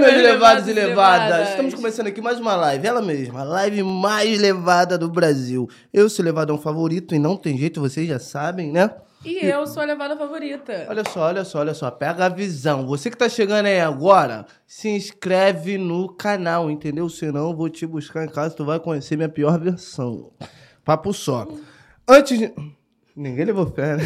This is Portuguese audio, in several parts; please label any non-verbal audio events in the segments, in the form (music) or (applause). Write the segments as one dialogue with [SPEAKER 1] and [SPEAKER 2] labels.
[SPEAKER 1] mais levados e levadas. Estamos começando aqui mais uma live, ela mesma, a live mais levada do Brasil. Eu sou o levadão favorito e não tem jeito, vocês já sabem, né?
[SPEAKER 2] E eu sou a levada favorita.
[SPEAKER 1] Olha só, olha só, olha só, pega a visão. Você que tá chegando aí agora, se inscreve no canal, entendeu? Senão eu vou te buscar em casa, tu vai conhecer minha pior versão. Papo só. Antes de... Ninguém levou fé, né?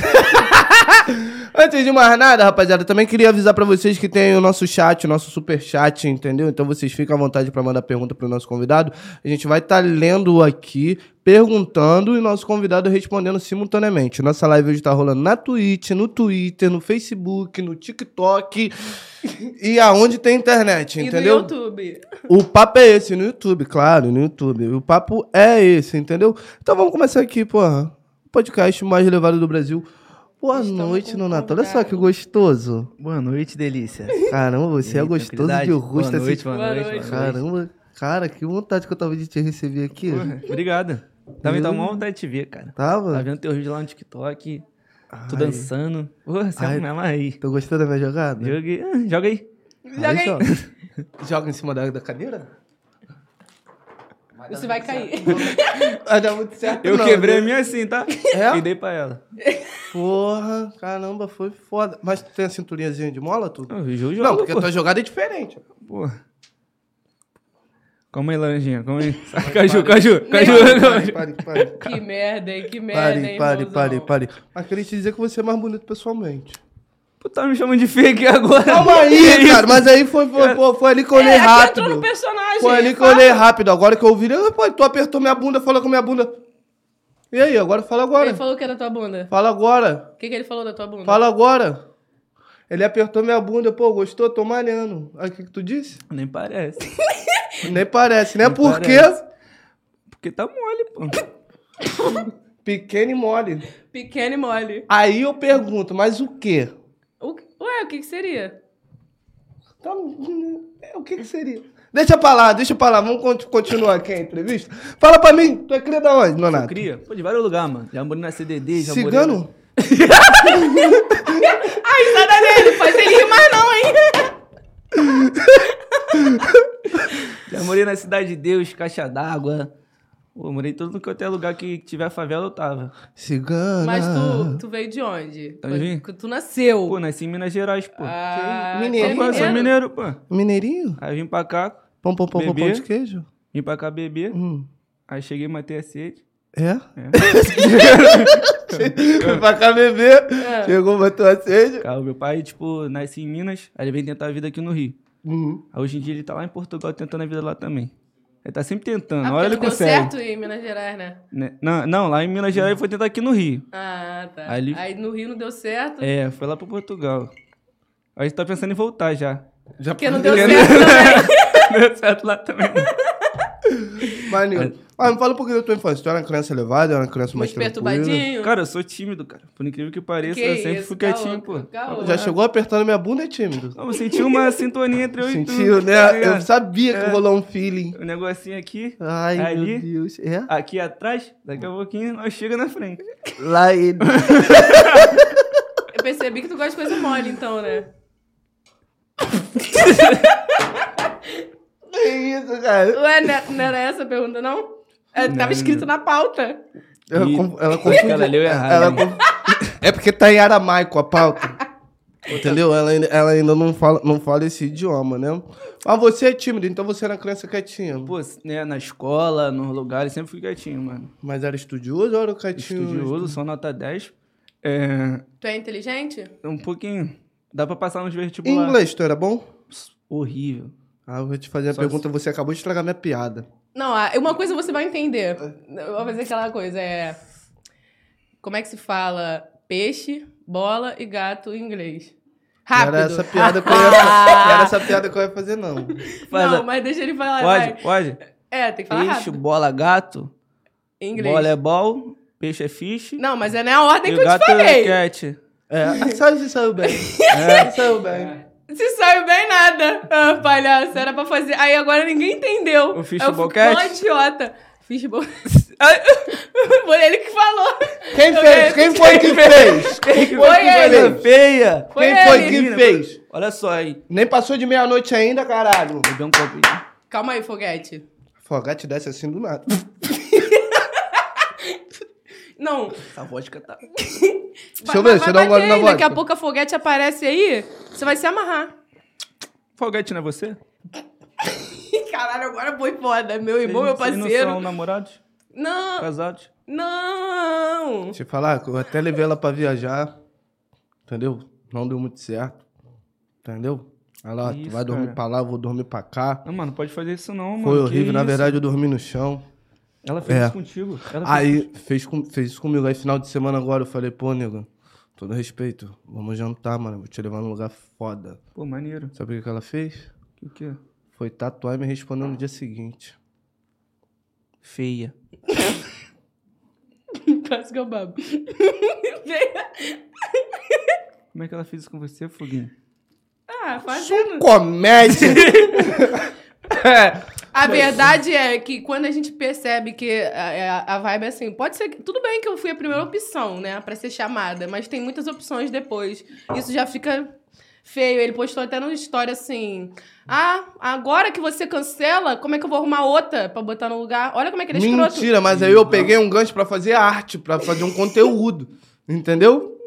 [SPEAKER 1] Antes de mais nada, rapaziada, também queria avisar pra vocês que tem o nosso chat, o nosso super chat, entendeu? Então vocês ficam à vontade pra mandar pergunta pro nosso convidado. A gente vai estar lendo aqui, perguntando e nosso convidado respondendo simultaneamente. Nossa live hoje tá rolando na Twitch, no Twitter, no Facebook, no TikTok e aonde tem internet,
[SPEAKER 2] E
[SPEAKER 1] entendeu?
[SPEAKER 2] no YouTube.
[SPEAKER 1] O papo é esse, no YouTube, claro, no YouTube. O papo é esse, entendeu? Então vamos começar aqui, porra. O podcast mais elevado do Brasil. Boa
[SPEAKER 2] Estamos
[SPEAKER 1] noite,
[SPEAKER 2] com
[SPEAKER 1] Nonato.
[SPEAKER 2] um
[SPEAKER 1] Olha só
[SPEAKER 2] convidado.
[SPEAKER 1] que gostoso.
[SPEAKER 3] Boa noite, (laughs) delícia.
[SPEAKER 1] Caramba, você
[SPEAKER 3] E
[SPEAKER 1] é
[SPEAKER 3] aí,
[SPEAKER 1] gostoso
[SPEAKER 3] tranquilidade?
[SPEAKER 1] de rosto
[SPEAKER 3] Boa
[SPEAKER 1] assim.
[SPEAKER 3] noite, boa
[SPEAKER 2] Boa
[SPEAKER 3] noite.
[SPEAKER 2] noite.
[SPEAKER 3] boa noite.
[SPEAKER 1] Caramba, cara, que vontade que eu tava de te receber aqui.
[SPEAKER 3] Porra, Obrigado. Tá Também tava uma vontade de te ver, cara. Tá
[SPEAKER 1] Tava?
[SPEAKER 3] vendo teu vídeo lá no TikTok, tu
[SPEAKER 1] Ai,
[SPEAKER 3] dançando. Porra, você
[SPEAKER 1] Ai.
[SPEAKER 3] me amarrei.
[SPEAKER 1] Tô gostando da minha jogada?
[SPEAKER 3] Joguei. Ah, joga aí.
[SPEAKER 2] Joga
[SPEAKER 1] Aí,
[SPEAKER 2] aí.
[SPEAKER 1] ó. (laughs) Joga em cima da, da cadeira?
[SPEAKER 2] Você vai cair.
[SPEAKER 1] Vai dar muito certo.
[SPEAKER 3] Eu
[SPEAKER 1] não,
[SPEAKER 3] quebrei
[SPEAKER 1] viu?
[SPEAKER 3] a minha assim, (laughs) tá?
[SPEAKER 1] É?
[SPEAKER 3] E dei pra ela.
[SPEAKER 1] Porra, caramba, foi foda. Mas tu tem a cinturinhazinha de mola, tu?
[SPEAKER 3] Não, eu jogo,
[SPEAKER 1] Não, porque a
[SPEAKER 3] pô.
[SPEAKER 1] tua jogada é diferente.
[SPEAKER 3] Porra. Calma aí, laranjinha, calma aí. Caju, caju, caju.
[SPEAKER 1] Pare,
[SPEAKER 3] caju.
[SPEAKER 1] pare, pare.
[SPEAKER 2] Que merda, hein? Que merda,
[SPEAKER 1] Pare,
[SPEAKER 2] hein,
[SPEAKER 1] pare,
[SPEAKER 2] irmãozão?
[SPEAKER 1] pare, pare. Mas queria te dizer que você é mais bonito pessoalmente.
[SPEAKER 3] Pô, tá me chamando de feio aqui
[SPEAKER 1] (laughs)
[SPEAKER 3] agora.
[SPEAKER 1] Calma
[SPEAKER 3] Que (laughs)
[SPEAKER 1] aí,
[SPEAKER 3] isso?
[SPEAKER 1] cara. Mas aí foi, foi, foi, foi ali que eu
[SPEAKER 2] É,
[SPEAKER 1] olhei
[SPEAKER 2] aqui entrou no
[SPEAKER 1] rápido.
[SPEAKER 2] personagem.
[SPEAKER 1] Foi ali que eu
[SPEAKER 2] fala.
[SPEAKER 1] olhei rápido. Agora que eu ouvi, ah, pô, tu apertou minha bunda, falou com minha bunda. E aí, agora fala agora.
[SPEAKER 2] Ele falou que era tua bunda.
[SPEAKER 1] Fala agora.
[SPEAKER 2] O que, que ele falou da tua bunda?
[SPEAKER 1] né? Fala agora. Ele apertou minha bunda, pô, gostou? Tô malhando. Aí o que, que tu disse?
[SPEAKER 3] Nem parece.
[SPEAKER 1] Nem parece, né?
[SPEAKER 3] Nem
[SPEAKER 1] Porque
[SPEAKER 3] parece. Porque tá mole, (laughs) pô.
[SPEAKER 1] pequeno e mole.
[SPEAKER 2] Pequeno e mole.
[SPEAKER 1] Aí eu pergunto, mas o quê?
[SPEAKER 2] O... Ué, o que, que seria?
[SPEAKER 1] Tá, hum, é, o que que seria? Deixa pra lá, deixa pra lá. Vamos con- continuar aqui a entrevista. Fala pra mim, tu é cria da onde, Nonato?
[SPEAKER 3] Cria. Pô, de vários lugares, mano. Já morei na CDD, já morei na-
[SPEAKER 1] Cigano?
[SPEAKER 2] Nada dele, faz ele rir mais não, hein?
[SPEAKER 3] Já morei na Cidade de Deus, Caixa d'Água. Pô, morei em todo que até lugar que tiver favela eu tava.
[SPEAKER 1] Cigana.
[SPEAKER 2] (laughs) Mas tu, tu veio de onde?
[SPEAKER 3] Tá vendo?
[SPEAKER 2] Tu- Tu nasceu.
[SPEAKER 3] Pô, nasci em Minas Gerais, pô.
[SPEAKER 2] Ah,
[SPEAKER 1] Mineiro.
[SPEAKER 2] tu é
[SPEAKER 3] Pô, eu sou
[SPEAKER 2] mineiro.
[SPEAKER 3] mineiro, pô.
[SPEAKER 1] Mineirinho?
[SPEAKER 3] Aí vim pra cá,
[SPEAKER 1] Pão, pão, pão, pão, pão
[SPEAKER 3] Bebê.
[SPEAKER 1] de queijo?
[SPEAKER 3] vim pra cá beber.
[SPEAKER 1] Hum.
[SPEAKER 3] Aí cheguei, matei a sede.
[SPEAKER 1] É?
[SPEAKER 3] É.
[SPEAKER 1] Foi pra cá beber,
[SPEAKER 2] É.
[SPEAKER 1] chegou, matou a sede.
[SPEAKER 3] Cara, o meu pai, tipo, nasce em Minas, aí ele vem tentar a vida aqui no Rio.
[SPEAKER 1] Uhum.
[SPEAKER 3] Aí hoje em dia ele tá lá em Portugal tentando a vida lá também. Ele tá sempre tentando,
[SPEAKER 2] Ah,
[SPEAKER 3] olha
[SPEAKER 2] porque
[SPEAKER 3] ele
[SPEAKER 2] não deu
[SPEAKER 3] consegue.
[SPEAKER 2] certo em Minas Gerais, né?
[SPEAKER 3] Né? Não, não, lá em Minas Gerais ele foi tentar aqui no Rio.
[SPEAKER 2] Ah, tá.
[SPEAKER 3] Ali-
[SPEAKER 2] Aí no Rio não deu certo.
[SPEAKER 3] É, foi lá pra Portugal. Aí ele tá pensando em voltar já.
[SPEAKER 1] Já
[SPEAKER 2] Porque não deu
[SPEAKER 3] Porque
[SPEAKER 2] certo
[SPEAKER 3] (laughs)
[SPEAKER 2] também.
[SPEAKER 3] não é deu certo lá também.
[SPEAKER 1] Maneiro. Ah, me fala um pouquinho da tua infância. Tu era uma criança elevada, era uma criança mais
[SPEAKER 2] Muito
[SPEAKER 1] tranquila?
[SPEAKER 2] perturbadinho.
[SPEAKER 3] Cara, eu sou tímido, cara. Por incrível que pareça,
[SPEAKER 2] Que
[SPEAKER 3] eu sempre
[SPEAKER 2] isso, tá
[SPEAKER 3] fui
[SPEAKER 2] caô,
[SPEAKER 3] quietinho, pô.
[SPEAKER 2] caô.
[SPEAKER 1] Já chegou apertando minha bunda, é tímido.
[SPEAKER 3] Não, eu senti uma sintonia entre eu e tu.
[SPEAKER 1] Sentiu,
[SPEAKER 3] tá
[SPEAKER 1] né? Eu
[SPEAKER 3] ligado?
[SPEAKER 1] sabia que rolou um feeling.
[SPEAKER 3] O negocinho aqui,
[SPEAKER 1] Ai, meu
[SPEAKER 3] Ali?
[SPEAKER 1] Deus. É?
[SPEAKER 3] aqui atrás, daqui a pouquinho nós chega na frente.
[SPEAKER 1] Lá ele. (laughs)
[SPEAKER 2] Eu percebi que tu gosta de coisa mole, então, né?
[SPEAKER 1] que isso, cara?
[SPEAKER 2] Ué, né- não era essa a pergunta, não? É,
[SPEAKER 3] Não,
[SPEAKER 2] tava escrito na pauta.
[SPEAKER 1] Ela,
[SPEAKER 3] Ih,
[SPEAKER 1] conf- ela
[SPEAKER 3] acho que
[SPEAKER 1] confunde-
[SPEAKER 3] ela leu errado,
[SPEAKER 1] ela
[SPEAKER 3] né?
[SPEAKER 1] conf- É porque tá em aramaico a (laughs) pauta. Entendeu? Ela ainda, ela ainda não, fala, não fala esse idioma, né? Mas você é tímido, então você era uma criança quietinha.
[SPEAKER 3] Pô, né, na escola, nos lugares, sempre fui quietinho, mano.
[SPEAKER 1] Mas era estudioso ou era quietinho?
[SPEAKER 3] Estudioso, só nota 10. É,
[SPEAKER 2] Tu é inteligente?
[SPEAKER 3] um pouquinho. Dá pra passar nos
[SPEAKER 1] Em
[SPEAKER 3] vestibulares.
[SPEAKER 1] inglês, tu era bom?
[SPEAKER 3] Horrível.
[SPEAKER 1] Ah, eu vou te fazer a
[SPEAKER 3] Só
[SPEAKER 1] pergunta, você acabou de estragar minha piada.
[SPEAKER 2] Não, ah, uma coisa você vai entender. Eu vou fazer aquela coisa, é... Como é que se fala peixe, bola e gato em inglês? Rápido.
[SPEAKER 1] Não era essa piada que eu ia fazer. Não era essa piada que eu ia fazer, não.
[SPEAKER 3] Fala.
[SPEAKER 2] Não, mas deixa ele falar, vai.
[SPEAKER 3] Pode, pode.
[SPEAKER 2] É, tem que falar
[SPEAKER 3] Peixe,
[SPEAKER 2] rápido.
[SPEAKER 3] bola, gato.
[SPEAKER 2] Em inglês.
[SPEAKER 3] Bola é ball, peixe é fish.
[SPEAKER 2] Não, mas é na ordem
[SPEAKER 3] e
[SPEAKER 2] que eu
[SPEAKER 3] o
[SPEAKER 2] te
[SPEAKER 3] gato é
[SPEAKER 2] falei.
[SPEAKER 3] cat.
[SPEAKER 1] É, (laughs) saiu, se saiu bem. É, se saiu bem.
[SPEAKER 2] Se saiu bem nada, ah, palhaço. Era pra fazer. Aí agora ninguém entendeu.
[SPEAKER 1] Um
[SPEAKER 3] O
[SPEAKER 2] Aí eu
[SPEAKER 3] fishbowl
[SPEAKER 2] fico
[SPEAKER 3] cat?
[SPEAKER 2] mó idiota. (laughs) Fishbowl. (laughs) Foi ele que falou.
[SPEAKER 1] Quem
[SPEAKER 2] Eu
[SPEAKER 1] fez?
[SPEAKER 2] ganhei.
[SPEAKER 1] Quem foi que fez? Quem
[SPEAKER 2] Foi
[SPEAKER 1] foi que
[SPEAKER 2] ele.
[SPEAKER 1] fez?
[SPEAKER 3] feia!
[SPEAKER 2] Foi
[SPEAKER 1] Quem foi
[SPEAKER 2] ele.
[SPEAKER 1] que fez?
[SPEAKER 3] Olha só, hein?
[SPEAKER 1] Nem passou de meia-noite ainda, caralho.
[SPEAKER 3] Beber um copinho.
[SPEAKER 2] Calma aí, foguete.
[SPEAKER 1] Fogate desce assim do nada.
[SPEAKER 2] Não,
[SPEAKER 3] Essa vodka tá...
[SPEAKER 1] eu ver, deixa eu dar um
[SPEAKER 2] bater
[SPEAKER 1] gole na
[SPEAKER 2] aí, Daqui
[SPEAKER 1] vodka.
[SPEAKER 2] a pouco a foguete aparece aí, você vai se amarrar. (laughs)
[SPEAKER 3] Foguete não é você?
[SPEAKER 2] Caralho, agora foi foda. Meu irmão, meu
[SPEAKER 3] Vocês não- vocês
[SPEAKER 2] parceiro.
[SPEAKER 3] não são namorados?
[SPEAKER 2] Não,
[SPEAKER 3] Casados?
[SPEAKER 1] (laughs)
[SPEAKER 2] não.
[SPEAKER 1] Te falar, que eu até levei ela pra viajar. Entendeu? Não deu muito certo. Entendeu? Ela,
[SPEAKER 3] Que
[SPEAKER 1] tu
[SPEAKER 3] isso,
[SPEAKER 1] vai dormir
[SPEAKER 3] cara.
[SPEAKER 1] pra lá, eu vou dormir pra cá.
[SPEAKER 3] Não, mano, não pode fazer isso não, mano.
[SPEAKER 1] Foi
[SPEAKER 3] Que
[SPEAKER 1] horrível, na
[SPEAKER 3] isso?
[SPEAKER 1] verdade eu dormi no chão.
[SPEAKER 3] Ela fez
[SPEAKER 1] É.
[SPEAKER 3] isso contigo. Ela fez...
[SPEAKER 1] Aí fez, com- fez isso comigo. Aí final de semana agora eu falei, pô, nego, todo respeito, vamos jantar, mano. Vou te levar num lugar foda.
[SPEAKER 3] Pô, maneiro.
[SPEAKER 1] Sabe o que que ela fez?
[SPEAKER 3] O que?
[SPEAKER 1] Foi tatuar e me respondeu no dia seguinte.
[SPEAKER 3] Feia.
[SPEAKER 2] Quase que eu babo. (laughs)
[SPEAKER 3] Como é que ela fez isso com você, Foguinho?
[SPEAKER 2] ah, fazendo.
[SPEAKER 3] (laughs)
[SPEAKER 1] Comédia! (laughs)
[SPEAKER 3] É,
[SPEAKER 2] A verdade é que quando a gente percebe que a, a- a vibe é assim, pode ser. que- Tudo bem que eu fui a primeira opção, né? Pra ser chamada, mas tem muitas opções depois. Isso já fica feio. Ele postou até numa história assim: Ah, agora que você cancela, como é que eu vou arrumar outra pra botar no lugar? Olha como é que ele é escroto.
[SPEAKER 1] Mentira, mas aí eu peguei um gancho pra fazer arte, pra fazer um conteúdo. Entendeu?
[SPEAKER 2] (laughs)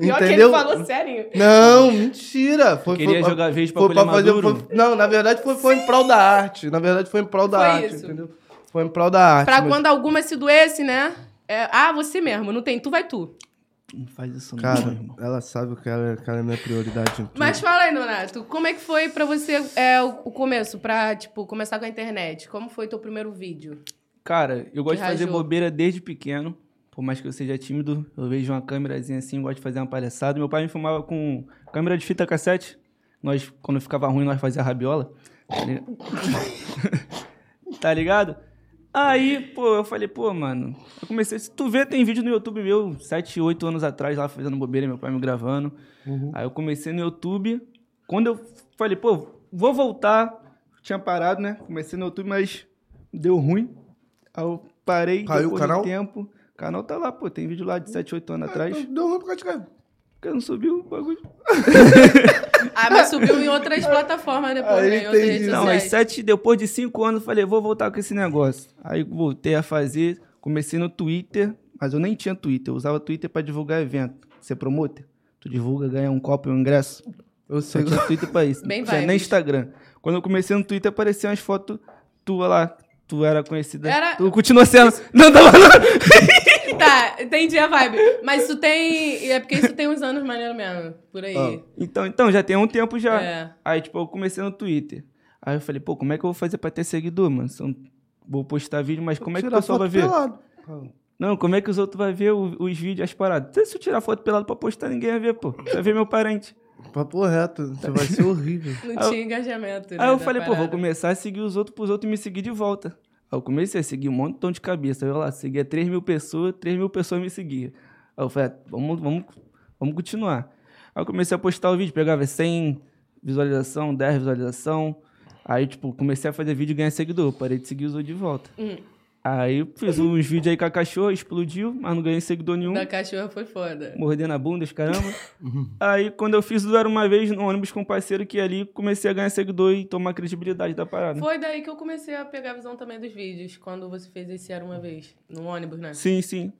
[SPEAKER 2] Pior que ele falou assim. sério.
[SPEAKER 1] Não, mentira. Foi,
[SPEAKER 3] Queria
[SPEAKER 1] foi,
[SPEAKER 3] jogar verde pra
[SPEAKER 1] foi pra
[SPEAKER 3] colher
[SPEAKER 1] fazer. um-
[SPEAKER 3] maduro.
[SPEAKER 1] foi- não, na verdade foi, foi em prol da arte. Na verdade foi em prol da
[SPEAKER 2] Foi
[SPEAKER 1] arte,
[SPEAKER 2] isso.
[SPEAKER 1] entendeu? Foi em prol da arte.
[SPEAKER 2] Pra
[SPEAKER 1] mas-
[SPEAKER 2] quando alguma se doesse, né? É, ah, você mesmo, não tem, tu vai tu.
[SPEAKER 3] Não faz isso não, meu
[SPEAKER 1] Cara,
[SPEAKER 3] irmão.
[SPEAKER 1] ela sabe que ela, é- que ela é minha prioridade em tudo.
[SPEAKER 2] Mas fala aí, Donato, como é que foi pra você é, o, o começo, pra, tipo, começar com a internet? Como foi teu primeiro vídeo?
[SPEAKER 3] Cara, eu gosto de fazer
[SPEAKER 2] rajou.
[SPEAKER 3] bobeira desde pequeno. Por mais que eu seja tímido, eu vejo uma câmerazinha assim, gosto de fazer uma palhaçada. Meu pai me filmava com câmera de fita cassete. Nós, quando ficava ruim, nós fazia rabiola. Tá ligado? (laughs) Tá ligado? Aí, pô, eu falei, pô, mano, eu comecei. Se tu vê, tem vídeo no YouTube meu, 7, 8 anos atrás, lá fazendo bobeira, meu pai me gravando.
[SPEAKER 1] Uhum.
[SPEAKER 3] Aí eu comecei no YouTube. Quando eu falei, pô, vou voltar. Tinha parado, né? Comecei no YouTube, mas deu ruim. Aí eu parei.
[SPEAKER 1] Caiu o
[SPEAKER 3] depois
[SPEAKER 1] canal? Uhum. Ah,
[SPEAKER 3] Do tempo. O canal tá lá, pô. Tem vídeo lá de 7, 8 anos atrás.
[SPEAKER 1] Deu ruim por causa de cara.
[SPEAKER 3] Porque eu não subi o bagulho.
[SPEAKER 2] Ah,
[SPEAKER 3] (laughs)
[SPEAKER 2] mas subiu em outras plataformas depois,
[SPEAKER 1] Aí
[SPEAKER 2] né? Em outras
[SPEAKER 1] entendi.
[SPEAKER 2] redes
[SPEAKER 1] Pois
[SPEAKER 3] Ah, Não,
[SPEAKER 2] sociais.
[SPEAKER 3] aí sete, depois de cinco anos, eu falei, vou voltar com esse negócio. Aí voltei a fazer, comecei no Twitter, mas eu nem tinha Twitter, eu usava Twitter pra divulgar evento. Você é promoter? Tu divulga, ganha um copo e um ingresso.
[SPEAKER 1] Eu
[SPEAKER 3] Só
[SPEAKER 1] sei.
[SPEAKER 3] tinha Twitter pra isso.
[SPEAKER 2] Bem
[SPEAKER 3] não tinha nem
[SPEAKER 2] vibes.
[SPEAKER 3] Instagram. Quando eu comecei no Twitter, apareciam as fotos tua lá. Tu era conhecida.
[SPEAKER 2] Era-
[SPEAKER 3] Tu continua sendo. Não, tava lá.
[SPEAKER 2] Tá, entendi a vibe. Mas isso tem. É porque isso tem uns anos maneiro mesmo, por aí.
[SPEAKER 3] Então, então, já tem um tempo já.
[SPEAKER 2] É.
[SPEAKER 3] Aí, tipo, eu comecei no Twitter. Aí eu falei, pô, como é que eu vou fazer pra ter seguidor, mano? Se eu não- Vou postar vídeo, mas como é que o
[SPEAKER 1] Tirar
[SPEAKER 3] pessoal vai
[SPEAKER 1] foto
[SPEAKER 3] ver?
[SPEAKER 1] pelado.
[SPEAKER 3] Não, como é que os outros vão ver o- os vídeos, as paradas? Se eu tirar foto pelado pra postar, ninguém vai ver, pô. Vai ver
[SPEAKER 2] (laughs)
[SPEAKER 3] meu parente.
[SPEAKER 1] Papo reto, você vai ser horrível.
[SPEAKER 2] Não
[SPEAKER 3] Aí eu-
[SPEAKER 2] tinha engajamento. né,
[SPEAKER 3] Aí eu
[SPEAKER 2] da
[SPEAKER 3] falei, pô, vou
[SPEAKER 2] parada.
[SPEAKER 3] começar a seguir os outros pros outros me seguir de volta. Aí eu comecei a seguir um montão de cabeça. Aí eu lá, seguia 3 mil pessoas, 3 mil pessoas me seguiam. Aí eu falei, ah, vamos, vamos, vamos continuar. Aí eu comecei a postar o vídeo, pegava 100 visualização, 10 visualização. Aí, tipo, comecei a fazer vídeo e ganhar seguidor. Parei de seguir os outros de volta.
[SPEAKER 2] Hum.
[SPEAKER 3] Aí eu fiz uns vídeos aí com a cachorra, explodiu, mas não ganhei seguidor nenhum.
[SPEAKER 2] Da cachorra foi foda.
[SPEAKER 3] mordendo a bunda, os caramba.
[SPEAKER 1] Uhum.
[SPEAKER 3] Aí, quando eu fiz o Era Uma Vez no ônibus com um parceiro que ali, comecei a ganhar seguidor e tomar credibilidade da parada.
[SPEAKER 2] Foi daí que eu comecei a pegar a visão também dos vídeos, quando você fez esse Era Uma Vez, no ônibus, né?
[SPEAKER 3] Sim, sim.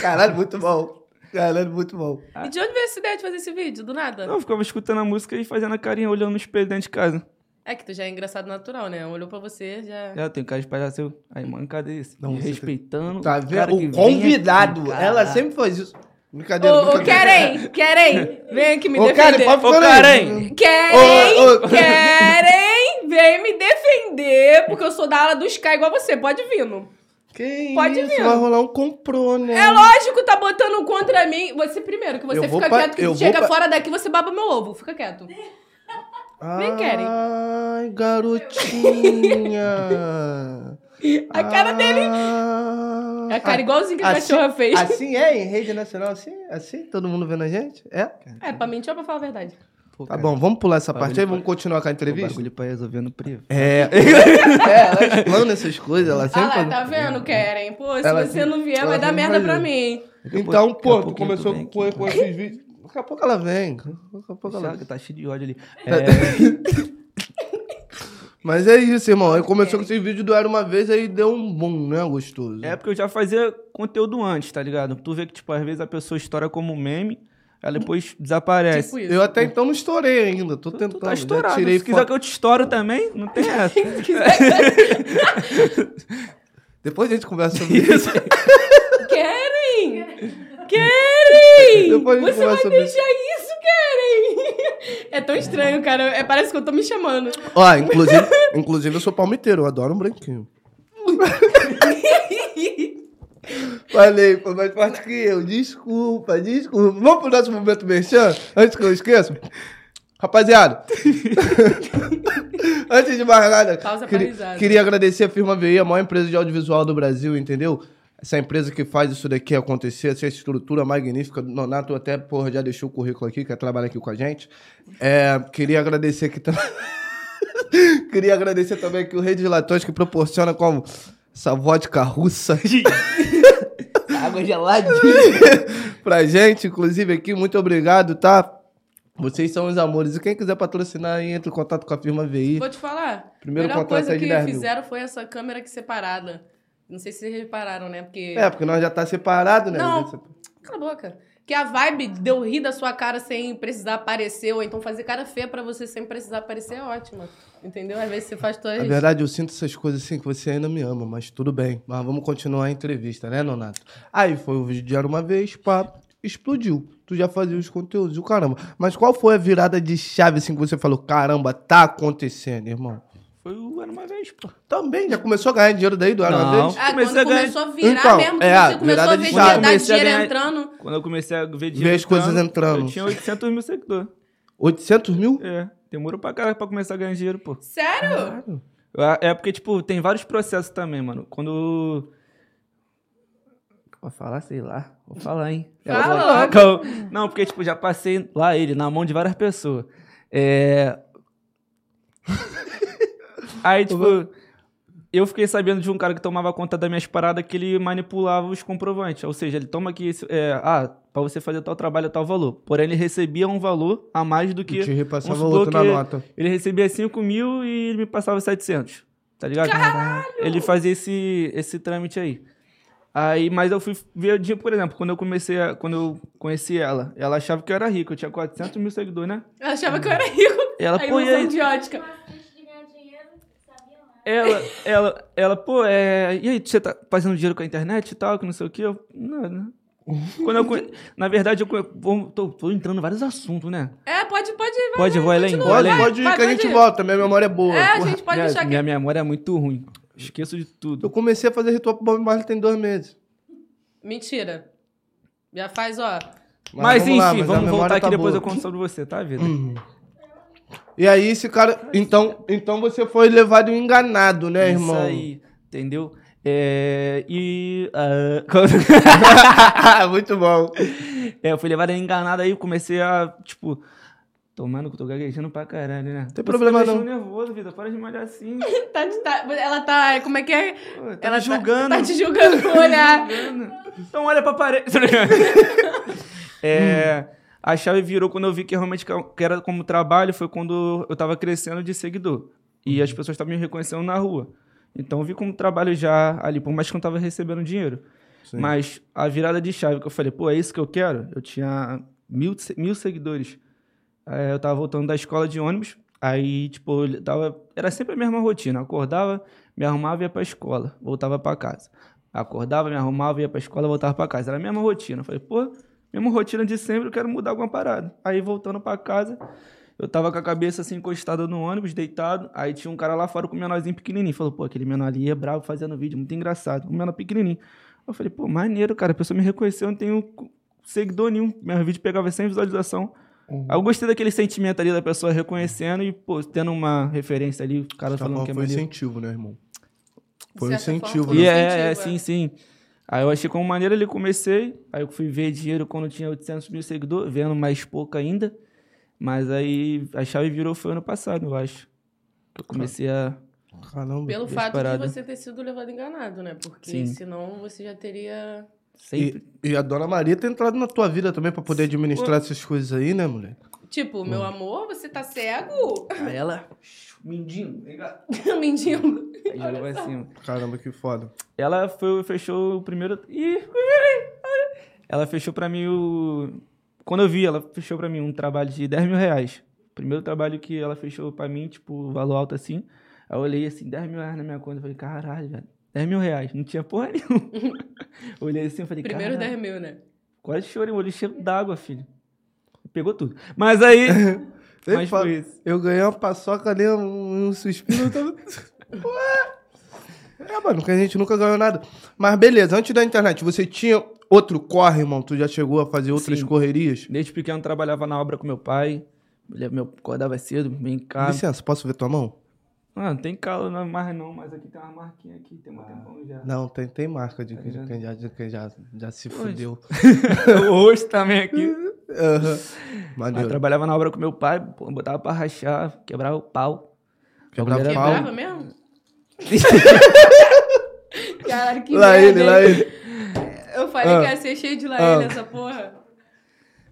[SPEAKER 1] Caralho, muito bom. Caralho, muito bom.
[SPEAKER 2] E de onde veio essa ideia de fazer esse vídeo? Do nada?
[SPEAKER 3] Não, eu ficava escutando a música e fazendo a carinha, olhando no espelho dentro de casa.
[SPEAKER 2] É que tu já é engraçado natural, né? Olhou pra você, já...
[SPEAKER 1] É,
[SPEAKER 3] Ela tem cara de palhaço. eu- Aí, mano, cadê esse?
[SPEAKER 1] Não,
[SPEAKER 3] Me
[SPEAKER 1] você tem-
[SPEAKER 3] respeitando.
[SPEAKER 1] Tá
[SPEAKER 3] o cara
[SPEAKER 1] vendo?
[SPEAKER 3] que
[SPEAKER 1] O
[SPEAKER 3] vem
[SPEAKER 1] convidado.
[SPEAKER 3] aqui, cara.
[SPEAKER 1] Ela sempre faz isso. Brincadeira,
[SPEAKER 2] Ô, ô,
[SPEAKER 1] brincadeira.
[SPEAKER 2] querem, querem, vem aqui me
[SPEAKER 1] Ô, Karen,
[SPEAKER 2] defender.
[SPEAKER 1] pode
[SPEAKER 3] Ô,
[SPEAKER 1] ficar aí.
[SPEAKER 3] Karen.
[SPEAKER 2] Querem,
[SPEAKER 1] Ô, ô.
[SPEAKER 2] querem, vem me defender, porque eu sou da ala dos K igual você, pode vir. não?
[SPEAKER 1] Que
[SPEAKER 2] Pode
[SPEAKER 1] isso,
[SPEAKER 2] vir.
[SPEAKER 1] vai rolar um comprô, né?
[SPEAKER 2] É lógico, tá botando contra mim. Você primeiro, que você
[SPEAKER 1] Eu vou
[SPEAKER 2] fica
[SPEAKER 1] pa-
[SPEAKER 2] quieto, que
[SPEAKER 1] eu
[SPEAKER 2] tu
[SPEAKER 1] vou
[SPEAKER 2] chega
[SPEAKER 1] pa-
[SPEAKER 2] fora daqui, você baba meu ovo, fica quieto. Nem querem.
[SPEAKER 1] Ai, garotinha.
[SPEAKER 2] (laughs)
[SPEAKER 1] Ah,
[SPEAKER 2] A cara dele.
[SPEAKER 1] dele.
[SPEAKER 2] A cara igualzinho que a
[SPEAKER 1] Ah. assim-
[SPEAKER 2] cachorra fez.
[SPEAKER 1] Assim é, em rede nacional, assim? Assim? Todo mundo vendo a gente? É?
[SPEAKER 2] É, pra mentir ou pra falar a verdade?
[SPEAKER 3] Pô,
[SPEAKER 1] Tá
[SPEAKER 3] cara,
[SPEAKER 1] bom, vamos pular essa
[SPEAKER 3] Bagulho
[SPEAKER 1] parte aí,
[SPEAKER 3] pra-
[SPEAKER 1] vamos continuar com a
[SPEAKER 3] O
[SPEAKER 1] entrevista?
[SPEAKER 3] bagulho pra resolver no privado.
[SPEAKER 1] É. (laughs) é, ela explana essas coisas, ela sempre.
[SPEAKER 2] Ah lá,
[SPEAKER 1] fala-
[SPEAKER 2] tá vendo, Karen? Pô, se
[SPEAKER 1] Ela
[SPEAKER 2] você
[SPEAKER 1] sempre-
[SPEAKER 2] não vier,
[SPEAKER 1] ela
[SPEAKER 2] vai dar
[SPEAKER 1] sempre
[SPEAKER 2] merda
[SPEAKER 1] faz
[SPEAKER 2] pra
[SPEAKER 1] isso.
[SPEAKER 2] mim.
[SPEAKER 1] Então,
[SPEAKER 3] Daqui a
[SPEAKER 1] pô, tu
[SPEAKER 3] pouquinho
[SPEAKER 1] começou
[SPEAKER 3] tu vem
[SPEAKER 1] com,
[SPEAKER 3] aqui. então.
[SPEAKER 1] com esses vídeos. Daqui a pouco ela vem. Daqui a pouco ela
[SPEAKER 3] Chaga, tá cheio de ódio ali.
[SPEAKER 1] É. Mas é isso, irmão. Aí começou com esses vídeos do Era Uma Vez, aí deu um boom, né, gostoso?
[SPEAKER 3] É porque eu já fazia conteúdo antes, tá ligado? Tu vê que, tipo, às vezes a pessoa estoura como um meme, ela depois desaparece.
[SPEAKER 2] Tipo isso.
[SPEAKER 1] Eu até então não estourei ainda, tô tentando.
[SPEAKER 3] Tu tá
[SPEAKER 1] já
[SPEAKER 3] estourado.
[SPEAKER 1] tirei
[SPEAKER 3] Se quiser
[SPEAKER 1] foto. É.
[SPEAKER 3] que eu te estouro também, não tem essa.
[SPEAKER 1] (laughs) Depois a gente conversa
[SPEAKER 3] (laughs)
[SPEAKER 1] sobre isso.
[SPEAKER 2] (laughs) Keren! Keren!
[SPEAKER 1] Depois a gente
[SPEAKER 2] Você vai
[SPEAKER 1] conversa sobre isso.
[SPEAKER 2] deixar isso, Keren! É tão estranho, cara. É, parece que eu tô me chamando.
[SPEAKER 1] Ó, inclusive, inclusive eu sou palmiteiro, eu adoro um branquinho. Falei, foi mais forte que eu. Desculpa, desculpa. Vamos pro nosso momento merchan? Antes que eu esqueça. Rapaziada, antes de mais nada,
[SPEAKER 2] Pausa pra risada.
[SPEAKER 1] queria agradecer a Firma VI, a maior empresa de audiovisual do Brasil, entendeu? Essa empresa que faz isso daqui acontecer, essa estrutura magnífica. O Nonato até, porra, já deixou o currículo aqui, quer trabalhar aqui com a gente. É, queria agradecer aqui também. (laughs) Queria agradecer também aqui o Rei de Latões, que proporciona como essa vodka russa
[SPEAKER 3] Água gelada.
[SPEAKER 1] (laughs) pra gente, inclusive aqui, muito obrigado, tá? Vocês são os amores. E quem quiser patrocinar aí, entre em contato com a firma VI.
[SPEAKER 2] (laughs) Vou te falar.
[SPEAKER 1] Primeiro
[SPEAKER 2] a melhor
[SPEAKER 1] contrato
[SPEAKER 2] coisa
[SPEAKER 1] é de
[SPEAKER 2] que
[SPEAKER 1] 10 mil.
[SPEAKER 2] fizeram foi essa câmera aqui separada. Não sei se vocês repararam, né? Porque.
[SPEAKER 1] É, porque nós já tá separado, né?
[SPEAKER 2] Não. Cala a boca. Que a vibe de eu rir da sua cara sem precisar aparecer, ou então fazer cara feia pra você sem precisar aparecer é ótima. Entendeu? Às vezes você faz
[SPEAKER 3] é
[SPEAKER 2] tuas.
[SPEAKER 1] Na verdade, eu sinto essas coisas assim, que você ainda me ama, mas tudo bem. Mas vamos continuar a entrevista, né, Nonato? Aí foi o vídeo de Era Uma Vez, pá, explodiu. Tu já fazia os conteúdos, o caramba. Mas qual foi a virada de chave, assim, que você falou, caramba, tá acontecendo, irmão?
[SPEAKER 3] Foi o Era Uma Vez, pô.
[SPEAKER 1] Também, já começou a ganhar dinheiro daí do Era Uma
[SPEAKER 3] Não.
[SPEAKER 1] Vez?
[SPEAKER 2] Ah,
[SPEAKER 3] Comecei
[SPEAKER 2] quando
[SPEAKER 3] a ganhar-
[SPEAKER 2] começou a virar
[SPEAKER 1] Então,
[SPEAKER 2] mesmo, que
[SPEAKER 1] é,
[SPEAKER 2] você começou
[SPEAKER 1] virada
[SPEAKER 2] a ver
[SPEAKER 1] de
[SPEAKER 2] de
[SPEAKER 1] chave.
[SPEAKER 2] verdade
[SPEAKER 3] Comecei a
[SPEAKER 2] dinheiro
[SPEAKER 3] ganhar-
[SPEAKER 2] entrando.
[SPEAKER 3] Quando eu comecei a ver
[SPEAKER 1] Ver as coisas entrando.
[SPEAKER 3] Eu tinha 800 mil seguidores.
[SPEAKER 1] 800 mil?
[SPEAKER 3] É, demorou pra caralho pra começar a ganhar dinheiro, pô.
[SPEAKER 2] Sério?
[SPEAKER 3] Ah, É porque, tipo, tem vários processos também, mano. Quando. Vou falar, sei lá. Vou falar, hein? É,
[SPEAKER 2] Fala.
[SPEAKER 3] (laughs) Calma. Não, porque, tipo, já passei lá ele, na mão de várias pessoas. É. (laughs) Aí, tipo, eu fiquei sabendo de um cara que tomava conta das minhas paradas que ele manipulava os comprovantes. Ou seja, ele toma aqui. esse- É, ah, pra você fazer tal trabalho, é tal valor. Porém, ele recebia um valor a mais do
[SPEAKER 1] Que te
[SPEAKER 3] que.
[SPEAKER 1] repassava
[SPEAKER 3] vamos supor
[SPEAKER 1] outro na
[SPEAKER 3] que-
[SPEAKER 1] nota.
[SPEAKER 3] Ele recebia 5 mil e ele me passava 700. Tá ligado? Caralho! Ele fazia esse, esse trâmite aí. Aí, mas eu fui ver o dia, por exemplo, quando eu comecei a, quando eu conheci ela, ela achava que eu era rico, eu tinha 400 mil seguidores, né?
[SPEAKER 2] Eu achava que eu era rico.
[SPEAKER 3] Ela,
[SPEAKER 2] Aí
[SPEAKER 3] pô, e
[SPEAKER 2] ilusão
[SPEAKER 3] aí?
[SPEAKER 2] idiótica.
[SPEAKER 3] Ela, ela, ela, pô, é, e aí, você tá fazendo dinheiro com a internet e tal, que não sei o quê? Eu, não, não. Quando eu, conhe- na verdade, eu conhe- vou- tô, tô entrando em vários assuntos, né?
[SPEAKER 2] É, pode, pode. vai,
[SPEAKER 3] Pode,
[SPEAKER 2] vai,
[SPEAKER 3] vou além,
[SPEAKER 2] continua,
[SPEAKER 3] vou
[SPEAKER 1] Pode,
[SPEAKER 3] além.
[SPEAKER 2] vai,
[SPEAKER 1] pode ir
[SPEAKER 2] vai,
[SPEAKER 1] que a gente
[SPEAKER 2] ir.
[SPEAKER 1] volta, minha memória é boa.
[SPEAKER 2] É, a
[SPEAKER 1] Porra.
[SPEAKER 2] gente pode
[SPEAKER 3] minha,
[SPEAKER 2] deixar
[SPEAKER 3] minha
[SPEAKER 2] aqui.
[SPEAKER 3] memória é muito ruim, esqueço de tudo.
[SPEAKER 1] Eu comecei a fazer ritual pro Bob Marley tem dois meses.
[SPEAKER 2] Mentira. Já faz, ó. Tá
[SPEAKER 3] Mas, enfim,
[SPEAKER 1] lá,
[SPEAKER 3] vamos,
[SPEAKER 1] a memória
[SPEAKER 3] voltar aqui
[SPEAKER 1] tá
[SPEAKER 3] depois
[SPEAKER 1] boa.
[SPEAKER 3] eu conto sobre você, tá, vida?
[SPEAKER 1] E aí, esse cara. Então, então você foi levado e enganado, né, irmão?
[SPEAKER 3] É Isso aí, entendeu? É, e. ah,
[SPEAKER 1] (laughs)
[SPEAKER 3] (laughs)
[SPEAKER 1] Muito bom.
[SPEAKER 3] é, eu fui levado enganado aí, comecei a, tipo. Tomando que eu tô gaguejando pra caralho, né? Você tá
[SPEAKER 1] problema
[SPEAKER 3] me
[SPEAKER 1] não.
[SPEAKER 3] deixando nervoso, vida. Para de malhar assim.
[SPEAKER 2] Tá, de- tá- ela tá. Como é que é?
[SPEAKER 3] Pô, tá
[SPEAKER 2] ela
[SPEAKER 3] me julgando.
[SPEAKER 2] Tá, tá te julgando com o olhar.
[SPEAKER 3] Então olha pra parede. é, a chave virou quando eu vi que realmente ca- que era como trabalho, foi quando eu tava crescendo de seguidor. E as pessoas estavam me reconhecendo na rua. Então eu vi como trabalho já ali, por mais que eu não tava recebendo dinheiro.
[SPEAKER 1] Sim.
[SPEAKER 3] Mas a virada de chave que eu falei, pô, é isso que eu quero? Eu tinha mil, se- mil seguidores. É, eu tava voltando da escola de ônibus, aí, tipo, eu tava, era sempre a mesma rotina. Eu Acordava, me arrumava e ia pra escola, voltava pra casa. Acordava, me arrumava, ia pra escola, voltava pra casa. Era a mesma rotina. Eu falei, pô, mesma rotina de sempre, eu quero mudar alguma parada. Aí, voltando pra casa, eu tava com a cabeça assim encostada no ônibus, deitado. Aí tinha um cara lá fora com um menorzinho pequenininho. Falou, pô, aquele menor ali é bravo fazendo vídeo, muito engraçado. Um menor pequenininho. Eu falei, pô, maneiro, cara. A pessoa me reconheceu, eu não tenho cu- seguidor nenhum. Meu vídeo pegava 100 visualização.
[SPEAKER 1] Uhum.
[SPEAKER 3] Aí eu gostei daquele sentimento ali da pessoa reconhecendo e, pô, tendo uma referência ali, o cara
[SPEAKER 1] Tá
[SPEAKER 3] falando
[SPEAKER 1] bom,
[SPEAKER 3] que é
[SPEAKER 1] foi
[SPEAKER 3] maneiro.
[SPEAKER 1] incentivo, né, irmão?
[SPEAKER 2] De
[SPEAKER 1] Foi um
[SPEAKER 2] certa forma,
[SPEAKER 1] incentivo,
[SPEAKER 2] foi um
[SPEAKER 3] E é, é,
[SPEAKER 2] incentivo,
[SPEAKER 3] sim, sim. Aí eu achei como maneira ali, comecei. Aí eu fui ver dinheiro quando tinha 800 mil seguidores, vendo mais pouco ainda. Mas aí a chave virou foi ano passado, eu acho. Eu comecei a.
[SPEAKER 1] Caramba.
[SPEAKER 2] Pelo
[SPEAKER 3] Deixa
[SPEAKER 2] fato
[SPEAKER 3] parado.
[SPEAKER 2] de você ter sido levado enganado, né? Porque
[SPEAKER 3] Sim.
[SPEAKER 2] senão você já teria
[SPEAKER 3] Sempre.
[SPEAKER 1] E, e a dona Maria tem entrado na tua vida também pra poder administrar essas coisas aí, né, mulher?
[SPEAKER 2] Tipo,
[SPEAKER 3] Hum.
[SPEAKER 2] meu amor, você tá cego?
[SPEAKER 3] Aí ela. Mindinho,
[SPEAKER 2] (laughs)
[SPEAKER 3] vem cá.
[SPEAKER 2] Mendigo.
[SPEAKER 3] Aí jogou pra cima.
[SPEAKER 1] Caramba, que foda.
[SPEAKER 3] Ela foi, fechou o primeiro. Ih! Ela fechou pra mim o. Quando eu vi, ela fechou pra mim um trabalho de 10 mil reais. Primeiro trabalho que ela fechou pra mim, tipo, valor alto assim. Aí eu olhei assim, 10 mil reais na minha conta. Eu falei, caralho, velho. 10 mil reais. Não tinha porra nenhuma. (laughs) olhei assim, eu falei,
[SPEAKER 2] Primeiro
[SPEAKER 3] caralho.
[SPEAKER 2] 10 mil, né?
[SPEAKER 3] Quase chorei, o olho cheio d'água, filho. Pegou tudo. Mas aí.
[SPEAKER 1] Sempre
[SPEAKER 3] mas
[SPEAKER 1] falo,
[SPEAKER 3] foi isso.
[SPEAKER 1] Eu ganhei uma paçoca ali, um, um suspiro, eu tava... Ué. É, mano, que a gente nunca ganhou nada. Mas beleza, antes da internet, você tinha outro corre, irmão? Tu já chegou a fazer outras
[SPEAKER 3] Sim.
[SPEAKER 1] correrias?
[SPEAKER 3] Desde pequeno trabalhava na obra com meu pai. Ele- Meu acordava cedo, vem cá.
[SPEAKER 1] (laughs) Licença, posso ver tua mão?
[SPEAKER 3] Ah, não tem calo não, mais não, mas aqui tem uma marquinha aqui, tem um tempão já. (laughs)
[SPEAKER 1] Não, tem, tem marca de
[SPEAKER 3] Tá
[SPEAKER 1] que,
[SPEAKER 3] ligado?
[SPEAKER 1] quem já, de quem já, já se
[SPEAKER 3] Pois.
[SPEAKER 1] fudeu.
[SPEAKER 3] o rosto também aqui.
[SPEAKER 2] Uhum.
[SPEAKER 1] Aham.
[SPEAKER 3] Eu
[SPEAKER 1] Maneiro.
[SPEAKER 3] trabalhava na obra com meu pai, pô, botava pra rachar, quebrava
[SPEAKER 2] (laughs)
[SPEAKER 3] o pau.
[SPEAKER 1] Quebrava o pau.
[SPEAKER 2] Quebrava mesmo? Caralho, que
[SPEAKER 1] Lá
[SPEAKER 2] merda,
[SPEAKER 1] ele,
[SPEAKER 2] hein?
[SPEAKER 1] lá ele.
[SPEAKER 2] Eu falei
[SPEAKER 1] Ah.
[SPEAKER 2] que ia ser cheio de
[SPEAKER 1] Ah.
[SPEAKER 2] laína essa porra.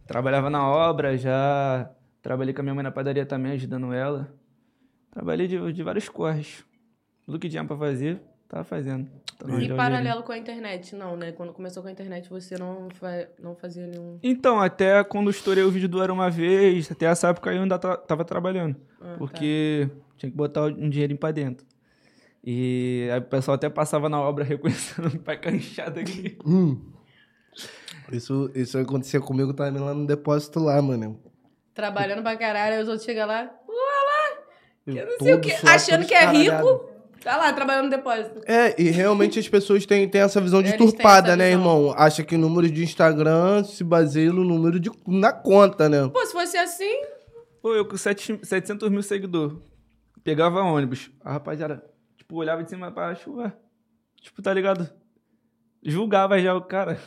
[SPEAKER 3] Trabalhava na obra, já trabalhei com a minha mãe na padaria também, ajudando ela. Trabalhei de, de vários corres. Tudo que tinha pra fazer, tava fazendo. Tava
[SPEAKER 2] E
[SPEAKER 3] melhor dinheirinho.
[SPEAKER 2] paralelo com a internet, não, né? Quando começou com a internet, você não, fa- não fazia nenhum.
[SPEAKER 3] Então, até quando eu estourei o vídeo do Era Uma Vez, até essa época eu ainda ta- tava trabalhando.
[SPEAKER 2] Ah,
[SPEAKER 3] porque tinha que botar um dinheirinho pra dentro. E aí o pessoal até passava na obra (laughs) reconhecendo o pai
[SPEAKER 2] (laughs)
[SPEAKER 3] canchado aqui.
[SPEAKER 1] Hum. Isso, isso acontecia comigo também lá no depósito lá, mano.
[SPEAKER 2] tá. Trabalhando pra caralho, aí os outros chegam lá, uau,
[SPEAKER 1] Eu
[SPEAKER 2] não sei o
[SPEAKER 1] todo
[SPEAKER 2] quê,
[SPEAKER 1] suado,
[SPEAKER 2] achando
[SPEAKER 1] todo
[SPEAKER 2] que é
[SPEAKER 1] escaralhado.
[SPEAKER 2] rico, tá lá trabalhando no depósito.
[SPEAKER 1] É, e realmente as pessoas têm, têm essa visão
[SPEAKER 2] (laughs) Eles
[SPEAKER 1] de
[SPEAKER 2] têm
[SPEAKER 1] turpada,
[SPEAKER 2] essa
[SPEAKER 1] né,
[SPEAKER 2] visão.
[SPEAKER 1] irmão? Acha que o número de Instagram se baseia no número de, na conta, né?
[SPEAKER 2] Pô, se fosse assim,
[SPEAKER 3] Pô, eu com sete- 700 mil seguidores. Pegava ônibus. A rapaziada, tipo, olhava de cima pra baixo, ué. Tipo, tá ligado? Julgava já o cara.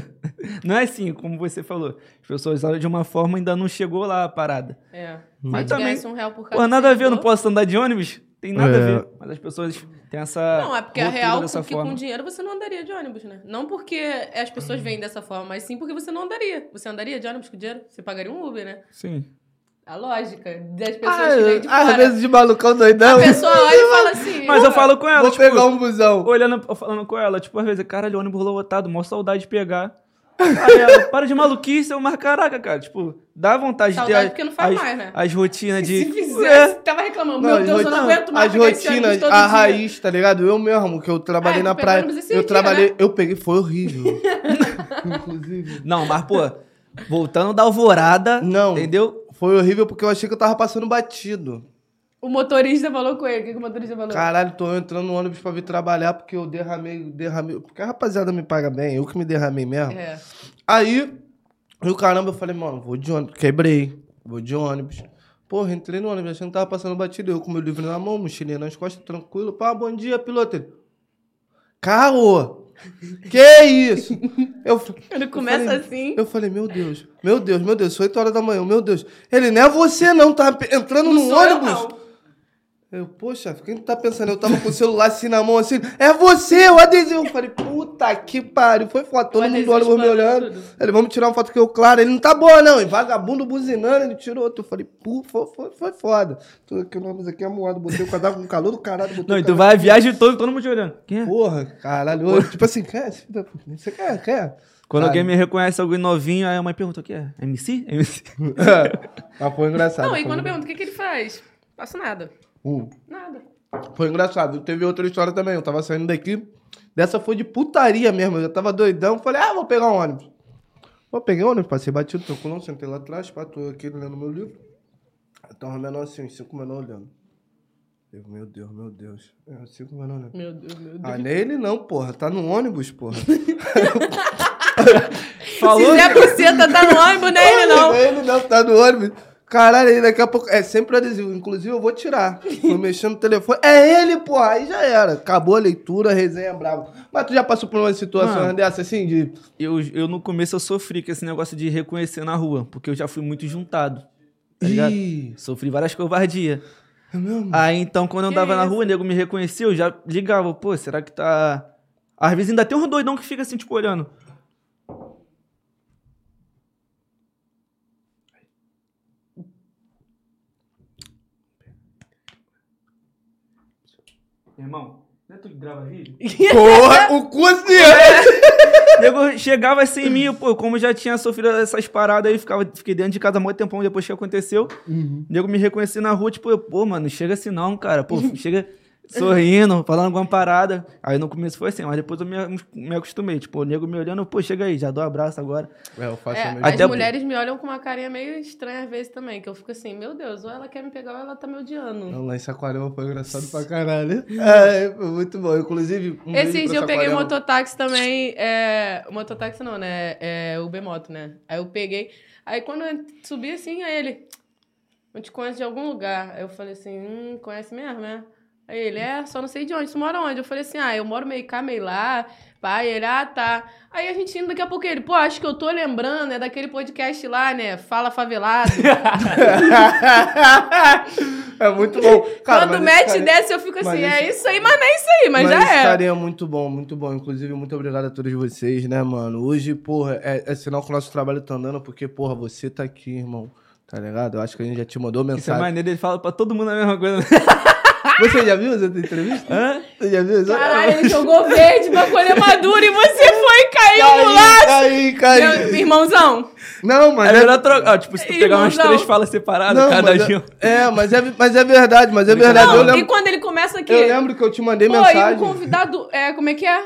[SPEAKER 3] (laughs) não é assim, como você falou. As pessoas olham de uma forma ainda não chegou lá a parada.
[SPEAKER 2] é.
[SPEAKER 3] Mas
[SPEAKER 2] Mas
[SPEAKER 3] também-
[SPEAKER 2] também. um real por cada
[SPEAKER 3] Pô, nada a ver, eu não
[SPEAKER 2] seguidor.
[SPEAKER 3] posso andar de ônibus? Tem nada
[SPEAKER 1] É.
[SPEAKER 3] a ver. Mas as pessoas têm essa.
[SPEAKER 2] Não, é porque a
[SPEAKER 3] ruptura
[SPEAKER 2] real
[SPEAKER 3] dessa
[SPEAKER 2] que com dinheiro você não andaria de ônibus, né? Não porque as pessoas veem dessa forma, mas sim porque você não andaria. Você andaria de ônibus com dinheiro? Você pagaria um Uber, né?
[SPEAKER 3] Sim.
[SPEAKER 2] A lógica das pessoas que vêm de
[SPEAKER 1] Ah, às
[SPEAKER 2] fora.
[SPEAKER 1] vezes de malucão doidão.
[SPEAKER 2] A pessoa olha e fala assim.
[SPEAKER 3] Mas eu
[SPEAKER 2] "Ué,
[SPEAKER 3] falo com
[SPEAKER 1] (laughs)
[SPEAKER 3] ela,
[SPEAKER 1] Vou
[SPEAKER 3] tipo,
[SPEAKER 1] pegar um busão.
[SPEAKER 3] olhando, falando com ela, tipo, às vezes, caralho, o ônibus lotado, mó saudade de pegar. Aí ela, para de maluquice, eu, mas caraca, cara, tipo, dá vontade de
[SPEAKER 2] Saudade
[SPEAKER 3] ter
[SPEAKER 2] porque
[SPEAKER 3] as,
[SPEAKER 2] não faz
[SPEAKER 3] as,
[SPEAKER 2] mais, né?
[SPEAKER 3] as rotinas de... É.
[SPEAKER 2] Se (laughs) fizesse, tava reclamando. Meu
[SPEAKER 1] É. as
[SPEAKER 2] Deus, eu não
[SPEAKER 1] rotinas-
[SPEAKER 2] aguento mais
[SPEAKER 1] As
[SPEAKER 2] pegar esse ônibus
[SPEAKER 1] rotinas,
[SPEAKER 2] todo
[SPEAKER 1] a
[SPEAKER 2] dia."
[SPEAKER 1] raiz, tá ligado? Eu mesmo, que eu trabalhei
[SPEAKER 2] Ah,
[SPEAKER 1] na
[SPEAKER 2] tu pegou
[SPEAKER 1] praia.
[SPEAKER 2] ônibus esse
[SPEAKER 1] Eu
[SPEAKER 2] dia,
[SPEAKER 1] trabalhei,
[SPEAKER 2] né?
[SPEAKER 1] eu peguei, foi horrível.
[SPEAKER 2] (laughs)
[SPEAKER 1] Inclusive.
[SPEAKER 3] Não, mas, pô, voltando da alvorada,
[SPEAKER 1] Não.
[SPEAKER 3] entendeu?
[SPEAKER 1] Foi horrível porque eu achei que eu tava passando batido.
[SPEAKER 2] O motorista falou com ele. O que, que o motorista falou?
[SPEAKER 1] Caralho, tô entrando no ônibus pra vir trabalhar porque eu derramei, derramei. Porque a rapaziada me paga bem, eu que me derramei mesmo.
[SPEAKER 2] É.
[SPEAKER 1] Aí, eu caramba, eu falei, mano, vou de ônibus. Quebrei, vou de ônibus. Porra, entrei no ônibus, achando que tava passando batido. Eu com meu livro na mão, mochilinha nas costas, tranquilo. Pá, bom dia, piloto. Ele, Carro! Que isso? Eu,
[SPEAKER 2] (laughs)
[SPEAKER 1] f-
[SPEAKER 2] Ele
[SPEAKER 1] eu
[SPEAKER 2] começa
[SPEAKER 1] falei-
[SPEAKER 2] assim.
[SPEAKER 1] Eu falei, meu Deus, meu Deus, meu Deus, 8 horas da manhã, meu Deus. Ele, não é você não, tá pe- entrando no
[SPEAKER 2] sou eu,
[SPEAKER 1] ônibus.
[SPEAKER 2] não.
[SPEAKER 1] Eu, poxa, quem tá pensando? Eu tava com o celular assim na mão, assim, é você, o adesivo. Eu falei, puta que pariu, foi foto,
[SPEAKER 2] O
[SPEAKER 1] todo mundo
[SPEAKER 2] adesivo
[SPEAKER 1] olha me
[SPEAKER 2] espalhando
[SPEAKER 1] olhando.
[SPEAKER 2] tudo.
[SPEAKER 1] Ele, vamos tirar uma foto que eu, claro, ele não tá boa não, e vagabundo buzinando, ele tirou outro. Eu falei, pô, foi, foi, foi foda. Tô aqui no ônibus aqui amuado, botei o cadáver com calor do caralho, botei
[SPEAKER 3] Não,
[SPEAKER 1] o
[SPEAKER 3] e tu
[SPEAKER 1] cadáver-
[SPEAKER 3] vai a viagem toda, todo mundo te olhando. Quem é?
[SPEAKER 1] Porra, caralho, eu- tipo assim, quer? esse filho da puta? Você quer, quer?
[SPEAKER 3] Quando
[SPEAKER 1] Sabe?
[SPEAKER 3] alguém me reconhece, alguém novinho, aí a mãe pergunta, o que é? MC? MC?
[SPEAKER 1] (laughs) Mas foi engraçado.
[SPEAKER 2] Não, e
[SPEAKER 1] foi um
[SPEAKER 2] quando
[SPEAKER 1] engra-
[SPEAKER 2] pergunta o que, que ele faz? Faço nada.
[SPEAKER 1] Hum.
[SPEAKER 2] Nada.
[SPEAKER 1] Foi engraçado. Teve outra história também. Eu tava saindo daqui. Dessa foi de putaria mesmo. Eu já tava doidão. Falei, ah, vou pegar um ônibus. Pô, peguei um ônibus, passei batido, tranquilão, sentei lá atrás, pá, tô aqui lendo meu livro. Aí tava um menor assim, uns cinco menores olhando. Eu, meu Deus, meu Deus. É, uns cinco menores olhando.
[SPEAKER 2] Meu Deus, meu Deus.
[SPEAKER 1] Ah, nele não, porra. Tá no ônibus, porra.
[SPEAKER 2] Se Zé Buceta tá no ônibus, né? Ele não.
[SPEAKER 1] Ele não, tá no ônibus. Caralho, aí daqui a pouco. É sempre adesivo. Inclusive, eu vou tirar. Vou mexer no telefone. É ele, porra. Aí já era. Acabou a leitura, a resenha é brava. Mas tu já passou por uma situação
[SPEAKER 3] Mano.
[SPEAKER 1] dessa, assim, de.
[SPEAKER 3] (laughs) eu, eu no começo eu sofri com esse negócio de reconhecer na rua, porque eu já fui muito juntado. Tá ligado?
[SPEAKER 1] Ih,
[SPEAKER 3] Sofri várias covardias.
[SPEAKER 1] é mesmo?
[SPEAKER 3] Aí então, quando eu
[SPEAKER 2] Que
[SPEAKER 3] andava na
[SPEAKER 2] isso?
[SPEAKER 3] rua, o nego me reconhecia, eu já ligava, pô, será que tá. Às vezes ainda tem um doidão que fica assim, tipo, olhando. Irmão, não é tu que grava vídeo?
[SPEAKER 1] Porra, o cozinheiro!
[SPEAKER 3] Nego chegava assim em mim, pô, como eu já tinha sofrido essas paradas aí, ficava, fiquei dentro de casa há muito tempão depois que aconteceu.
[SPEAKER 1] Uhum.
[SPEAKER 3] Nego me reconheci na rua, tipo, eu, pô, mano, chega assim não, cara. Pô,
[SPEAKER 1] Uhum.
[SPEAKER 3] chega sorrindo, falando alguma parada. Aí no começo foi assim, mas depois eu me, me acostumei. Tipo, o nego me olhando, pô, chega aí, já dou abraço agora.
[SPEAKER 1] É, eu faço
[SPEAKER 2] É,
[SPEAKER 1] a mesma
[SPEAKER 2] as
[SPEAKER 3] Até-
[SPEAKER 2] mulheres me olham com uma carinha meio estranha às vezes também, que eu fico assim, meu Deus, ou ela quer me pegar ou ela tá me odiando.
[SPEAKER 1] Não, lá em Saquarema foi engraçado pra caralho. É, foi muito bom. Inclusive, um beijo
[SPEAKER 2] Esses
[SPEAKER 1] pra
[SPEAKER 2] dias eu peguei
[SPEAKER 1] Saquarema.
[SPEAKER 2] mototáxi também, é, mototáxi não, né, é Uber Moto, né, aí eu peguei, aí quando eu subi assim, aí ele, eu te conheço de algum lugar, aí eu falei assim, hum, conhece mesmo, né? Aí ele, é, só não sei de onde, tu mora onde? Eu falei assim, ah, eu moro meio cá, meio lá, pai, ele, ah, tá. Aí a gente indo daqui a pouco ele, pô, acho que eu tô lembrando, é daquele podcast lá, né, Fala Favelado.
[SPEAKER 1] (laughs) é muito bom. (laughs) Cara,
[SPEAKER 2] Quando
[SPEAKER 1] mas
[SPEAKER 2] mete
[SPEAKER 1] esse cara- é-
[SPEAKER 2] dessa, eu fico
[SPEAKER 1] mas
[SPEAKER 2] assim,
[SPEAKER 1] esse-
[SPEAKER 2] é isso aí, mas não é isso aí, mas, já
[SPEAKER 1] esse
[SPEAKER 2] é.
[SPEAKER 1] carinha é muito bom, muito bom. Inclusive, muito obrigado a todos vocês, né, mano? Hoje, porra, é, é sinal que o nosso trabalho tá andando, porque, porra, você tá aqui, irmão. Tá ligado? Eu acho que a gente já te mandou
[SPEAKER 3] Isso é
[SPEAKER 1] mensagem.
[SPEAKER 3] maneiro, ele fala pra todo mundo a mesma coisa. né?
[SPEAKER 1] Você já viu essa entrevista?
[SPEAKER 3] Hã?
[SPEAKER 1] Você já viu? essa?
[SPEAKER 2] Caralho, ele jogou verde pra colher madura e
[SPEAKER 1] (laughs)
[SPEAKER 2] você foi e caiu no lado.
[SPEAKER 1] Tá Aí, cara.
[SPEAKER 2] Meu irmãozão,
[SPEAKER 1] Não, mas
[SPEAKER 3] É melhor trocar. ó, Tipo, se tu pegar umas
[SPEAKER 2] Irmãozão.
[SPEAKER 3] três falas separadas,
[SPEAKER 1] Não,
[SPEAKER 3] cada um.
[SPEAKER 1] mas
[SPEAKER 3] dia.
[SPEAKER 1] é, é, mas é, mas é verdade, mas é verdade.
[SPEAKER 2] não,
[SPEAKER 1] eu, lembro,
[SPEAKER 2] e quando ele começa aqui,
[SPEAKER 1] eu lembro que eu te mandei
[SPEAKER 2] pô, e o
[SPEAKER 1] mensagem.
[SPEAKER 2] convidado, é, como é que é?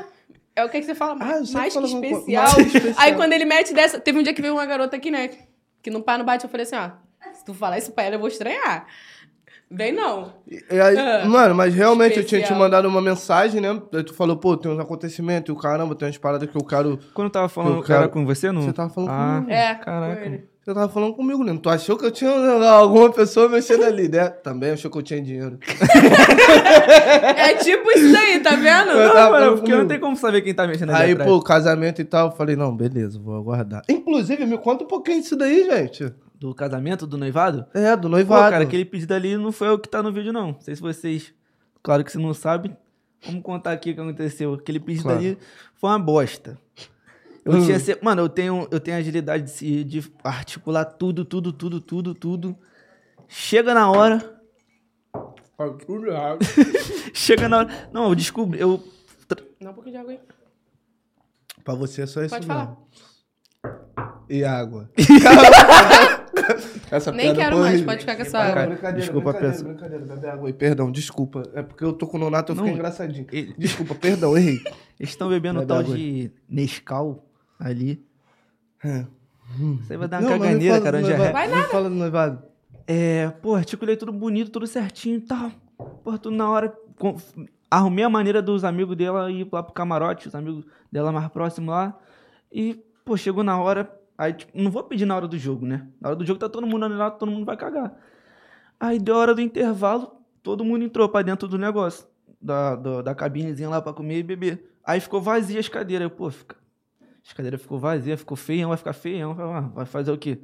[SPEAKER 2] É o que, é que você fala,
[SPEAKER 1] Ah, eu
[SPEAKER 2] mais,
[SPEAKER 1] sempre
[SPEAKER 2] que
[SPEAKER 1] falo alguma coisa,
[SPEAKER 2] especial.
[SPEAKER 1] mais que especial.
[SPEAKER 2] Aí quando ele mete dessa, teve um dia que veio uma garota aqui, né, que não pá, não bate, eu falei assim, ó, se tu falar isso pra ela, eu vou estranhar. Vem não.
[SPEAKER 1] E aí,
[SPEAKER 3] É.
[SPEAKER 2] Ah,
[SPEAKER 1] mano, mas realmente eu tinha
[SPEAKER 2] especial.
[SPEAKER 1] te mandado uma mensagem, né? Aí tu falou, pô, tem uns acontecimentos e o caramba, tem umas paradas que eu quero.
[SPEAKER 3] Quando eu tava falando
[SPEAKER 1] Eu
[SPEAKER 3] cara,
[SPEAKER 1] quero-
[SPEAKER 3] com você, não?
[SPEAKER 1] Você tava falando
[SPEAKER 3] ah,
[SPEAKER 1] comigo.
[SPEAKER 2] É,
[SPEAKER 3] Caraca.
[SPEAKER 2] com ele.
[SPEAKER 1] Você tava falando comigo, Lino. Tu achou que eu tinha alguma pessoa mexendo ali, né? Também achou que eu tinha dinheiro.
[SPEAKER 2] É tipo isso aí, tá vendo?
[SPEAKER 1] Eu (laughs)
[SPEAKER 3] Não,
[SPEAKER 1] tava
[SPEAKER 3] mano,
[SPEAKER 1] falando
[SPEAKER 3] porque não
[SPEAKER 1] comigo.
[SPEAKER 3] tem como saber quem tá mexendo ali
[SPEAKER 1] Aí,
[SPEAKER 3] atrás.
[SPEAKER 1] pô, casamento e tal, eu falei, não, beleza, vou aguardar. Inclusive, me conta um pouquinho disso daí, gente.
[SPEAKER 3] Do casamento, do noivado?
[SPEAKER 1] É, do
[SPEAKER 3] Pô,
[SPEAKER 1] noivado.
[SPEAKER 3] cara, aquele pedido ali não foi o que tá no vídeo, não. Não sei se vocês. Claro que se não sabe, vamos contar aqui o que aconteceu. Aquele pedido
[SPEAKER 1] Claro.
[SPEAKER 3] ali foi uma bosta. Eu
[SPEAKER 1] Hum.
[SPEAKER 3] tinha. se- Mano, eu tenho, eu tenho agilidade de, se- de articular tudo, tudo, tudo, tudo, tudo. Chega na hora. (laughs)
[SPEAKER 1] Tá tudo errado.
[SPEAKER 3] Chega na hora. Não, eu descobri. Eu
[SPEAKER 2] Dá um pouquinho de água aí.
[SPEAKER 1] Pra você é só isso
[SPEAKER 2] Pode
[SPEAKER 1] mesmo.
[SPEAKER 2] falar.
[SPEAKER 1] E
[SPEAKER 3] (laughs)
[SPEAKER 1] água. Essa
[SPEAKER 2] Nem
[SPEAKER 1] piada
[SPEAKER 2] quero
[SPEAKER 1] foi
[SPEAKER 2] mais,
[SPEAKER 1] horrível.
[SPEAKER 2] pode ficar com essa
[SPEAKER 1] Não,
[SPEAKER 2] água.
[SPEAKER 3] Cara,
[SPEAKER 1] brincadeira,
[SPEAKER 3] desculpa,
[SPEAKER 1] brincadeira,
[SPEAKER 3] peço.
[SPEAKER 1] brincadeira, bebe água aí. Perdão, desculpa. É porque eu tô com o Nonato, eu
[SPEAKER 3] Não.
[SPEAKER 1] fiquei engraçadinho.
[SPEAKER 3] Ele-
[SPEAKER 1] Desculpa, perdão, errei.
[SPEAKER 3] Eles estão bebendo
[SPEAKER 1] Bebe
[SPEAKER 3] tal
[SPEAKER 1] água.
[SPEAKER 3] de Nescau ali.
[SPEAKER 1] É.
[SPEAKER 3] Você vai dar
[SPEAKER 1] Não,
[SPEAKER 3] uma
[SPEAKER 1] mas me
[SPEAKER 3] caganeira,
[SPEAKER 1] fala
[SPEAKER 3] cara,
[SPEAKER 1] do
[SPEAKER 3] onde é.
[SPEAKER 1] noivado.
[SPEAKER 3] ré.
[SPEAKER 2] Vai
[SPEAKER 1] Me fala do noivado.
[SPEAKER 3] É, pô, articulei tudo bonito, tudo certinho e tal. Pô, tudo na hora. com- arrumei a maneira dos amigos dela ir lá pro camarote, os amigos dela mais próximos lá. E, pô, chegou na hora. Aí, tipo, não vou pedir na hora do jogo, né? Na hora do jogo tá todo mundo ali lá, todo mundo vai cagar. Aí deu a hora do intervalo, todo mundo entrou pra dentro do negócio. Da, da, da cabinezinha lá pra comer e beber. Aí ficou vazia as cadeiras. Pô, fica. As cadeiras ficou vazia, ficou feião, vai ficar feião. Vai, vai fazer o quê?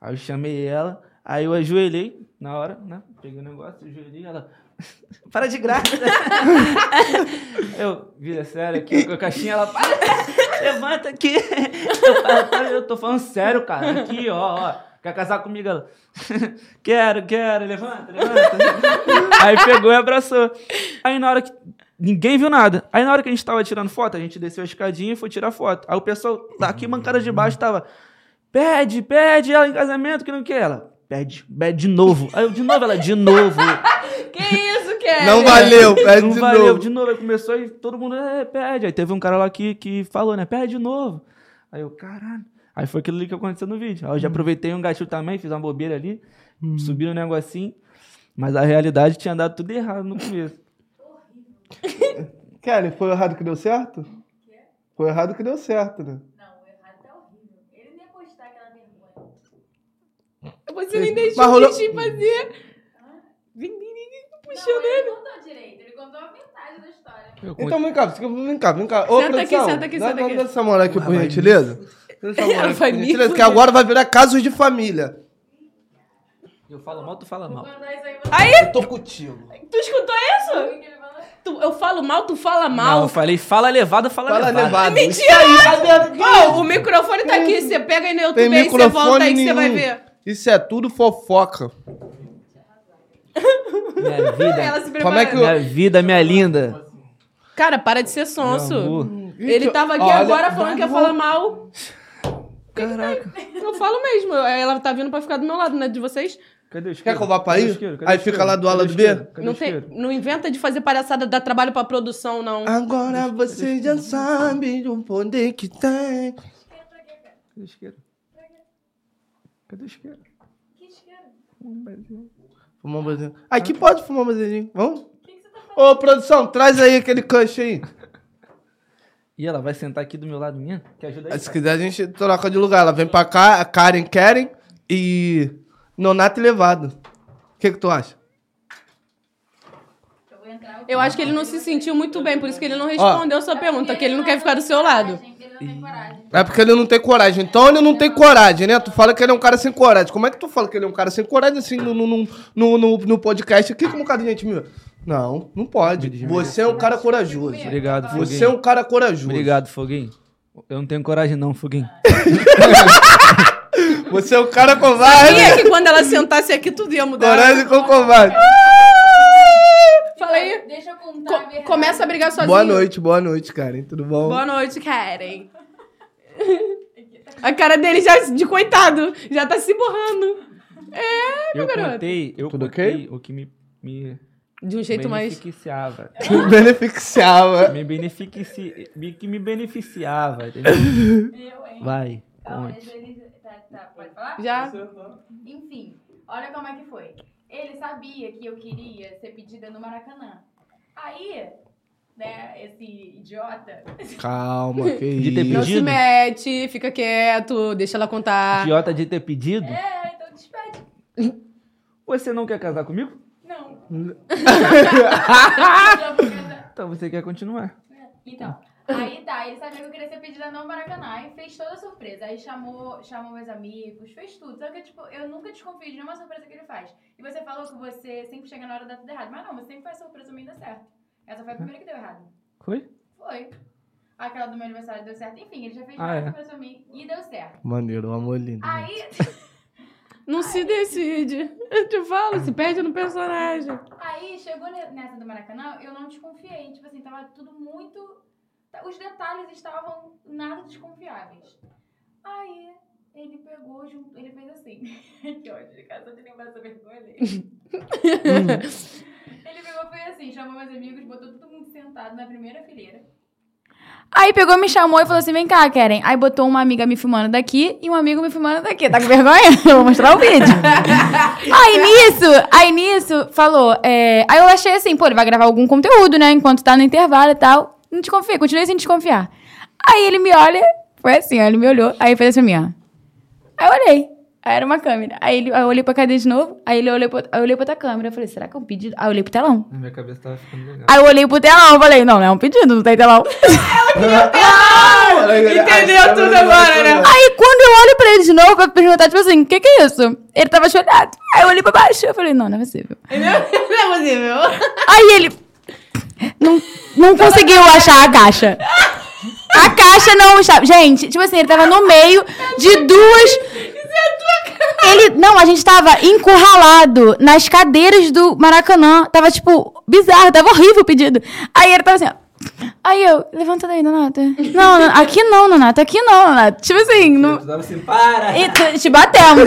[SPEAKER 3] Aí eu chamei ela, aí eu ajoelhei na hora, né? Peguei o negócio, ajoelhei, ela. (laughs) Para de graça! (laughs) eu, vida sério, aqui com a caixinha, ela. Para! Levanta aqui! Eu, falo, "Cara, eu tô falando sério, cara. Aqui, ó, ó. Quer casar comigo? Ela. (laughs) quero, quero, levanta, levanta. aí pegou e abraçou. Aí na hora que. Ninguém viu nada. Aí na hora que a gente tava tirando foto, a gente desceu a escadinha e foi tirar foto. Aí o pessoal daqui, mancada de baixo, tava. Pede, pede ela em casamento, que não quer ela. Pede, pede de novo. Aí eu, de novo, ela, de (laughs) novo.
[SPEAKER 2] Que é? isso, Kelly?
[SPEAKER 1] Não valeu, pede
[SPEAKER 3] não
[SPEAKER 1] de
[SPEAKER 3] valeu,
[SPEAKER 1] novo.
[SPEAKER 3] de novo. Aí começou e todo mundo, é, pede. Aí teve um cara lá que, que falou, né, pede de novo. Aí eu, caralho. Aí foi aquilo ali que aconteceu no vídeo. Aí eu já aproveitei um gatilho também, fiz uma bobeira ali, subi no negocinho. Mas a realidade tinha dado tudo errado no começo.
[SPEAKER 1] Kelly, foi errado que deu certo? Foi errado que deu certo, né?
[SPEAKER 4] Não, o errado tá horrível. Ele nem ia postar aquela vergonha.
[SPEAKER 2] Você nem deixou
[SPEAKER 1] Mas
[SPEAKER 2] o
[SPEAKER 1] rolou-
[SPEAKER 2] bichinho fazer. Vim, vim, vim, vim, Puxou
[SPEAKER 4] não,
[SPEAKER 2] mesmo.
[SPEAKER 4] ele não contou direito, ele contou a metade da história.
[SPEAKER 1] Então vem cá, vem cá, vem cá. Ô,
[SPEAKER 2] Senta aqui,
[SPEAKER 1] produção,
[SPEAKER 2] senta aqui,
[SPEAKER 1] dá-
[SPEAKER 2] senta
[SPEAKER 1] dá-
[SPEAKER 2] aqui.
[SPEAKER 1] Dá essa moral aqui, por
[SPEAKER 3] vai me-
[SPEAKER 1] gentileza. Dá essa moral
[SPEAKER 2] Ela (laughs)
[SPEAKER 1] aqui,
[SPEAKER 2] vai
[SPEAKER 1] por
[SPEAKER 2] me
[SPEAKER 1] gentileza, que
[SPEAKER 2] fuder.
[SPEAKER 1] agora vai virar casos de família.
[SPEAKER 3] eu falo mal, tu fala
[SPEAKER 4] Vou
[SPEAKER 3] mal.
[SPEAKER 4] mandar isso aí pra
[SPEAKER 2] Aí,
[SPEAKER 1] Eu tô contigo.
[SPEAKER 2] tu escutou isso?
[SPEAKER 4] você que ele mandou.
[SPEAKER 2] Tu- eu falo mal, tu fala
[SPEAKER 3] Não,
[SPEAKER 2] mal.
[SPEAKER 3] eu falei, fala levada, fala,
[SPEAKER 1] Fala
[SPEAKER 3] levada.
[SPEAKER 1] levado.
[SPEAKER 2] Mentira!
[SPEAKER 1] Isso aí, tá vendo? Que isso?
[SPEAKER 2] Ô, o microfone tá aqui, você pega aí no
[SPEAKER 1] Tem
[SPEAKER 2] YouTube aí, você
[SPEAKER 1] microfone é
[SPEAKER 2] volta aí que você
[SPEAKER 1] nenhum.
[SPEAKER 2] vai ver.
[SPEAKER 1] Isso é tudo fofoca.
[SPEAKER 3] Minha
[SPEAKER 2] Ela
[SPEAKER 3] vida.
[SPEAKER 2] se
[SPEAKER 1] Como é que
[SPEAKER 2] preparando.
[SPEAKER 3] Minha vida, minha linda.
[SPEAKER 2] Cara, para de ser
[SPEAKER 3] Meu
[SPEAKER 2] sonso.
[SPEAKER 3] amor.
[SPEAKER 2] Ele tava aqui
[SPEAKER 1] Então, Olha,
[SPEAKER 2] agora falando que ia
[SPEAKER 1] vai
[SPEAKER 2] falar mal.
[SPEAKER 3] Caraca.
[SPEAKER 2] Eu falo mesmo. eu- Ela tá vindo pra ficar do meu lado, né? De vocês.
[SPEAKER 3] Cadê o isqueiro?
[SPEAKER 1] Quer que eu vá pra
[SPEAKER 3] Cadê o
[SPEAKER 1] aí?
[SPEAKER 3] isqueiro? Cadê
[SPEAKER 1] Aí
[SPEAKER 3] o isqueiro?
[SPEAKER 1] fica lá do
[SPEAKER 3] Cadê
[SPEAKER 1] ala
[SPEAKER 3] o
[SPEAKER 1] do B?
[SPEAKER 3] isqueiro? Cadê o
[SPEAKER 2] Não, tem,
[SPEAKER 3] isqueiro?
[SPEAKER 2] não inventa de fazer palhaçada, dar trabalho pra produção, não.
[SPEAKER 1] Ah. Agora você já sabe o poder que tem.
[SPEAKER 3] Cadê o isqueiro? Cadê o isqueiro?
[SPEAKER 4] Que isqueiro?
[SPEAKER 1] Fumar um
[SPEAKER 3] Tá.
[SPEAKER 1] baseadinho. Aqui pode fumar um baseadinho. Vamos? Ô, produção, traz aí aquele cancho aí.
[SPEAKER 3] E ela vai sentar aqui do meu lado minha? Quer ajudar aí?
[SPEAKER 1] Se quiser, a gente troca de lugar. Ela vem pra cá, a Karen Karen e Nonato e Levado. O que, que tu acha?
[SPEAKER 4] Eu vou entrar.
[SPEAKER 2] Eu acho que ele não se sentiu muito bem, por isso que ele não respondeu sua pergunta, que ele não quer ficar do seu lado.
[SPEAKER 4] Ele não tem coragem.
[SPEAKER 1] É porque ele não tem coragem. Então ele não tem coragem, né? Tu fala que ele é um cara sem coragem. Como é que tu fala que ele é um cara sem coragem assim no, no, no, no, no- no podcast aqui com um cara de gente mil? Não, não pode. Você é um cara corajoso.
[SPEAKER 3] né? Obrigado, Foguinho.
[SPEAKER 1] Você é um cara corajoso.
[SPEAKER 3] Obrigado, Foguinho. Eu não tenho coragem
[SPEAKER 2] (laughs)
[SPEAKER 3] não, Foguinho.
[SPEAKER 1] Você é um cara
[SPEAKER 2] E é
[SPEAKER 1] covarde.
[SPEAKER 2] que quando ela sentasse aqui, tudo ia mudar.
[SPEAKER 1] Coragem com covarde.
[SPEAKER 2] Fala aí.
[SPEAKER 4] Deixa eu contar a
[SPEAKER 2] Co-
[SPEAKER 4] verdade.
[SPEAKER 2] começa a brigar sozinho.
[SPEAKER 1] Boa noite, boa noite, Karen. Tudo bom?
[SPEAKER 2] Boa noite, Karen. A cara dele já é de coitado, já tá se borrando. É, meu
[SPEAKER 3] Eu
[SPEAKER 2] garoto.
[SPEAKER 3] contei, eu
[SPEAKER 1] Tudo
[SPEAKER 3] contei
[SPEAKER 1] ok?
[SPEAKER 3] o que me, me
[SPEAKER 2] De um jeito mais.
[SPEAKER 3] beneficiava.
[SPEAKER 1] (laughs) Beneficiava.
[SPEAKER 3] me benefici... me- que me beneficiava, entendeu?
[SPEAKER 4] Eu, hein?
[SPEAKER 3] (laughs) Vai,
[SPEAKER 4] Calma,
[SPEAKER 3] conte.
[SPEAKER 4] ele- tá- tá, pode falar?
[SPEAKER 2] Já.
[SPEAKER 4] Enfim, olha como é que foi. Ele sabia que eu queria ser pedida no Maracanã. Aí, né, esse idiota.
[SPEAKER 1] Calma, que
[SPEAKER 3] De ter
[SPEAKER 2] Não
[SPEAKER 1] isso.
[SPEAKER 2] se
[SPEAKER 3] Pedido?
[SPEAKER 2] mete, fica quieto, deixa ela contar.
[SPEAKER 3] Idiota de ter pedido?
[SPEAKER 4] É, então despede.
[SPEAKER 3] Você não quer casar comigo? (laughs)
[SPEAKER 4] Não. Já vou casar.
[SPEAKER 3] Então você quer continuar.
[SPEAKER 4] então, aí tá, ele sabia que eu queria ser pedida no Maracanã. Aí fez toda a surpresa. Aí chamou, chamou meus amigos, fez tudo. Só que, tipo, eu nunca desconfio de nenhuma surpresa que ele faz. E você falou que você sempre chega na hora da tudo errado. Mas não, você sempre faz surpresa e dá certo. Essa foi a primeira que deu errado.
[SPEAKER 3] Foi?
[SPEAKER 4] Foi. Aquela do meu aniversário deu certo. Enfim, ele já fez
[SPEAKER 3] Ah,
[SPEAKER 4] várias
[SPEAKER 3] é?
[SPEAKER 4] coisas pra mim e deu certo.
[SPEAKER 1] Maneiro, o amor lindo.
[SPEAKER 4] Aí,
[SPEAKER 2] Não se decide. Eu te falo, se perde no personagem.
[SPEAKER 4] aí chegou ne- nessa do Maracanã, eu não desconfiei. Tipo assim, tava tudo muito. ta- Os detalhes estavam nada desconfiáveis. Aí ele pegou, jun- ele fez assim. (laughs) que ódio, cara, só de lembrar essa vergonha dele.
[SPEAKER 5] (laughs)
[SPEAKER 4] ele pegou, foi assim, chamou meus amigos, botou todo mundo sentado na primeira fileira.
[SPEAKER 5] Aí pegou, me chamou e falou assim: vem cá, Karen. Aí botou uma amiga me filmando daqui e um amigo me filmando daqui. Tá com vergonha? (laughs) Eu vou mostrar
[SPEAKER 4] (laughs)
[SPEAKER 5] o vídeo. aí nisso, aí nisso, falou. é, Aí eu achei assim, pô, ele vai gravar algum conteúdo, né? Enquanto tá no intervalo e tal. Não desconfiei, continuei sem desconfiar. Aí ele me olha, foi assim, ó, ele me olhou, aí fez assim pra mim, ó. Aí eu olhei. Aí era uma câmera. Aí, ele, aí eu olhei pra cadeia de novo, aí ele olhou pra, aí eu olhei pra outra câmera. Eu falei, será que é um pedido? Aí eu olhei pro telão.
[SPEAKER 3] Na minha cabeça tava ficando legal.
[SPEAKER 5] Aí eu olhei pro telão, eu falei, não, não é um pedido, não tem telão.
[SPEAKER 2] Entendeu tudo agora, né?
[SPEAKER 5] Aí quando eu olho pra ele de novo pra perguntar, tipo assim, o que que é isso? Ele tava chorado. Aí eu olhei pra baixo, eu falei, não, não é possível.
[SPEAKER 2] Não é possível.
[SPEAKER 5] Aí ele não, não conseguiu achar a caixa. A caixa não estava. Gente, tipo assim, ele tava no meio de duas. Ele. Não, a gente tava encurralado nas cadeiras do Maracanã. Tava, tipo, bizarro, tava horrível o pedido. Aí ele tava assim, ó. Aí eu, levanta daí, Donata. Não, não, aqui não, Donata, aqui não, Donata. Tipo assim, não.
[SPEAKER 3] Eu tava assim, para!
[SPEAKER 5] E tu- te batendo.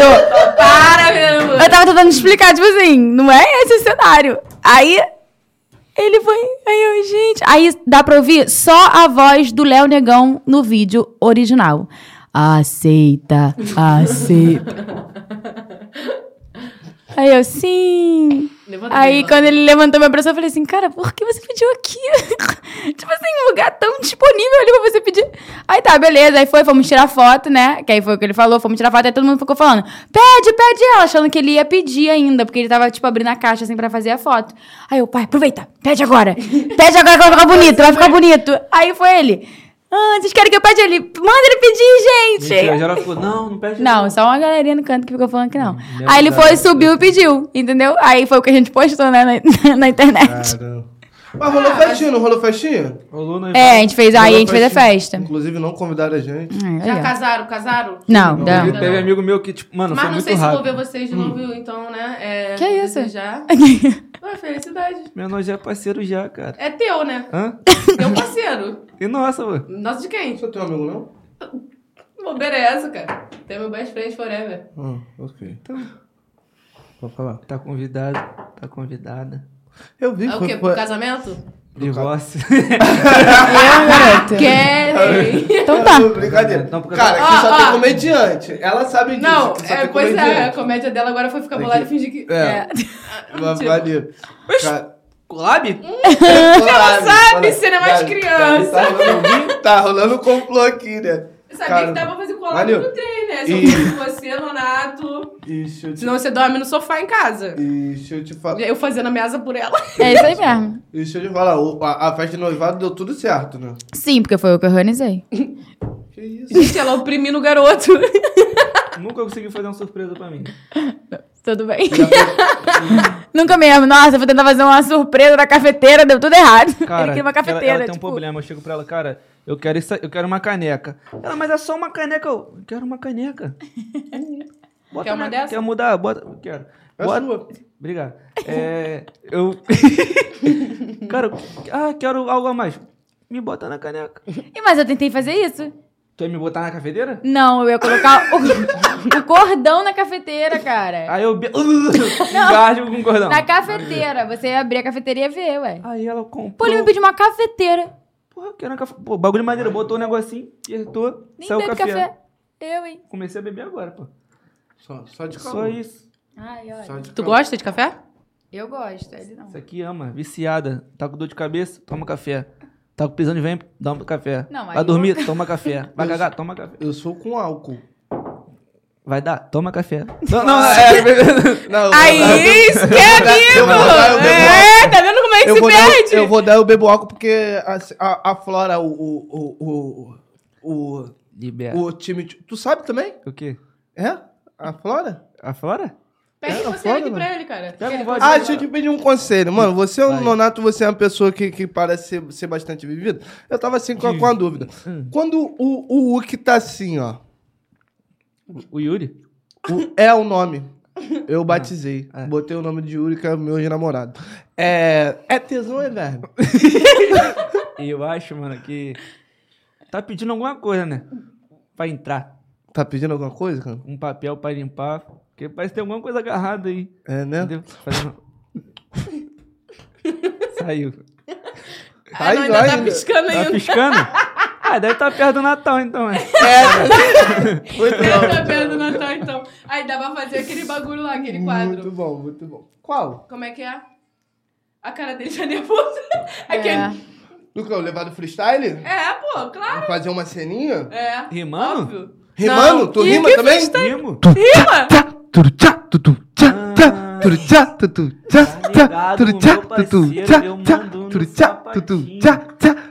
[SPEAKER 2] Para, meu amor.
[SPEAKER 5] Eu tava tentando explicar, tipo assim, não é esse o cenário. Aí ele foi. Aí eu, gente. Aí dá pra ouvir só a voz do Léo Negão no vídeo original. Aceita, aceita. Aí eu, sim.
[SPEAKER 2] Levanta
[SPEAKER 5] Aí
[SPEAKER 2] bem,
[SPEAKER 5] quando ele levantou meu braço, eu falei assim, cara, por que você pediu aqui? (laughs) tipo assim, um lugar tão disponível ali pra você pedir. Aí tá, beleza. Aí foi, fomos tirar foto, né? Que aí foi o que ele falou, fomos tirar foto, aí todo mundo ficou falando, pede, pede ela, achando que ele ia pedir ainda, porque ele tava, tipo, abrindo a caixa assim pra fazer a foto. Aí eu, pai, aproveita, pede agora. Pede agora que vai ficar bonito, vai ficar bonito. Aí foi ele. Ah, vocês querem que eu pede ele? Manda ele pedir, gente!
[SPEAKER 3] Mentira, a Jara ficou, não, não perde
[SPEAKER 5] Não, só uma galerinha no canto que ficou falando que não.
[SPEAKER 3] Não,
[SPEAKER 5] Aí ele
[SPEAKER 3] não.
[SPEAKER 5] foi, subiu e pediu, entendeu? Aí foi o que a gente postou, né, na, (laughs) na internet.
[SPEAKER 1] Mas rolou festinha, não rolou festinha?
[SPEAKER 3] Rolou na
[SPEAKER 5] É, a gente fez, aí a gente fez a festa.
[SPEAKER 1] Inclusive, não convidaram a gente.
[SPEAKER 5] Ai,
[SPEAKER 2] Hum, Já
[SPEAKER 5] olha.
[SPEAKER 2] casaram, casaram?
[SPEAKER 5] Não,
[SPEAKER 3] Não,
[SPEAKER 5] não.
[SPEAKER 3] Teve teve amigo meu que, tipo, mano,
[SPEAKER 2] então. Mas
[SPEAKER 3] foi
[SPEAKER 2] não
[SPEAKER 3] muito
[SPEAKER 2] sei se vou
[SPEAKER 3] rápido.
[SPEAKER 2] ver vocês de novo, então, né? É,
[SPEAKER 5] Que
[SPEAKER 2] vou
[SPEAKER 5] isso? (laughs)
[SPEAKER 2] desejar. Ué, felicidade.
[SPEAKER 3] Meu nós já é parceiro já, cara.
[SPEAKER 2] É teu, né?
[SPEAKER 3] Hã?
[SPEAKER 2] Teu parceiro.
[SPEAKER 3] E nossa, mano.
[SPEAKER 2] Nosso de quem?
[SPEAKER 1] Você é teu amigo, não?
[SPEAKER 2] Bobeira é essa, cara? Tem meu best friend forever.
[SPEAKER 1] Ah, ok.
[SPEAKER 3] Então,
[SPEAKER 1] Pode falar.
[SPEAKER 3] tá convidado, tá convidada.
[SPEAKER 1] Eu vi
[SPEAKER 2] É o quê? Pro casamento? Ah,
[SPEAKER 3] Divórcio. (laughs)
[SPEAKER 2] Querem.
[SPEAKER 1] (laughs)
[SPEAKER 5] Então tá.
[SPEAKER 1] Brincadeira.
[SPEAKER 3] Não, porque-
[SPEAKER 1] Cara, aqui
[SPEAKER 2] Ó,
[SPEAKER 1] só tem
[SPEAKER 2] ó.
[SPEAKER 1] comediante. Ela sabe disso.
[SPEAKER 2] Ah, Não,
[SPEAKER 1] que só
[SPEAKER 2] é,
[SPEAKER 1] tem
[SPEAKER 2] pois é, a
[SPEAKER 1] comediante.
[SPEAKER 2] comédia dela agora foi ficar bolada e fingir que.
[SPEAKER 1] É. (laughs) Vai
[SPEAKER 2] (laughs) Tipo,
[SPEAKER 1] Valeu. Cara,
[SPEAKER 3] Collab?
[SPEAKER 1] Ela
[SPEAKER 2] sabe, você não é mais criança.
[SPEAKER 1] Tá rolando, tá rolando um complô aqui, né?
[SPEAKER 2] Sabia
[SPEAKER 1] Cara,
[SPEAKER 2] que dava pra fazer colado
[SPEAKER 1] valeu.
[SPEAKER 2] no trem, né?
[SPEAKER 1] E-
[SPEAKER 2] Se eu fosse você, Nonato.
[SPEAKER 1] Ixi, eu te,
[SPEAKER 2] Senão você dorme no sofá em casa.
[SPEAKER 1] ixi, eu te falar.
[SPEAKER 2] Eu fazendo ameaça por ela. (laughs)
[SPEAKER 5] É isso aí mesmo.
[SPEAKER 1] Ixi, eu te falar. o- A, a festa de noivado deu tudo certo, né?
[SPEAKER 5] Sim, porque foi eu que organizei.
[SPEAKER 1] Que isso?
[SPEAKER 2] Gente, ela oprimindo o
[SPEAKER 1] (laughs)
[SPEAKER 2] garoto.
[SPEAKER 3] Nunca conseguiu fazer uma surpresa pra mim.
[SPEAKER 5] Tudo bem.
[SPEAKER 1] Já foi-
[SPEAKER 5] (laughs) Nunca mesmo. Nossa, eu vou tentar fazer uma surpresa na cafeteira, deu tudo errado.
[SPEAKER 3] Cara,
[SPEAKER 5] Ele queria uma
[SPEAKER 3] ela-
[SPEAKER 5] cafeteira.
[SPEAKER 3] ela, tem um
[SPEAKER 5] tipo,
[SPEAKER 3] problema. Eu chego pra ela, cara, eu quero, isso, eu quero uma caneca. Ela, mas é só uma caneca. Eu "Eu quero
[SPEAKER 2] (laughs)
[SPEAKER 3] uma caneca. Bota
[SPEAKER 2] Quer uma
[SPEAKER 3] na-
[SPEAKER 2] dessa?
[SPEAKER 3] Quer mudar? Bota. eu Quero.
[SPEAKER 1] É
[SPEAKER 3] Bota-
[SPEAKER 1] sua.
[SPEAKER 5] (laughs)
[SPEAKER 3] Obrigado. É, eu. (laughs) cara, eu- ah, quero algo a mais. Me bota na caneca.
[SPEAKER 5] E mas eu tentei fazer isso.
[SPEAKER 3] Tu ia me botar na cafeteira?
[SPEAKER 5] Não, eu ia colocar o, (laughs) o cordão na cafeteira, cara.
[SPEAKER 3] Aí eu. be- (laughs) Engasgo com o cordão.
[SPEAKER 5] É. Na cafeteira. Você ia abrir a cafeteria e ver, ué.
[SPEAKER 3] Aí ela
[SPEAKER 5] Pô,
[SPEAKER 3] comprou.
[SPEAKER 5] ele me pediu uma cafeteira.
[SPEAKER 3] Porra, eu quero uma cafe... Pô, bagulho maneiro. Botou um negocinho, apertou,
[SPEAKER 5] Nem
[SPEAKER 3] saiu o
[SPEAKER 5] bebe
[SPEAKER 3] café.
[SPEAKER 5] café. Eu, hein?
[SPEAKER 3] Comecei a beber agora, pô.
[SPEAKER 1] Só, só de calor.
[SPEAKER 3] Só isso.
[SPEAKER 5] Ai,
[SPEAKER 1] Só de
[SPEAKER 2] Tu
[SPEAKER 1] calor.
[SPEAKER 2] gosta de café?
[SPEAKER 5] Eu gosto, ele não.
[SPEAKER 3] Isso aqui ama, viciada. Tá com dor de cabeça? Toma café. Tá com pisão de vem? Dá um café.
[SPEAKER 5] Não, aí
[SPEAKER 3] Vai dormir? Toma café.
[SPEAKER 5] (laughs)
[SPEAKER 3] Vai
[SPEAKER 1] Eu-
[SPEAKER 3] cagar? Toma café.
[SPEAKER 1] Eu sou com álcool.
[SPEAKER 3] Vai dar? Toma
[SPEAKER 5] (laughs)
[SPEAKER 3] café. Não, não, é.
[SPEAKER 1] Não, eu-
[SPEAKER 2] Aí, isso que é
[SPEAKER 1] Eu vou dar, eu
[SPEAKER 2] amigo!
[SPEAKER 1] vou
[SPEAKER 2] É, tá vendo como é que
[SPEAKER 1] eu
[SPEAKER 2] se
[SPEAKER 1] vou dar,
[SPEAKER 2] perde?
[SPEAKER 1] eu vou dar eu bebo álcool porque a, a, aflora o o, o, o, o
[SPEAKER 3] Libera.
[SPEAKER 1] o time. Tu sabe também?
[SPEAKER 3] O quê?
[SPEAKER 1] É? Aflora?
[SPEAKER 3] Afora?
[SPEAKER 2] Pede
[SPEAKER 1] É,
[SPEAKER 2] você
[SPEAKER 1] foda,
[SPEAKER 2] aqui
[SPEAKER 1] mano.
[SPEAKER 2] pra ele, cara.
[SPEAKER 3] Pega um
[SPEAKER 2] Ele-
[SPEAKER 3] voz-
[SPEAKER 1] Ah, deixa eu te pedir um conselho. Mano, você é um
[SPEAKER 3] Hum, Vai.
[SPEAKER 1] nonato, você é uma pessoa que, que parece ser, ser bastante vivida. Eu tava assim com, a- com a dúvida.
[SPEAKER 3] Hum.
[SPEAKER 1] Quando o, o Uki tá assim, ó.
[SPEAKER 3] O Yuri?
[SPEAKER 1] O- é o nome. Eu batizei.
[SPEAKER 3] Ah, é.
[SPEAKER 1] Botei o nome de Yuri, que é meu namorado. É. É tesão, é verbo?
[SPEAKER 3] Eu acho, mano, que. Tá pedindo alguma coisa, né? Pra entrar.
[SPEAKER 1] Tá pedindo alguma coisa, cara?
[SPEAKER 3] Um papel pra limpar. Porque parece que tem alguma coisa agarrada aí.
[SPEAKER 1] É, né?
[SPEAKER 3] Entendeu? Fazendo- (laughs) Saiu.
[SPEAKER 1] Tá
[SPEAKER 2] Ah, não, ainda
[SPEAKER 1] aí,
[SPEAKER 2] tá
[SPEAKER 1] ainda.
[SPEAKER 2] piscando
[SPEAKER 3] Tá
[SPEAKER 2] ainda.
[SPEAKER 3] piscando? Ah, deve estar perto do Natal, então. né?
[SPEAKER 1] É. Muito
[SPEAKER 2] Ele tá
[SPEAKER 1] bom.
[SPEAKER 2] vendo o Natal, então. Aí dá pra fazer aquele bagulho lá, aquele quadro.
[SPEAKER 1] Muito bom, muito bom. Qual?
[SPEAKER 2] Como é que é? A cara dele já nervosa. (laughs) Aquele...
[SPEAKER 1] Do que? eu Levar do freestyle?
[SPEAKER 2] É. pô, claro.
[SPEAKER 1] Fazer uma ceninha?
[SPEAKER 2] É.
[SPEAKER 3] Rimando?
[SPEAKER 2] Óbvio.
[SPEAKER 1] Rimando?
[SPEAKER 2] Não.
[SPEAKER 1] Tu
[SPEAKER 2] E
[SPEAKER 1] rima
[SPEAKER 2] que
[SPEAKER 1] também?
[SPEAKER 2] freestyle?
[SPEAKER 3] Rimo?
[SPEAKER 2] Rima!
[SPEAKER 3] Ah. Tá ligado, meu parceiro, eu mando no sapatinho. Tamo aqui no tá levado, aquela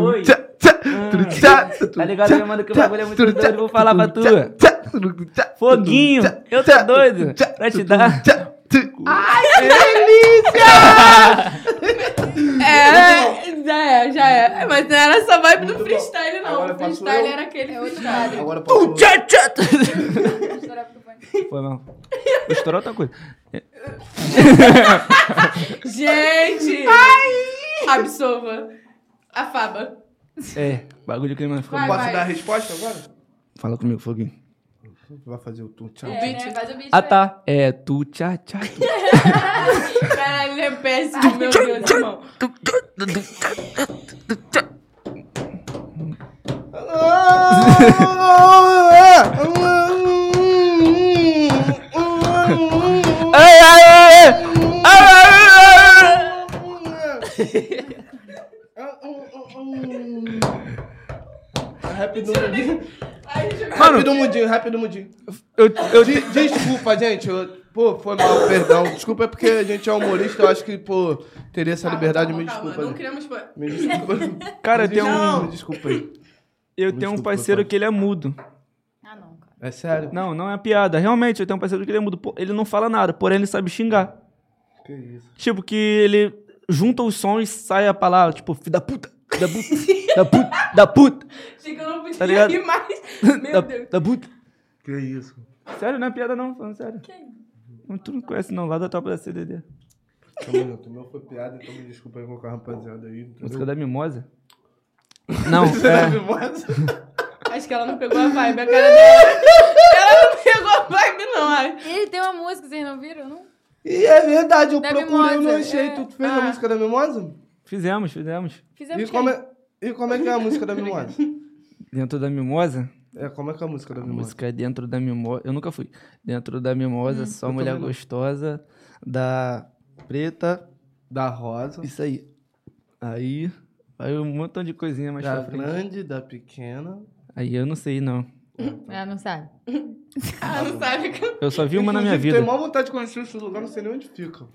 [SPEAKER 3] Oi, oi. (laughs) Tá ligado, meu mano, que o bagulho é muito doido, eu vou falar pra tu. Foguinho, eu tô doido pra te dar.
[SPEAKER 2] É, já é, já é. Mas não era essa vibe
[SPEAKER 1] Muito
[SPEAKER 2] do
[SPEAKER 1] bom.
[SPEAKER 2] freestyle, não.
[SPEAKER 1] Agora
[SPEAKER 2] o
[SPEAKER 1] faço
[SPEAKER 2] freestyle
[SPEAKER 1] eu.
[SPEAKER 2] era aquele
[SPEAKER 5] É outro
[SPEAKER 2] freestyle.
[SPEAKER 1] Agora posso...
[SPEAKER 3] Tchá, tchá. Foi mal. Estourou outra coisa.
[SPEAKER 2] Gente! Ai! Absorva. A faba.
[SPEAKER 3] É, bagulho que ele mano ficou
[SPEAKER 2] Vai,
[SPEAKER 3] mal.
[SPEAKER 1] Posso
[SPEAKER 2] vai.
[SPEAKER 1] dar a resposta agora?
[SPEAKER 3] Fala comigo, Foguinho.
[SPEAKER 1] Vai fazer o tu, tchau.
[SPEAKER 4] É, né? Faz o beat
[SPEAKER 3] Ah
[SPEAKER 4] aí.
[SPEAKER 3] tá, é tu, tchá, tchá. tu.
[SPEAKER 2] Caralho, ele é péssimo, meu Deus, irmão.
[SPEAKER 3] Ai, ai, ai, ai.
[SPEAKER 1] Rápido
[SPEAKER 2] Ai, deixa eu-
[SPEAKER 1] Rápido mudinho, rápido mudinho.
[SPEAKER 3] Eu, eu,
[SPEAKER 1] De- desculpa, gente. eu- pô, foi mal, perdão. Desculpa, é porque a gente é humorista. Eu acho que, pô, teria essa
[SPEAKER 2] Calma,
[SPEAKER 1] liberdade.
[SPEAKER 2] calma,
[SPEAKER 1] Me
[SPEAKER 2] calma,
[SPEAKER 1] desculpa, né?
[SPEAKER 2] Não
[SPEAKER 1] gente.
[SPEAKER 2] queremos... spoiler.
[SPEAKER 1] Me desculpa.
[SPEAKER 3] Cara, tem
[SPEAKER 1] Não,
[SPEAKER 3] um.
[SPEAKER 1] Me desculpa aí.
[SPEAKER 3] Eu tenho um
[SPEAKER 1] Desculpa,
[SPEAKER 3] parceiro
[SPEAKER 1] pode falar.
[SPEAKER 3] que ele é mudo.
[SPEAKER 5] Ah, não, cara.
[SPEAKER 1] É sério?
[SPEAKER 3] Não, não é piada. Realmente, eu tenho um parceiro que ele é mudo. Pô, Ele não fala nada, porém ele sabe xingar.
[SPEAKER 1] Que isso.
[SPEAKER 3] Tipo, que ele junta os sons e sai a palavra, tipo, filho da puta, da puta, da puta, da puta,
[SPEAKER 2] Achei que eu não podia (laughs)
[SPEAKER 3] Tá
[SPEAKER 1] (laughs)
[SPEAKER 3] ligado?
[SPEAKER 2] rir mais. Meu
[SPEAKER 3] da,
[SPEAKER 2] Deus.
[SPEAKER 3] da puta.
[SPEAKER 1] Que isso.
[SPEAKER 3] Sério, não é piada não, falando sério. Quem? Tu não conhece não, lá da tropa da CDD.
[SPEAKER 1] Tamo junto. O meu foi piada, então me desculpa aí com a rapaziada aí.
[SPEAKER 3] Música
[SPEAKER 1] entendeu?
[SPEAKER 3] da Mimosa. Não,
[SPEAKER 1] (laughs) Você
[SPEAKER 3] é...
[SPEAKER 1] tá mimosa?
[SPEAKER 2] Acho que ela não pegou a vibe, a cara dela. ela não pegou a vibe, não. ai.
[SPEAKER 5] Ele tem uma música, vocês não viram, não?
[SPEAKER 1] E é verdade, eu
[SPEAKER 5] Da
[SPEAKER 1] procurei e não
[SPEAKER 5] Mimosa,
[SPEAKER 1] achei.
[SPEAKER 5] é.
[SPEAKER 1] Tu fez a
[SPEAKER 2] Ah.
[SPEAKER 1] música da Mimosa?
[SPEAKER 3] Fizemos, fizemos.
[SPEAKER 5] Fizemos
[SPEAKER 1] E
[SPEAKER 5] que-
[SPEAKER 1] como, é, e como é que é a música
[SPEAKER 5] (laughs)
[SPEAKER 1] da Mimosa?
[SPEAKER 3] Dentro da Mimosa,
[SPEAKER 1] É, como é que é a música da
[SPEAKER 3] A
[SPEAKER 1] Mimosa?
[SPEAKER 3] música é Dentro da Mimosa. Eu nunca fui. Dentro da Mimosa, só mulher
[SPEAKER 1] Hum, também não.
[SPEAKER 3] gostosa. Da Preta.
[SPEAKER 1] Da Rosa,
[SPEAKER 3] Isso aí. Aí. Aí um montão de coisinha mais
[SPEAKER 1] da
[SPEAKER 3] pra frente.
[SPEAKER 1] grande, da pequena.
[SPEAKER 3] Aí eu não sei, não.
[SPEAKER 5] Ela Ah, não sabe.
[SPEAKER 1] Tá
[SPEAKER 2] Ela não sabe. que-
[SPEAKER 3] Eu só vi uma na minha
[SPEAKER 1] Inclusive,
[SPEAKER 3] vida.
[SPEAKER 1] Tenho maior vontade de conhecer esse lugar, não sei nem onde fica.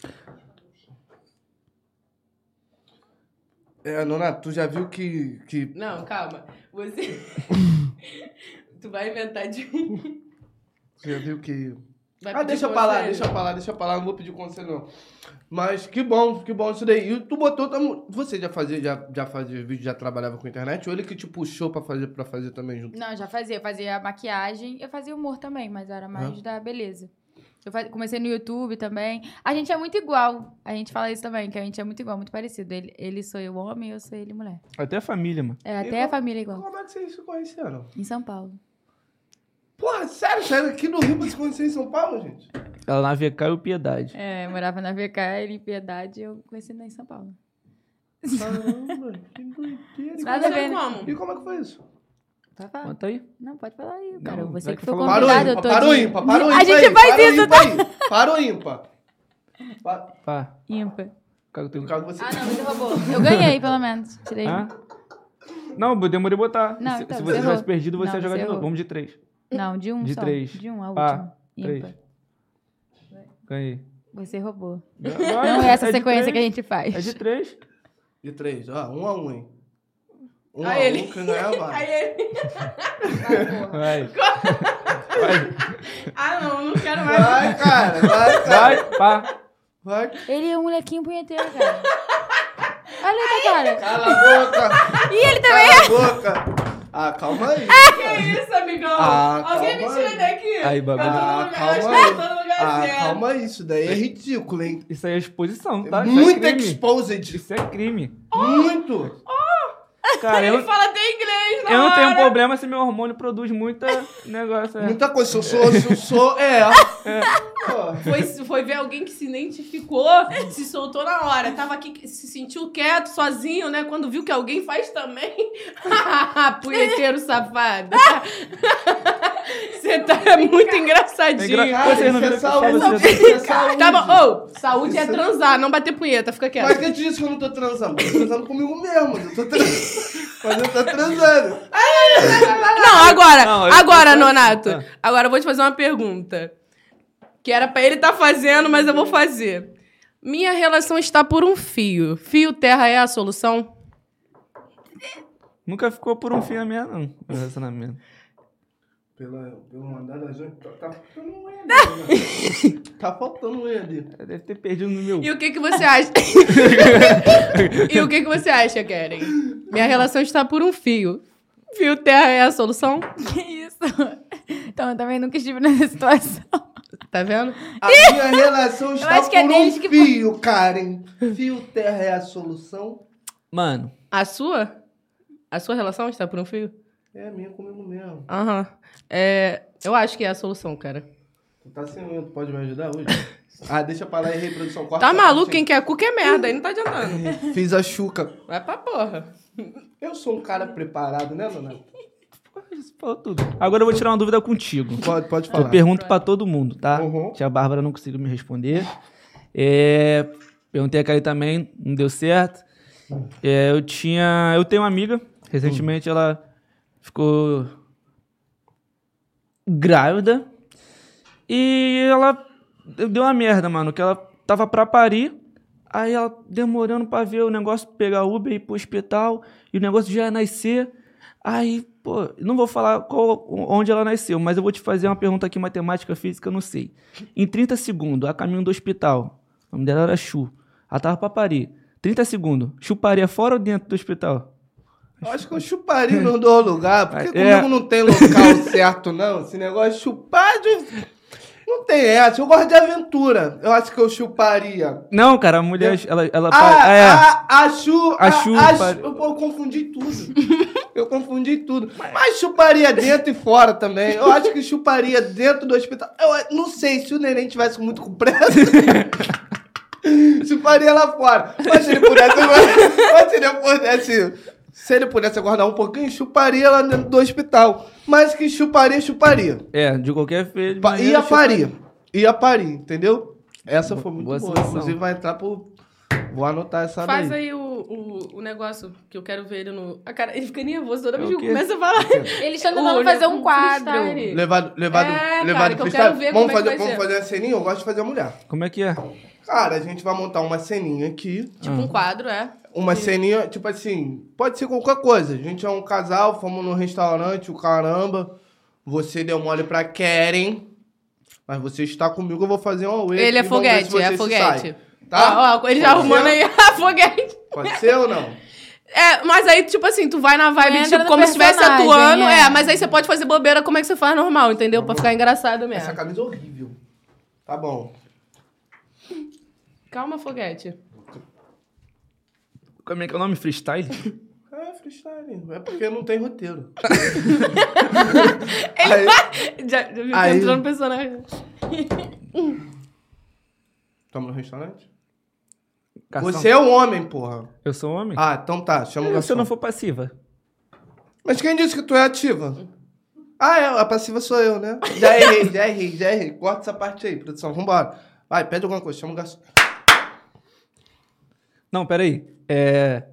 [SPEAKER 1] É, Nona, tu já viu que. que...
[SPEAKER 2] Não, calma.
[SPEAKER 1] (laughs)
[SPEAKER 2] Você. tu vai inventar de um.
[SPEAKER 1] tu Já viu que.
[SPEAKER 2] Vai
[SPEAKER 1] Ah,
[SPEAKER 2] pedir
[SPEAKER 1] deixa pra lá,
[SPEAKER 2] conselho.
[SPEAKER 1] deixa pra lá, deixa pra lá, não vou pedir conselho, não. Mas que bom, que bom isso daí. E tu botou. tam- Você já fazia, já, já fazia vídeo, já trabalhava com internet? Ou ele que te puxou pra fazer, pra fazer também junto?
[SPEAKER 5] Não, eu já fazia. Eu fazia maquiagem. Eu fazia humor também, mas era mais da beleza. Eu fa- comecei no YouTube também. A gente é muito igual. A gente fala isso também, que a gente é muito igual, muito parecido. Ele, ele sou eu homem, eu sou ele mulher.
[SPEAKER 3] Até a família, mano.
[SPEAKER 5] É, até
[SPEAKER 1] Igual.
[SPEAKER 5] a família é igual.
[SPEAKER 1] Como é que vocês se conheceram?
[SPEAKER 5] Em São Paulo.
[SPEAKER 1] Porra, sério, sério, aqui no Rio você se conheceu em São Paulo,
[SPEAKER 5] (laughs)
[SPEAKER 1] gente?
[SPEAKER 3] Ela na VK e o Piedade.
[SPEAKER 5] É, eu morava na VK, ele em Piedade, eu conheci em São Paulo.
[SPEAKER 1] Caramba, que doideira.
[SPEAKER 5] Nada
[SPEAKER 2] Você
[SPEAKER 5] a ver, né?
[SPEAKER 2] como?
[SPEAKER 1] E como é que foi isso?
[SPEAKER 5] Vai falar?
[SPEAKER 3] Conta aí.
[SPEAKER 5] Não, pode falar aí,
[SPEAKER 3] Não,
[SPEAKER 5] cara. Você
[SPEAKER 3] vai
[SPEAKER 5] que
[SPEAKER 3] que
[SPEAKER 5] foi
[SPEAKER 3] falou.
[SPEAKER 1] Parou ímpar,
[SPEAKER 5] convidado, eu tô
[SPEAKER 1] parou
[SPEAKER 5] de-
[SPEAKER 1] ímpar, parou ímpar.
[SPEAKER 5] A gente
[SPEAKER 1] aí,
[SPEAKER 5] faz
[SPEAKER 1] parou
[SPEAKER 5] isso, tá?
[SPEAKER 1] ímpar aí, Parou ímpar. Pa-
[SPEAKER 3] Pá.
[SPEAKER 5] Ímpar.
[SPEAKER 3] Cara, eu
[SPEAKER 1] No
[SPEAKER 3] tenho...
[SPEAKER 1] caso, você...
[SPEAKER 5] Ah, não, você roubou. Eu ganhei, pelo menos. Tirei.
[SPEAKER 3] Hã? Não, eu demorei a botar.
[SPEAKER 5] Não,
[SPEAKER 3] se,
[SPEAKER 5] então,
[SPEAKER 3] se
[SPEAKER 5] você
[SPEAKER 3] você tivesse
[SPEAKER 5] errou.
[SPEAKER 3] perdido, você
[SPEAKER 5] Não,
[SPEAKER 3] ia jogar
[SPEAKER 5] você
[SPEAKER 3] de novo.
[SPEAKER 5] errou.
[SPEAKER 3] Vamos de três.
[SPEAKER 5] Não, de um
[SPEAKER 3] De
[SPEAKER 5] só.
[SPEAKER 3] três.
[SPEAKER 5] De um, a
[SPEAKER 3] Pá,
[SPEAKER 5] última.
[SPEAKER 3] três.
[SPEAKER 5] Ímpar. (laughs)
[SPEAKER 3] Ganhei.
[SPEAKER 5] Você roubou.
[SPEAKER 3] Agora,
[SPEAKER 5] Não é essa
[SPEAKER 3] Ah, de
[SPEAKER 5] sequência que a
[SPEAKER 3] três.
[SPEAKER 5] gente faz.
[SPEAKER 3] É de
[SPEAKER 5] (laughs)
[SPEAKER 3] três.
[SPEAKER 1] De três, ó, um a um, hein? Um
[SPEAKER 2] Aí
[SPEAKER 5] Ah,
[SPEAKER 1] a
[SPEAKER 2] ele.
[SPEAKER 1] um, quem ganhar
[SPEAKER 5] (laughs)
[SPEAKER 1] vai.
[SPEAKER 2] Aí ele.
[SPEAKER 3] Vai.
[SPEAKER 2] Ah, não, não quero mais.
[SPEAKER 1] Vai, cara, vai, cara.
[SPEAKER 3] Vai, pá.
[SPEAKER 1] Vai.
[SPEAKER 5] Ele é um molequinho punheteiro, cara. Olha aí, cara.
[SPEAKER 1] Cala a boca.
[SPEAKER 5] E ele também.
[SPEAKER 1] Cala a boca. Ah, calma aí.
[SPEAKER 2] Que isso, amigão?
[SPEAKER 1] Ah,
[SPEAKER 2] Alguém me
[SPEAKER 1] calma
[SPEAKER 2] tira
[SPEAKER 1] aí.
[SPEAKER 2] daqui. Tá
[SPEAKER 3] Aí, babu.
[SPEAKER 2] Eu tô no
[SPEAKER 1] Ah,
[SPEAKER 2] lugar- eu
[SPEAKER 1] calma
[SPEAKER 2] acho que eu tô no
[SPEAKER 1] aí.
[SPEAKER 2] lugar
[SPEAKER 1] Ah,
[SPEAKER 2] certo.
[SPEAKER 1] calma aí. Isso daí é ridículo, hein?
[SPEAKER 3] Isso aí é exposição, tá? Isso
[SPEAKER 1] Muito
[SPEAKER 3] é crime.
[SPEAKER 1] exposed.
[SPEAKER 3] Isso é
[SPEAKER 1] (laughs)
[SPEAKER 3] crime.
[SPEAKER 1] Muito.
[SPEAKER 3] Cara, eu,
[SPEAKER 2] Ele fala até inglês, na
[SPEAKER 3] eu não tenho
[SPEAKER 2] hora.
[SPEAKER 3] problema se meu hormônio
[SPEAKER 1] (laughs)
[SPEAKER 3] produz muita negócio. É.
[SPEAKER 1] Muita coisa. Se eu sou, se eu sou, é. Pô.
[SPEAKER 2] Foi, foi ver alguém que se identificou, se soltou na hora. Tava aqui, se sentiu quieto, sozinho, né? Quando viu que alguém faz também. (laughs) Punheteiro safado. Você tá muito
[SPEAKER 3] É
[SPEAKER 2] engraçadinho.
[SPEAKER 3] engra-
[SPEAKER 1] Cara,
[SPEAKER 3] Vocês
[SPEAKER 1] isso
[SPEAKER 3] não
[SPEAKER 1] é
[SPEAKER 3] viram que
[SPEAKER 1] saúde,
[SPEAKER 3] eu fiz?
[SPEAKER 1] isso é saúde.
[SPEAKER 2] Tá bom, ô, saúde é transar, não bater punheta, fica quieto.
[SPEAKER 1] Mas quem te disse que eu não tô transando? Eu tô transando comigo mesmo. Eu tô transando. (laughs) Mas eu tô transando.
[SPEAKER 2] Não, agora,
[SPEAKER 3] Não, eu-
[SPEAKER 2] agora,
[SPEAKER 3] eu-
[SPEAKER 2] Nonato.
[SPEAKER 3] Ah.
[SPEAKER 2] Agora eu vou te fazer uma pergunta. Que era pra ele tá fazendo, mas eu vou fazer. Minha relação está por um fio. Fio terra é a solução?
[SPEAKER 3] Nunca ficou por um fim na minha, não. Meu relacionamento.
[SPEAKER 1] Pela, pelo mandar da gente, tá, tá faltando um E ali. né? Tá faltando um E ali.
[SPEAKER 3] Eu Deve ter perdido no meu.
[SPEAKER 2] E o que que você acha? e o que que você acha, Karen? Minha relação está por um fio. Fio terra é a solução?
[SPEAKER 5] Que (laughs) isso? Então, eu também nunca estive nessa situação.
[SPEAKER 2] Tá vendo?
[SPEAKER 1] A
[SPEAKER 5] (laughs)
[SPEAKER 1] minha relação está
[SPEAKER 5] acho que é
[SPEAKER 1] por
[SPEAKER 5] deles
[SPEAKER 1] um
[SPEAKER 5] que-
[SPEAKER 1] fio, Karen. Fio terra é a solução.
[SPEAKER 3] Mano,
[SPEAKER 2] A sua? A sua relação está por um fio?
[SPEAKER 1] É a minha comigo mesmo.
[SPEAKER 2] Aham. É, eu acho que é a solução, cara.
[SPEAKER 1] Tu tá sem unha, tu pode me ajudar hoje? (laughs) Ah, deixa pra lá e reprodução. Corta
[SPEAKER 2] Tá
[SPEAKER 1] essa
[SPEAKER 2] maluco?
[SPEAKER 1] parte
[SPEAKER 2] Quem quer cu que é merda, aí não tá adiantando.
[SPEAKER 1] aí. Fiz a chuca.
[SPEAKER 2] Vai pra porra.
[SPEAKER 1] Eu sou um cara preparado, né, Dona?
[SPEAKER 3] você falou tudo. Agora eu vou tirar uma dúvida contigo.
[SPEAKER 1] Pode, pode
[SPEAKER 3] Eu
[SPEAKER 1] falar.
[SPEAKER 3] pergunto pra todo mundo, tá?
[SPEAKER 1] Uhum.
[SPEAKER 3] Tia Bárbara não conseguiu me responder. É, Perguntei a Karen também, não deu certo. É, eu tinha. Eu tenho uma amiga, recentemente ela ficou grávida. E ela deu uma merda, mano, que ela tava pra parir. Aí ela demorando pra ver o negócio, pegar Uber e ir pro hospital, e o negócio já ia nascer. Aí, pô, não vou falar qual- onde ela nasceu, mas eu vou te fazer uma pergunta aqui, matemática, física, eu não sei. Em 30 segundos, a caminho do hospital, o nome dela era Chu, ela tava pra parir. 30 segundos, chuparia fora ou dentro do hospital?
[SPEAKER 1] Eu acho que eu chuparia no (laughs) do lugar, porque
[SPEAKER 3] É.
[SPEAKER 1] comigo não tem local (laughs) certo, não. Esse negócio de chupar de... Não tem essa. Eu gosto de aventura. Eu acho que eu chuparia.
[SPEAKER 3] Não, cara, a mulher, ela... ela
[SPEAKER 1] Ah,
[SPEAKER 3] é.
[SPEAKER 1] a, a, chu,
[SPEAKER 3] A
[SPEAKER 1] a,
[SPEAKER 3] chu-
[SPEAKER 1] a
[SPEAKER 3] pare-
[SPEAKER 1] chu- eu, eu confundi tudo. eu confundi tudo. Mas chuparia dentro e fora também. Eu acho que chuparia dentro do hospital. Eu não sei se o neném tivesse muito com
[SPEAKER 3] (laughs)
[SPEAKER 1] pressa. chuparia lá fora. Mas se ele pudesse, mas se ele pudesse, se ele pudesse aguardar um pouquinho, chuparia lá dentro do hospital. Mas que chuparia, chuparia.
[SPEAKER 3] É, de qualquer feio.
[SPEAKER 1] Pa- Ia parir. Ia parir, entendeu? Essa foi muito
[SPEAKER 3] Boa
[SPEAKER 1] boa.
[SPEAKER 3] solução.
[SPEAKER 1] Inclusive vai entrar pro... Vou anotar essa
[SPEAKER 2] Faz
[SPEAKER 1] daí.
[SPEAKER 2] aí o, o, o negócio que eu quero ver ele no. A cara, ele fica nervoso toda
[SPEAKER 3] É
[SPEAKER 2] vez
[SPEAKER 3] o
[SPEAKER 2] que eu
[SPEAKER 3] quê?
[SPEAKER 2] começo a falar.
[SPEAKER 5] (laughs) Eles estão
[SPEAKER 2] O-
[SPEAKER 5] tentando fazer um quadro.
[SPEAKER 2] freestyle.
[SPEAKER 1] Levado, levado,
[SPEAKER 2] É, cara,
[SPEAKER 1] levado
[SPEAKER 2] que eu
[SPEAKER 1] freestyle.
[SPEAKER 2] quero ver
[SPEAKER 1] vamos
[SPEAKER 2] como é que
[SPEAKER 1] fazer,
[SPEAKER 2] vai
[SPEAKER 1] vamos
[SPEAKER 2] ser.
[SPEAKER 1] fazer a ceninha? Eu gosto de fazer a mulher.
[SPEAKER 3] Como é que é?
[SPEAKER 1] Cara, a gente vai montar uma ceninha aqui.
[SPEAKER 2] Tipo um quadro, é.
[SPEAKER 1] Uma ceninha, tipo assim, pode ser qualquer coisa. A gente é um casal, fomos num restaurante, o caramba. Você deu mole pra Karen. Mas você está comigo, eu vou fazer um away.
[SPEAKER 2] Ele é
[SPEAKER 1] aqui, vamos ver se
[SPEAKER 2] foguete,
[SPEAKER 1] você
[SPEAKER 2] é
[SPEAKER 1] se
[SPEAKER 2] foguete.
[SPEAKER 1] sai. Tá?
[SPEAKER 2] Ó, ó, ele já
[SPEAKER 1] Pode
[SPEAKER 2] arrumando
[SPEAKER 1] ser?
[SPEAKER 2] aí a (laughs) foguete.
[SPEAKER 1] Pode ser ou não?
[SPEAKER 2] É, mas aí, tipo assim, tu vai na vibe,
[SPEAKER 5] Entra
[SPEAKER 2] tipo,
[SPEAKER 5] no
[SPEAKER 2] como se estivesse
[SPEAKER 5] personagem,
[SPEAKER 2] atuando. É.
[SPEAKER 5] é.
[SPEAKER 2] mas aí você pode fazer bobeira como é que você faz normal, entendeu? Pra ficar engraçado mesmo.
[SPEAKER 1] Essa camisa é horrível. Tá bom.
[SPEAKER 2] Calma, foguete.
[SPEAKER 3] Como é que é o nome? Freestyle?
[SPEAKER 1] É freestyle. É porque não tem roteiro.
[SPEAKER 2] Ele
[SPEAKER 1] Aí-
[SPEAKER 2] vai. (laughs) Já, já viu,
[SPEAKER 1] Aí-
[SPEAKER 2] entrou no personagem.
[SPEAKER 1] Tamo no restaurante?
[SPEAKER 3] Garçom.
[SPEAKER 1] Você é o homem, porra.
[SPEAKER 3] Eu sou homem?
[SPEAKER 1] Ah, então tá. Chama o
[SPEAKER 3] se eu
[SPEAKER 1] garçom.
[SPEAKER 3] não for passiva.
[SPEAKER 1] Mas quem disse que tu é ativa? Ah, é, a passiva sou eu, né? Já errei, já errei, já errei. Corta essa parte aí, produção. Vambora. Vai, pede alguma coisa, chama o garçom.
[SPEAKER 3] Não, peraí. É.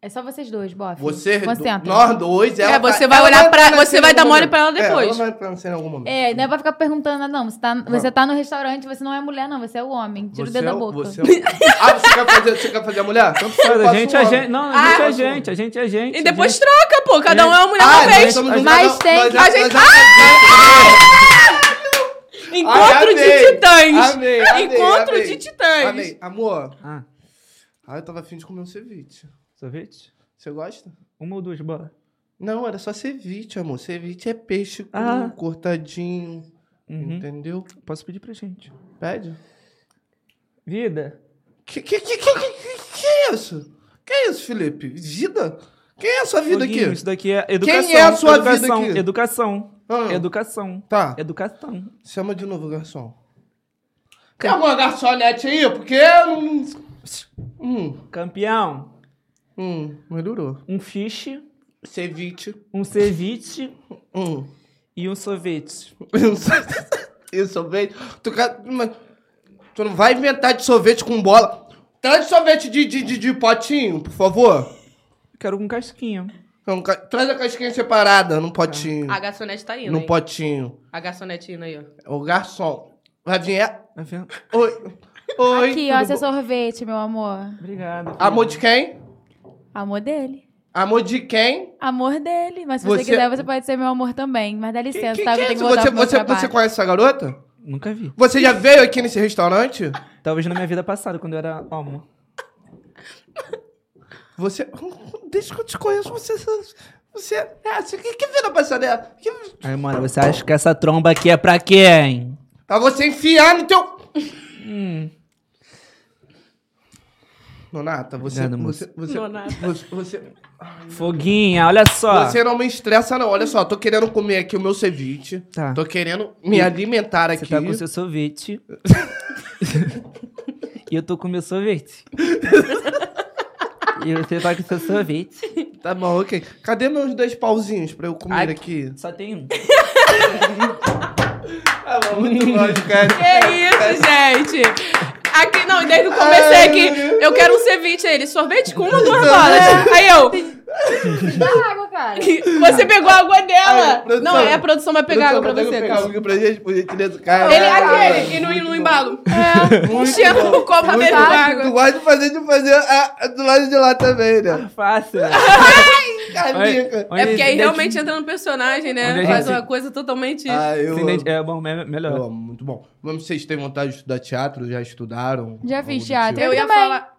[SPEAKER 5] É só vocês dois, bofe.
[SPEAKER 1] Você, é
[SPEAKER 5] Concentra.
[SPEAKER 1] nós dois, ela tá-
[SPEAKER 2] É, você vai
[SPEAKER 1] ela
[SPEAKER 2] olhar pra-
[SPEAKER 1] entrar na
[SPEAKER 2] você
[SPEAKER 1] cena
[SPEAKER 2] vai
[SPEAKER 1] em
[SPEAKER 2] dar
[SPEAKER 1] algum
[SPEAKER 2] mole
[SPEAKER 1] momento.
[SPEAKER 2] pra ela
[SPEAKER 1] É,
[SPEAKER 2] depois.
[SPEAKER 1] ela vai entrar na cena em algum momento.
[SPEAKER 5] É, não é pra ficar perguntando nada, não. Você tá, você tá no restaurante, você não é mulher, não. Você é o homem. Tira o
[SPEAKER 1] Você
[SPEAKER 5] dedo
[SPEAKER 1] é
[SPEAKER 5] da boca.
[SPEAKER 1] Você é o- Ah, você quer fazer, você quer fazer a mulher? Então, eu
[SPEAKER 3] Mas a
[SPEAKER 1] faço
[SPEAKER 3] gente
[SPEAKER 1] um
[SPEAKER 3] é
[SPEAKER 1] homem.
[SPEAKER 3] gente. Não, a
[SPEAKER 2] Ah,
[SPEAKER 3] gente é
[SPEAKER 1] posso-
[SPEAKER 3] gente. A gente é gente.
[SPEAKER 2] E
[SPEAKER 3] a
[SPEAKER 2] depois
[SPEAKER 3] gente-
[SPEAKER 2] troca, pô. Cada um é uma mulher
[SPEAKER 1] Ah,
[SPEAKER 2] uma
[SPEAKER 1] nós
[SPEAKER 2] vez.
[SPEAKER 1] somos um
[SPEAKER 5] Mas
[SPEAKER 1] casal-
[SPEAKER 5] tem-
[SPEAKER 1] nós já-
[SPEAKER 5] a
[SPEAKER 1] nós
[SPEAKER 2] gente-
[SPEAKER 1] já-
[SPEAKER 2] Encontro de
[SPEAKER 1] Ah, amei.
[SPEAKER 2] titãs.
[SPEAKER 1] é- Amei, amei,
[SPEAKER 2] Encontro
[SPEAKER 1] amei.
[SPEAKER 2] de titãs.
[SPEAKER 1] Amei. Amor,
[SPEAKER 3] Ah,
[SPEAKER 1] ah, eu tava afim de comer um ceviche.
[SPEAKER 3] sorvete?
[SPEAKER 1] Você gosta?
[SPEAKER 3] Uma ou duas bolas?
[SPEAKER 1] Não, era só ceviche, amor. Ceviche é peixe cru,
[SPEAKER 3] Ah.
[SPEAKER 1] cortadinho,
[SPEAKER 3] Uhum.
[SPEAKER 1] entendeu?
[SPEAKER 3] Posso pedir pra gente.
[SPEAKER 1] Pede.
[SPEAKER 3] Vida.
[SPEAKER 1] Que, que, que, que, que, que é isso? Que é isso, Felipe? Vida? Quem é a sua vida
[SPEAKER 3] Foguinho,
[SPEAKER 1] aqui?
[SPEAKER 3] Isso daqui é educação.
[SPEAKER 1] Quem é a sua vida
[SPEAKER 3] educação,
[SPEAKER 1] aqui?
[SPEAKER 3] Educação.
[SPEAKER 1] Ah,
[SPEAKER 3] Educação.
[SPEAKER 1] Tá,
[SPEAKER 3] Educação.
[SPEAKER 1] chama de novo, garçom. Quer uma garçonete aí? Porque eu não... Hum,
[SPEAKER 3] Campeão.
[SPEAKER 1] hum, melhorou.
[SPEAKER 3] Um fiche,
[SPEAKER 1] Ceviche.
[SPEAKER 3] um ceviche
[SPEAKER 1] Hum.
[SPEAKER 3] e um sorvete.
[SPEAKER 1] (laughs) E o sorvete? Tu, quer- mas tu não vai inventar de sorvete com bola. Traz sorvete de, de, de, de potinho, por favor.
[SPEAKER 3] Quero um casquinho.
[SPEAKER 1] Então, ca- Traz a casquinha separada num potinho.
[SPEAKER 5] Ah,
[SPEAKER 2] A garçonete tá indo.
[SPEAKER 1] Num
[SPEAKER 2] hein?
[SPEAKER 1] potinho.
[SPEAKER 2] A garçonete indo aí, ó.
[SPEAKER 1] O garçom. Vai vir. é-
[SPEAKER 3] Tá vendo?
[SPEAKER 1] Oi. Oi.
[SPEAKER 5] Aqui,
[SPEAKER 1] tudo
[SPEAKER 5] ó, seu
[SPEAKER 1] bom?
[SPEAKER 5] sorvete, meu amor.
[SPEAKER 3] Obrigado.
[SPEAKER 1] Amor de quem?
[SPEAKER 5] Amor dele.
[SPEAKER 1] Amor de quem?
[SPEAKER 5] Amor dele. Mas se você,
[SPEAKER 1] Você-
[SPEAKER 5] quiser, você pode ser meu amor também. Mas dá licença,
[SPEAKER 1] Que- que-
[SPEAKER 5] tá?
[SPEAKER 1] que
[SPEAKER 5] eu
[SPEAKER 1] é isso?
[SPEAKER 5] tenho que voltar
[SPEAKER 1] você,
[SPEAKER 5] pro meu
[SPEAKER 1] você, você
[SPEAKER 5] trabalho.
[SPEAKER 1] conhece essa garota?
[SPEAKER 3] Nunca vi.
[SPEAKER 1] Você já veio aqui nesse restaurante?
[SPEAKER 3] Talvez na minha vida passada, quando eu era homo.
[SPEAKER 1] Você. (laughs) Desde que eu te conheço, você. Você. É, você que, que vira passada é? Que,
[SPEAKER 3] Aí, mano, você acha que essa tromba aqui é pra quem?
[SPEAKER 1] Pra você enfiar no teu. Hum. Nonata, você.
[SPEAKER 3] Obrigado, moça.
[SPEAKER 1] você, você,
[SPEAKER 2] Nonata.
[SPEAKER 1] você, você,
[SPEAKER 3] Foguinha, olha só.
[SPEAKER 1] você não me estressa, não. Olha só, tô querendo comer aqui o meu ceviche.
[SPEAKER 3] Tá.
[SPEAKER 1] Tô querendo me alimentar aqui.
[SPEAKER 3] Você tá com seu sorvete. (laughs) e eu tô com meu sorvete. e você tá com seu sorvete.
[SPEAKER 1] Tá bom, ok. Cadê meus dois pauzinhos pra eu comer
[SPEAKER 3] Ai,
[SPEAKER 1] aqui?
[SPEAKER 3] Só tem um.
[SPEAKER 1] Tá bom, muito (laughs) bom, cara.
[SPEAKER 2] Que isso,
[SPEAKER 1] É.
[SPEAKER 2] gente? Aqui, não, desde que eu comecei aqui, eu quero um ceviche aí. Ele, sorvete com
[SPEAKER 1] (laughs)
[SPEAKER 2] uma ou duas bolas. Aí eu,
[SPEAKER 4] Dá água, cara.
[SPEAKER 2] (laughs) você pegou a água dela.
[SPEAKER 1] Aí, produção.
[SPEAKER 2] não, é a produção vai pegar água pra você.
[SPEAKER 1] Pegar
[SPEAKER 2] Cássio.
[SPEAKER 1] água pra gente, por gentileza, cara.
[SPEAKER 2] Ele, é aquele, e no, e no embalo. (laughs) É, enchendo o copo pra beber
[SPEAKER 1] Tu
[SPEAKER 2] água.
[SPEAKER 1] gosta de fazer, de fazer ah, ah, do lado de lá também, né?
[SPEAKER 3] É Fácil.
[SPEAKER 1] (laughs) Caraca.
[SPEAKER 2] É porque aí realmente entra no personagem, né? Faz uma coisa totalmente...
[SPEAKER 1] Ah, eu
[SPEAKER 3] É bom, me-
[SPEAKER 1] Eu
[SPEAKER 3] melhor.
[SPEAKER 1] amo, muito bom. Mas vocês têm vontade de estudar teatro? Já estudaram?
[SPEAKER 5] Já
[SPEAKER 1] Algo
[SPEAKER 5] fiz
[SPEAKER 1] do
[SPEAKER 5] teatro.
[SPEAKER 1] tipo?
[SPEAKER 2] Eu ia
[SPEAKER 5] também.
[SPEAKER 2] falar...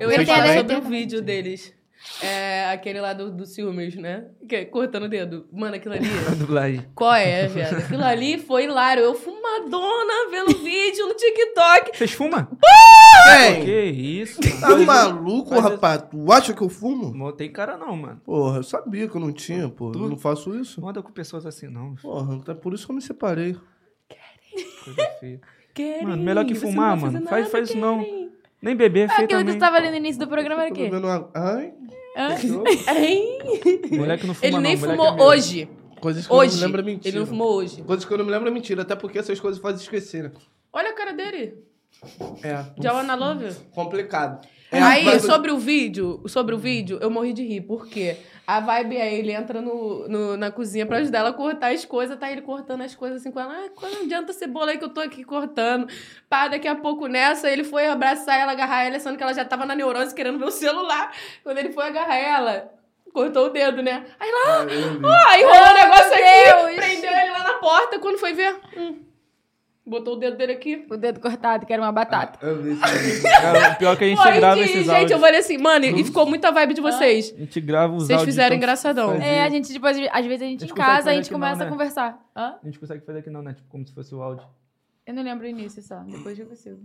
[SPEAKER 2] Eu ia
[SPEAKER 1] Vocês
[SPEAKER 2] falar
[SPEAKER 1] também?
[SPEAKER 2] sobre o vídeo deles. É aquele lá do, do ciúmes, né? Que é cortando o dedo. Mano, aquilo ali.
[SPEAKER 3] A dublagem.
[SPEAKER 2] Qual é, velho? Aquilo ali foi hilário. Eu fumadona vendo vídeo no TikTok.
[SPEAKER 3] Vocês fumam?
[SPEAKER 1] Quem?
[SPEAKER 3] Que isso?
[SPEAKER 1] Tá
[SPEAKER 3] mano?
[SPEAKER 1] maluco,
[SPEAKER 3] Mas eu-
[SPEAKER 1] rapaz? Tu acha que eu fumo?
[SPEAKER 3] Não tem cara não, mano.
[SPEAKER 1] Porra, eu sabia que eu não tinha, porra. Eu
[SPEAKER 3] Tu-
[SPEAKER 1] não faço isso.
[SPEAKER 3] Não anda com pessoas assim, não.
[SPEAKER 1] Porra, então é por isso que eu me separei.
[SPEAKER 3] Coisa feia.
[SPEAKER 2] Querem,
[SPEAKER 3] Mano, melhor que
[SPEAKER 2] você não
[SPEAKER 3] fumar,
[SPEAKER 2] vai fazer
[SPEAKER 3] mano. Faz-
[SPEAKER 2] nada,
[SPEAKER 3] faz isso não.
[SPEAKER 2] querem.
[SPEAKER 3] Nem beber é feio
[SPEAKER 5] Aquilo que
[SPEAKER 3] também.
[SPEAKER 5] você
[SPEAKER 2] tá-
[SPEAKER 5] tava ali no início do programa era o
[SPEAKER 1] Tô
[SPEAKER 5] quê?
[SPEAKER 1] bebendo água. Ai,
[SPEAKER 5] Hã?
[SPEAKER 2] É, Hein?
[SPEAKER 3] Moleque não fuma
[SPEAKER 2] Ele
[SPEAKER 3] não,
[SPEAKER 2] nem
[SPEAKER 3] moleque é
[SPEAKER 2] fumou
[SPEAKER 3] meio-
[SPEAKER 2] hoje.
[SPEAKER 1] coisas que eu não
[SPEAKER 2] Hoje.
[SPEAKER 1] me lembro é mentira.
[SPEAKER 2] Ele não fumou hoje.
[SPEAKER 1] Coisas que eu não me lembro é mentira, até porque essas coisas fazem esquecer. né?
[SPEAKER 2] Olha a cara dele.
[SPEAKER 1] É.
[SPEAKER 2] Joanna Love.
[SPEAKER 1] Complicado. É,
[SPEAKER 2] Aí,
[SPEAKER 1] mas-
[SPEAKER 2] sobre o vídeo, sobre o vídeo, eu morri de rir, porque a vibe é ele entra no, no- na cozinha pra ajudar ela a cortar as coisas, tá ele cortando as coisas assim com ela, ah, quando adianta cebola aí que eu tô aqui cortando. Pá, daqui a pouco nessa, ele foi abraçar ela, agarrar ela, sendo que ela já tava na neurose querendo ver o celular. Quando ele foi agarrar ela, cortou o dedo, né? Aí lá,
[SPEAKER 1] Ah, eu vi.
[SPEAKER 2] ó, enrolou
[SPEAKER 5] Meu
[SPEAKER 2] o um negócio aqui,
[SPEAKER 5] Deus!
[SPEAKER 2] prendeu ele lá na porta, quando foi ver, hum, botou o dedo dele aqui.
[SPEAKER 5] O dedo cortado, que era uma batata.
[SPEAKER 1] Eu vi isso aí.
[SPEAKER 3] Cara, pior é que a gente
[SPEAKER 2] Morri
[SPEAKER 3] grava
[SPEAKER 2] de rir,
[SPEAKER 3] esses
[SPEAKER 2] gente, eu
[SPEAKER 3] áudios. Hum.
[SPEAKER 2] falei assim, mano, e ficou muita vibe
[SPEAKER 5] Ah.
[SPEAKER 2] de vocês.
[SPEAKER 3] A gente grava os
[SPEAKER 2] Vocês
[SPEAKER 3] áudios,
[SPEAKER 2] fizeram
[SPEAKER 3] então,
[SPEAKER 2] engraçadão.
[SPEAKER 3] faz-
[SPEAKER 5] É, a gente depois, às vezes a gente,
[SPEAKER 3] A gente
[SPEAKER 5] em
[SPEAKER 3] consegue
[SPEAKER 5] casa, a
[SPEAKER 3] fazer
[SPEAKER 5] gente
[SPEAKER 3] aqui não,
[SPEAKER 5] começa a
[SPEAKER 3] né?
[SPEAKER 5] conversar. Hã?
[SPEAKER 3] A gente consegue fazer aqui não, né? Tipo, como se fosse o áudio.
[SPEAKER 5] Eu não lembro o início só, depois eu consigo.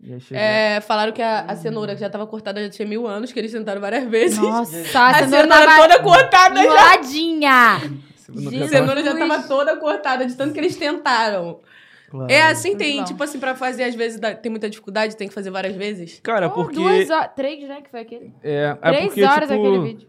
[SPEAKER 3] E aí chega...
[SPEAKER 2] É, falaram que
[SPEAKER 5] Hum.
[SPEAKER 2] a, a cenoura que já tava cortada já tinha mil anos, que eles tentaram várias vezes. (laughs) a,
[SPEAKER 5] Nossa, a
[SPEAKER 2] cenoura,
[SPEAKER 5] cenoura tava
[SPEAKER 2] toda cortada já.
[SPEAKER 5] enroladinha.
[SPEAKER 3] Se não
[SPEAKER 5] gente,
[SPEAKER 2] A
[SPEAKER 3] quiser falar-
[SPEAKER 2] cenoura já tava toda cortada, de tanto que eles tentaram.
[SPEAKER 1] Claro.
[SPEAKER 2] É assim, tem,
[SPEAKER 5] Muito bom.
[SPEAKER 2] tipo assim, pra fazer às vezes, dá- tem muita dificuldade, tem que fazer várias vezes.
[SPEAKER 3] Cara,
[SPEAKER 5] Oh,
[SPEAKER 3] porque...
[SPEAKER 5] Duas horas, três, né, que foi aquele?
[SPEAKER 3] É, é
[SPEAKER 5] três
[SPEAKER 3] porque,
[SPEAKER 5] horas
[SPEAKER 3] tipo,
[SPEAKER 5] aquele vídeo.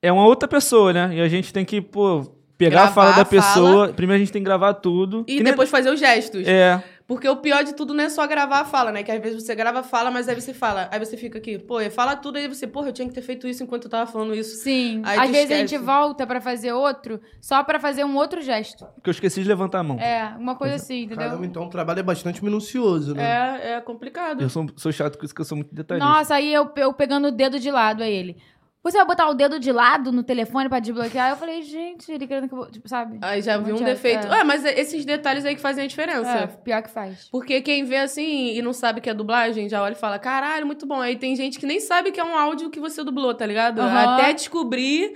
[SPEAKER 3] é uma outra pessoa, né? E a gente tem que, pô, pegar
[SPEAKER 2] Gravar
[SPEAKER 3] a fala
[SPEAKER 2] a
[SPEAKER 3] da pessoa. Primeiro a gente tem que gravar tudo.
[SPEAKER 2] E
[SPEAKER 3] Que nem-
[SPEAKER 2] depois fazer os gestos.
[SPEAKER 3] É,
[SPEAKER 2] Porque o pior de tudo não é só gravar a fala, né? Que às vezes você grava a fala, mas aí você fala. Aí você fica aqui, pô, fala tudo, aí você, porra, eu tinha que ter feito isso enquanto eu tava falando isso.
[SPEAKER 5] Sim,
[SPEAKER 2] Aí
[SPEAKER 5] às
[SPEAKER 2] tu
[SPEAKER 5] vezes a
[SPEAKER 2] esquece.
[SPEAKER 5] gente volta pra fazer outro, só pra fazer um outro gesto.
[SPEAKER 3] porque eu esqueci de levantar a mão.
[SPEAKER 5] É, uma coisa assim, entendeu?
[SPEAKER 1] Caramba, então o trabalho é bastante minucioso, né?
[SPEAKER 2] É, é complicado.
[SPEAKER 3] Eu sou, sou chato com isso, que eu sou muito
[SPEAKER 1] então é
[SPEAKER 3] detalhista.
[SPEAKER 5] Nossa, aí eu, eu pegando o dedo de lado a ele. Você vai botar o dedo de lado no telefone pra desbloquear? Eu falei, gente, ele querendo que eu... vou- Tipo, sabe?
[SPEAKER 2] Aí já vi um
[SPEAKER 5] Muito, é.
[SPEAKER 2] defeito. Ah, mas esses detalhes aí que fazem a diferença.
[SPEAKER 5] É, pior que faz.
[SPEAKER 2] Porque quem vê assim e não sabe que é dublagem, já olha e fala, caralho, muito bom. Aí tem gente que nem sabe que é um áudio que você dublou, tá ligado?
[SPEAKER 5] Aham.
[SPEAKER 2] Até descobrir,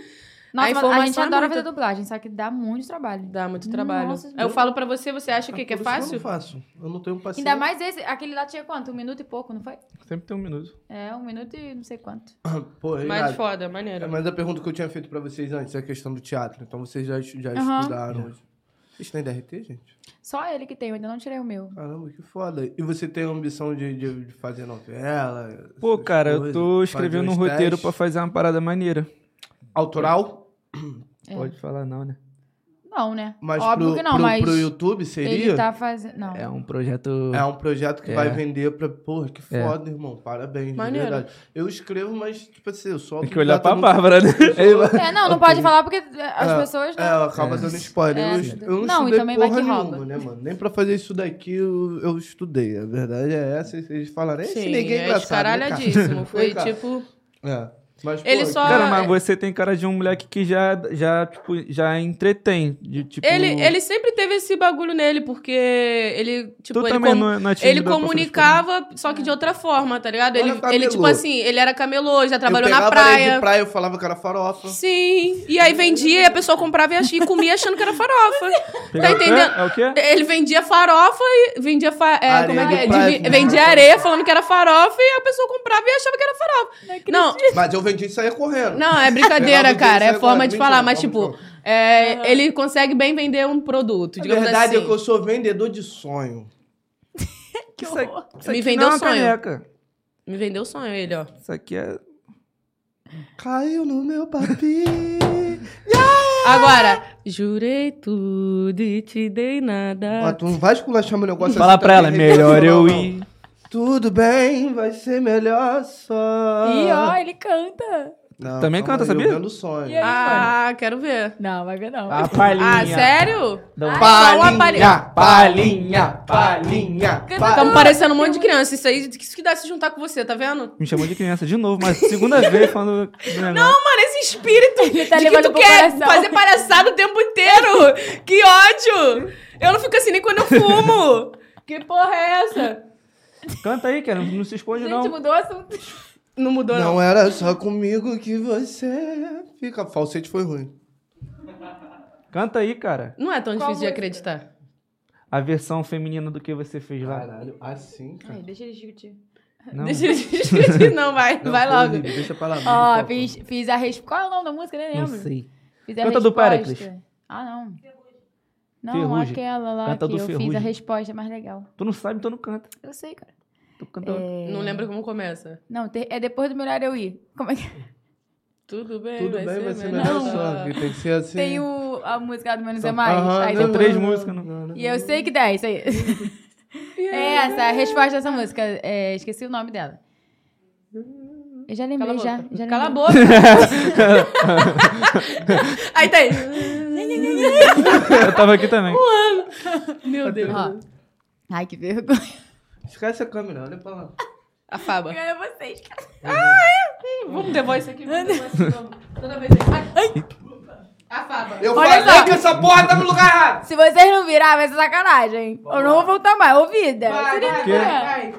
[SPEAKER 5] Nossa, mas a
[SPEAKER 2] informação
[SPEAKER 5] gente
[SPEAKER 2] é
[SPEAKER 5] adora
[SPEAKER 2] muita.
[SPEAKER 5] fazer dublagem, só que dá muito trabalho.
[SPEAKER 2] dá muito trabalho.
[SPEAKER 5] Nossa,
[SPEAKER 2] Aí eu falo pra você, você acha que, que é
[SPEAKER 1] Por isso Eu
[SPEAKER 2] fácil?
[SPEAKER 1] não faço. Eu não tenho paciência.
[SPEAKER 5] Ainda mais esse, aquele lá tinha quanto? Um minuto e pouco, não foi?
[SPEAKER 3] Sempre tem um minuto.
[SPEAKER 5] É, um minuto e não sei quanto.
[SPEAKER 1] Pô, é
[SPEAKER 2] Mas
[SPEAKER 1] irado.
[SPEAKER 2] foda,
[SPEAKER 1] É,
[SPEAKER 2] maneiro.
[SPEAKER 1] mas a pergunta que eu tinha feito pra vocês antes é a questão do teatro. Então vocês já, estu- já
[SPEAKER 5] Aham.
[SPEAKER 3] É.
[SPEAKER 1] estudaram. Vocês têm DRT, gente?
[SPEAKER 5] Só ele que tem, eu ainda não tirei o meu.
[SPEAKER 1] Caramba, que foda. E você tem a ambição de, de- de fazer novela?
[SPEAKER 3] Pô,
[SPEAKER 1] essas
[SPEAKER 3] cara, eu
[SPEAKER 1] coisas?
[SPEAKER 3] tô
[SPEAKER 1] Fazer
[SPEAKER 3] escrevendo um
[SPEAKER 1] uns
[SPEAKER 3] roteiro
[SPEAKER 1] testes?
[SPEAKER 3] pra fazer uma parada maneira.
[SPEAKER 1] Autoral?
[SPEAKER 5] É.
[SPEAKER 3] Pode falar não, né?
[SPEAKER 5] Não, né?
[SPEAKER 1] Mas
[SPEAKER 5] Óbvio
[SPEAKER 1] pro,
[SPEAKER 5] que não,
[SPEAKER 1] pro,
[SPEAKER 5] mas
[SPEAKER 1] pro YouTube seria?
[SPEAKER 5] ele tá fazendo... Não.
[SPEAKER 3] É um projeto...
[SPEAKER 1] É um projeto que
[SPEAKER 3] É.
[SPEAKER 1] vai vender pra. Porra, que
[SPEAKER 3] É.
[SPEAKER 1] foda, irmão. Parabéns,
[SPEAKER 2] Maneiro.
[SPEAKER 1] de verdade. Eu escrevo, mas, tipo assim, eu só.
[SPEAKER 3] Tem que olhar pra
[SPEAKER 1] eu não-
[SPEAKER 3] Bárbara, né? (laughs) Ei, mano.
[SPEAKER 1] (laughs)
[SPEAKER 5] É, não, não pode falar porque as
[SPEAKER 1] É,
[SPEAKER 5] pessoas...
[SPEAKER 1] É,
[SPEAKER 5] Né?
[SPEAKER 1] ela acaba dando spoiler.
[SPEAKER 5] É,
[SPEAKER 1] eu,
[SPEAKER 5] sim.
[SPEAKER 1] est- eu não,
[SPEAKER 5] Não, e
[SPEAKER 1] estudei
[SPEAKER 5] também vai
[SPEAKER 1] porra
[SPEAKER 5] que
[SPEAKER 1] nenhuma,
[SPEAKER 5] rouba.
[SPEAKER 1] né, mano? Nem pra fazer isso daqui eu, eu estudei. A verdade é essa. e Vocês falaram, esse
[SPEAKER 2] Sim,
[SPEAKER 1] ninguém é
[SPEAKER 2] é
[SPEAKER 1] engraçado, né, cara?"
[SPEAKER 2] descaralhadíssimo. Foi
[SPEAKER 1] Vem cá.
[SPEAKER 2] tipo.
[SPEAKER 1] É. Mas,
[SPEAKER 2] Ele
[SPEAKER 1] pô,
[SPEAKER 2] só-
[SPEAKER 3] Cara,
[SPEAKER 2] é-
[SPEAKER 3] mas você tem cara de um moleque que já, já tipo, já entretém. De, tipo,
[SPEAKER 2] Ele, ele sempre teve esse bagulho nele, porque ele,
[SPEAKER 3] Tu
[SPEAKER 2] tipo, ele
[SPEAKER 3] também
[SPEAKER 2] com-
[SPEAKER 3] não é- não né? é tímido
[SPEAKER 2] Ele
[SPEAKER 3] pra fazer
[SPEAKER 2] comunicava, só que de outra forma, tá ligado?
[SPEAKER 1] É. Olha
[SPEAKER 2] Ele,
[SPEAKER 1] o
[SPEAKER 2] ele, tipo
[SPEAKER 1] camelô.
[SPEAKER 2] assim, ele era camelô, já trabalhou
[SPEAKER 1] eu
[SPEAKER 2] na
[SPEAKER 1] pegava areia
[SPEAKER 2] praia.
[SPEAKER 1] de praia, eu falava que era
[SPEAKER 2] (laughs)
[SPEAKER 1] farofa.
[SPEAKER 2] Sim. E aí vendia e a pessoa comprava e ach- e comia achando que
[SPEAKER 1] (laughs)
[SPEAKER 2] era farofa.
[SPEAKER 3] coisas. Pegar o quê?
[SPEAKER 2] tá entendendo?
[SPEAKER 3] É o quê?
[SPEAKER 2] Ele vendia farofa e vendia fa é,
[SPEAKER 1] Areia
[SPEAKER 2] como é que
[SPEAKER 1] de
[SPEAKER 2] é?
[SPEAKER 1] praia,
[SPEAKER 2] Divi-
[SPEAKER 1] né?
[SPEAKER 2] vendia areia falando que era farofa e a pessoa comprava e achava que era
[SPEAKER 1] É.
[SPEAKER 2] farofa. Não,
[SPEAKER 1] Mas eu vendi e saía correndo.
[SPEAKER 2] não,
[SPEAKER 1] Pegava
[SPEAKER 2] é brincadeira,
[SPEAKER 1] o
[SPEAKER 2] cara.
[SPEAKER 1] dinheiro
[SPEAKER 2] É
[SPEAKER 1] e saía
[SPEAKER 2] forma
[SPEAKER 1] correndo.
[SPEAKER 2] de falar,
[SPEAKER 1] Mentira,
[SPEAKER 2] mas
[SPEAKER 1] forma de
[SPEAKER 2] tipo, é, ele consegue bem vender um produto,
[SPEAKER 1] A
[SPEAKER 2] digamos
[SPEAKER 1] verdade
[SPEAKER 2] assim.
[SPEAKER 1] é que eu sou vendedor de sonho.
[SPEAKER 5] Que
[SPEAKER 3] Isso aí-
[SPEAKER 5] horror.
[SPEAKER 3] isso
[SPEAKER 2] É, Me
[SPEAKER 3] aqui
[SPEAKER 2] vendeu um
[SPEAKER 3] não é uma
[SPEAKER 2] sonho.
[SPEAKER 3] caneca.
[SPEAKER 2] Me vendeu o sonho ele, ó.
[SPEAKER 3] Isso aqui é...
[SPEAKER 1] Caiu no meu papi.
[SPEAKER 2] Agora, jurei tudo e te dei
[SPEAKER 1] Ó,
[SPEAKER 2] nada.
[SPEAKER 1] tu não vai esculachar meu negócio
[SPEAKER 2] tá
[SPEAKER 3] Fala
[SPEAKER 1] assim
[SPEAKER 3] pra ela,
[SPEAKER 1] também,
[SPEAKER 3] melhor
[SPEAKER 1] não,
[SPEAKER 3] eu
[SPEAKER 1] não.
[SPEAKER 3] ir...
[SPEAKER 1] Tudo bem, vai ser melhor só.
[SPEAKER 5] E ó, ele canta.
[SPEAKER 1] Não,
[SPEAKER 3] Também
[SPEAKER 1] calma
[SPEAKER 3] canta,
[SPEAKER 1] aí,
[SPEAKER 3] sabia?
[SPEAKER 1] Eu vendo sonho.
[SPEAKER 5] E aí?
[SPEAKER 2] Ah, quero ver.
[SPEAKER 5] Não, vai ver não.
[SPEAKER 3] A palhinha.
[SPEAKER 2] Ah, sério?
[SPEAKER 3] Não.
[SPEAKER 5] Ah,
[SPEAKER 2] Palinha,
[SPEAKER 1] um Palinha, palinha, palinha,
[SPEAKER 2] Estamos parecendo um monte de criança. Isso aí, isso que dá se juntar com você, tá vendo?
[SPEAKER 3] Me chamou de criança de novo, mas
[SPEAKER 2] (laughs)
[SPEAKER 3] segunda vez falando. do negócio.
[SPEAKER 2] Mano, esse espírito
[SPEAKER 5] tá
[SPEAKER 2] de que
[SPEAKER 5] levando
[SPEAKER 2] tu
[SPEAKER 5] pro
[SPEAKER 2] quer
[SPEAKER 5] coração.
[SPEAKER 2] fazer palhaçada o tempo inteiro. Que ódio! Eu não fico assim nem quando eu fumo. que porra é essa?
[SPEAKER 3] Canta aí, cara. Não se esconde,
[SPEAKER 5] Gente,
[SPEAKER 3] não.
[SPEAKER 5] mudou o assunto.
[SPEAKER 2] Não mudou, não.
[SPEAKER 1] Não era só comigo que você fica. Falsete foi ruim.
[SPEAKER 3] Canta aí, cara.
[SPEAKER 2] Não é tão
[SPEAKER 4] Qual
[SPEAKER 2] difícil de
[SPEAKER 4] música?
[SPEAKER 2] acreditar.
[SPEAKER 3] A versão feminina do que você fez lá.
[SPEAKER 1] Caralho, assim, cara.
[SPEAKER 4] Ai, deixa ele discutir.
[SPEAKER 3] Não.
[SPEAKER 2] Deixa eu discutir, não, vai,
[SPEAKER 1] Não,
[SPEAKER 2] vai
[SPEAKER 1] foi
[SPEAKER 2] logo.
[SPEAKER 1] horrível, Deixa pra lá.
[SPEAKER 5] Ó,
[SPEAKER 1] por favor.
[SPEAKER 5] Ah, fiz, fiz a resposta. Qual é o nome da música? Nem
[SPEAKER 3] Ah, Não
[SPEAKER 5] lembro.
[SPEAKER 3] sei.
[SPEAKER 5] Fiz a
[SPEAKER 3] Canta do
[SPEAKER 5] resposta.
[SPEAKER 3] Péricles.
[SPEAKER 5] Ah, não. Não,
[SPEAKER 3] Ferrugem.
[SPEAKER 5] aquela lá
[SPEAKER 3] Canta
[SPEAKER 5] que
[SPEAKER 3] do
[SPEAKER 5] eu fiz a
[SPEAKER 3] Ferrugem.
[SPEAKER 5] resposta é mais legal.
[SPEAKER 3] Tu não sabe, então não canta.
[SPEAKER 5] Eu sei, cara.
[SPEAKER 3] Tu
[SPEAKER 2] É.
[SPEAKER 3] canta outra. (laughs)
[SPEAKER 2] Não lembro como começa.
[SPEAKER 5] Não, ter- é depois do melhor eu ir. Como é que
[SPEAKER 2] Tudo bem,
[SPEAKER 1] Tudo
[SPEAKER 2] vai
[SPEAKER 1] bem,
[SPEAKER 2] ser
[SPEAKER 1] vai ser
[SPEAKER 2] melhor.
[SPEAKER 1] melhor só. que Tem que ser assim.
[SPEAKER 5] tem o, a música do Menos é Mais?
[SPEAKER 1] Aham,
[SPEAKER 5] Aí
[SPEAKER 1] não,
[SPEAKER 5] depois-
[SPEAKER 3] três
[SPEAKER 1] não,
[SPEAKER 3] músicas, não.
[SPEAKER 1] não, não.
[SPEAKER 5] E eu sei que dá, isso aí. É essa, a resposta dessa música. É, esqueci o nome dela. Eu já
[SPEAKER 2] Cala a
[SPEAKER 5] lembrei, já.
[SPEAKER 2] boca.
[SPEAKER 5] já
[SPEAKER 2] Cala a
[SPEAKER 5] lembrei.
[SPEAKER 2] boca. Aí tá aí.
[SPEAKER 5] (laughs)
[SPEAKER 3] Eu tava aqui também.
[SPEAKER 2] Meu Deus.
[SPEAKER 5] Ó. (laughs) Ai, que vergonha.
[SPEAKER 1] Esquece a câmera, olha pra lá.
[SPEAKER 2] A Faba.
[SPEAKER 5] É vocês, cara.
[SPEAKER 2] Vamos devolver isso aqui. Vamos devolver isso de novo. Toda vez aqui. A Faba.
[SPEAKER 1] Eu
[SPEAKER 5] Olha
[SPEAKER 1] falei
[SPEAKER 5] só.
[SPEAKER 1] que essa porra tá no lugar errado.
[SPEAKER 5] Se vocês não virar, vai ser sacanagem. hein? Eu não vou voltar mais. Ô, vida.
[SPEAKER 2] Vai,
[SPEAKER 5] se liga,
[SPEAKER 2] vai,
[SPEAKER 5] né?
[SPEAKER 2] vai, vai.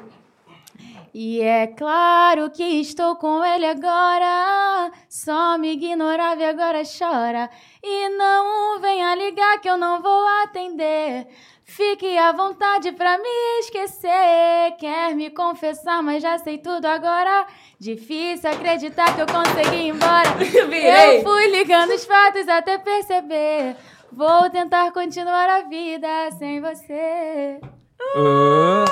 [SPEAKER 5] E é claro que estou com ele agora. Só me ignorava e agora chora. E não venha ligar que eu não vou atender. Fique à vontade pra me esquecer. Quer me confessar, mas já sei tudo agora. Difícil acreditar que eu consegui ir embora.
[SPEAKER 2] Virei.
[SPEAKER 5] Eu fui ligando os fatos até perceber. Vou tentar continuar a vida sem você.
[SPEAKER 3] Ah,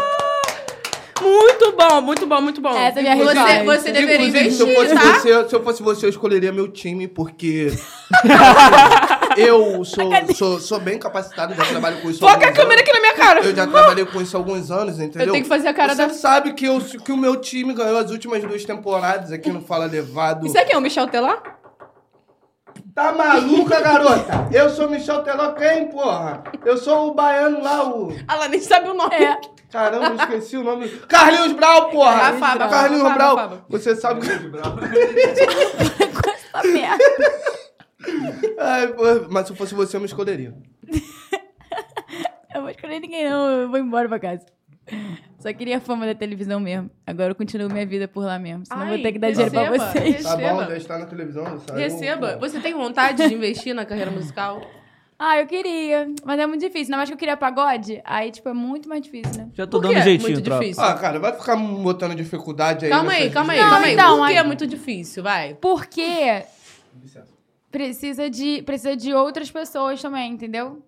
[SPEAKER 2] Muito bom, muito bom, muito bom.
[SPEAKER 5] Essa é minha
[SPEAKER 2] você,
[SPEAKER 5] resposta.
[SPEAKER 2] você deveria
[SPEAKER 1] Inclusive, se eu,
[SPEAKER 2] investir,
[SPEAKER 1] fosse
[SPEAKER 2] tá?
[SPEAKER 1] você, se eu fosse você, eu escolheria meu time,
[SPEAKER 2] (laughs)
[SPEAKER 1] porque. eu sou, sou, sou bem capacitado, já trabalho com isso. há
[SPEAKER 2] Foca a
[SPEAKER 1] alguns anos.
[SPEAKER 2] câmera aqui na minha cara.
[SPEAKER 1] Eu já trabalhei com isso há alguns anos, entendeu?
[SPEAKER 2] Eu tenho que fazer a cara
[SPEAKER 1] Você
[SPEAKER 2] da-
[SPEAKER 1] sabe que, eu, que o meu time ganhou as últimas duas temporadas aqui no Fala Levado.
[SPEAKER 2] Isso aqui é o Michel Teló?
[SPEAKER 1] Tá maluca, garota? Eu sou Michel Teló quem, porra? Eu sou o baiano lá, o...
[SPEAKER 2] Ela nem sabe o nome. É.
[SPEAKER 1] Caramba, eu esqueci o nome. Carlinhos Brau, porra!
[SPEAKER 2] A Fábio,
[SPEAKER 1] Carlinhos
[SPEAKER 2] Fábio,
[SPEAKER 1] Brau.
[SPEAKER 2] Fábio.
[SPEAKER 1] Você sabe que... (laughs)
[SPEAKER 5] Essa merda.
[SPEAKER 1] Ai, pô, mas se fosse você, eu me escolheria.
[SPEAKER 5] Eu vou escolher ninguém, não. Eu vou embora pra casa. Só queria a fama da televisão mesmo. Agora eu continuo minha vida por lá mesmo. Senão eu vou ter que dar dinheiro pra
[SPEAKER 2] receba,
[SPEAKER 5] vocês.
[SPEAKER 1] Tá bom, já
[SPEAKER 2] Receba.
[SPEAKER 1] está na televisão, sabe?
[SPEAKER 2] Receba. Você tem vontade de investir na carreira musical?
[SPEAKER 5] Ah, eu queria. Mas é muito difícil. Ainda mais que eu queria pagode. Aí, tipo, é muito mais difícil, né?
[SPEAKER 3] já tô
[SPEAKER 2] Por
[SPEAKER 3] dando
[SPEAKER 2] quê?
[SPEAKER 3] jeitinho,
[SPEAKER 2] Muito
[SPEAKER 3] tropa.
[SPEAKER 2] difícil.
[SPEAKER 1] Ah, é, cara, vai ficar botando dificuldade aí.
[SPEAKER 2] Calma aí,
[SPEAKER 1] nessas
[SPEAKER 2] calma aí,
[SPEAKER 5] Não,
[SPEAKER 2] calma aí.
[SPEAKER 5] então,
[SPEAKER 2] Por que
[SPEAKER 5] aí-
[SPEAKER 2] é muito difícil, vai?
[SPEAKER 5] Porque
[SPEAKER 1] Licença.
[SPEAKER 5] precisa de, precisa de outras pessoas também, entendeu?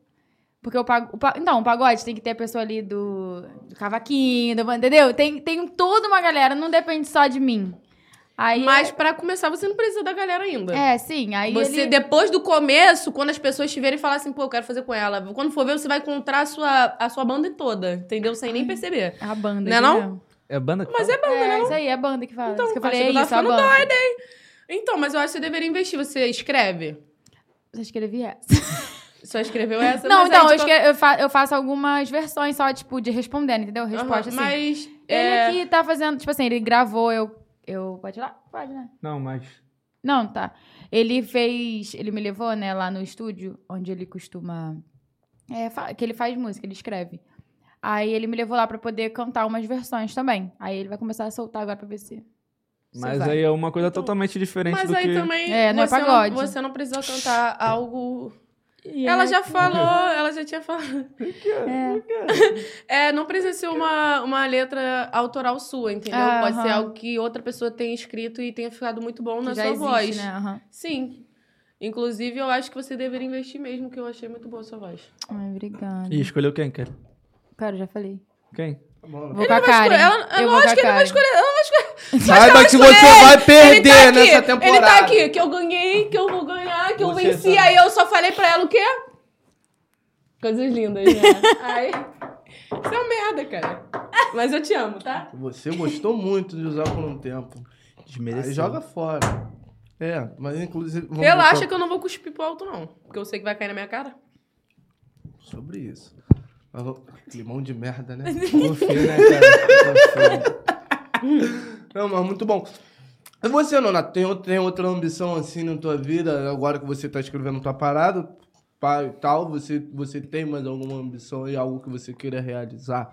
[SPEAKER 5] Porque o pagode. Então, o pagode tem que ter a pessoa ali do, do cavaquinho, do, ban- entendeu? Tem, tem toda uma galera, não depende só de mim. Aí.
[SPEAKER 2] Mas pra começar, você não precisa da galera ainda.
[SPEAKER 5] É, sim. Aí
[SPEAKER 2] Você,
[SPEAKER 5] ele-
[SPEAKER 2] depois do começo, quando as pessoas estiverem e falar assim, pô, eu quero fazer com ela. Quando for ver, você vai encontrar a sua, a sua banda toda, entendeu? Sem nem perceber.
[SPEAKER 5] A banda.
[SPEAKER 2] Não é não?
[SPEAKER 5] entendeu?
[SPEAKER 3] É banda que
[SPEAKER 2] Mas
[SPEAKER 3] fala?
[SPEAKER 2] é banda, né?
[SPEAKER 5] É, isso aí, é a banda que fala.
[SPEAKER 2] Então,
[SPEAKER 5] isso que eu
[SPEAKER 2] acho
[SPEAKER 5] falei,
[SPEAKER 2] que
[SPEAKER 5] é
[SPEAKER 2] eu tava
[SPEAKER 5] isso, a
[SPEAKER 2] ficando
[SPEAKER 5] banda.
[SPEAKER 2] Então, mas eu acho que você deveria investir. Você escreve?
[SPEAKER 5] Já escrevi essa.
[SPEAKER 2] Só
[SPEAKER 5] (laughs)
[SPEAKER 2] escreveu essa? mas
[SPEAKER 5] Não, então,
[SPEAKER 2] aí,
[SPEAKER 5] eu,
[SPEAKER 2] tipo,
[SPEAKER 5] esque- eu, fa- eu faço algumas versões só, tipo, de respondendo, entendeu?
[SPEAKER 2] aham,
[SPEAKER 5] Resposta, assim.
[SPEAKER 2] Mas...
[SPEAKER 5] Ele
[SPEAKER 2] é,
[SPEAKER 5] aqui tá fazendo, tipo assim, ele gravou, eu... eu... Pode ir lá? Pode, né?
[SPEAKER 3] Não, mas.
[SPEAKER 5] Não, tá. Ele fez... Ele me levou, né, lá no estúdio, onde ele costuma... É, fa- que ele faz música, ele escreve. Aí ele me levou lá pra poder cantar umas versões também. Aí ele vai começar a soltar agora pra ver se... se
[SPEAKER 3] Mas
[SPEAKER 5] vai.
[SPEAKER 3] aí é uma coisa totalmente diferente
[SPEAKER 2] Então, Mas
[SPEAKER 3] do
[SPEAKER 2] aí
[SPEAKER 3] que.
[SPEAKER 2] também
[SPEAKER 5] É, não é
[SPEAKER 2] você,
[SPEAKER 5] pagode.
[SPEAKER 2] você não precisa cantar algo.
[SPEAKER 5] E
[SPEAKER 2] Ela
[SPEAKER 5] (laughs) é-
[SPEAKER 2] já falou, ela já tinha falado. (laughs) É, não precisa ser uma, uma letra autoral sua, entendeu?
[SPEAKER 5] Ah,
[SPEAKER 2] Pode ser
[SPEAKER 5] aham.
[SPEAKER 2] algo que outra pessoa tenha escrito e tenha ficado muito bom na
[SPEAKER 5] já
[SPEAKER 2] sua
[SPEAKER 5] existe,
[SPEAKER 2] voz.
[SPEAKER 5] né? Aham.
[SPEAKER 2] Sim. Inclusive, eu acho que você deveria investir mesmo, que eu achei muito boa a sua voz.
[SPEAKER 5] Ai, obrigada.
[SPEAKER 3] E escolheu quem, cara?
[SPEAKER 5] Cara, eu já falei.
[SPEAKER 3] Quem?
[SPEAKER 1] Tá bom.
[SPEAKER 5] Vou com a Karen.
[SPEAKER 2] escolher- ela- é
[SPEAKER 5] eu vou com
[SPEAKER 2] lógico
[SPEAKER 5] a
[SPEAKER 2] que ele vai
[SPEAKER 5] Karen.
[SPEAKER 2] escolher. Ela vai escolher.
[SPEAKER 1] Saiba que
[SPEAKER 2] escolher
[SPEAKER 1] você vai
[SPEAKER 2] Ele tá
[SPEAKER 1] perder
[SPEAKER 2] aqui,
[SPEAKER 1] nessa temporada.
[SPEAKER 2] Ele tá aqui, que eu ganhei, que eu vou ganhar, que eu
[SPEAKER 1] Você
[SPEAKER 2] venci.
[SPEAKER 1] sabe.
[SPEAKER 2] Aí eu só falei pra ela o quê? Coisas lindas,
[SPEAKER 5] (laughs)
[SPEAKER 2] né? Aí. Isso é uma merda, cara. Mas eu te amo, tá?
[SPEAKER 1] Você gostou muito de usar por um tempo. Aí
[SPEAKER 3] Desmereceu.
[SPEAKER 1] joga fora. É, mas inclusive. vamos
[SPEAKER 2] Relaxa
[SPEAKER 1] voltar
[SPEAKER 2] que eu não vou cuspir pro alto, não. Porque eu sei que vai cair na minha cara.
[SPEAKER 1] Sobre isso. Mas vamos- Limão de merda,
[SPEAKER 5] (laughs)
[SPEAKER 1] né?
[SPEAKER 3] Confio, né, cara? Confio.
[SPEAKER 1] Não, mas muito bom. E você, Nona, tem, ou- tem outra ambição assim na tua vida, agora que você tá escrevendo tua parada pai, e tal? Você, você tem mais alguma ambição e algo que você queira realizar?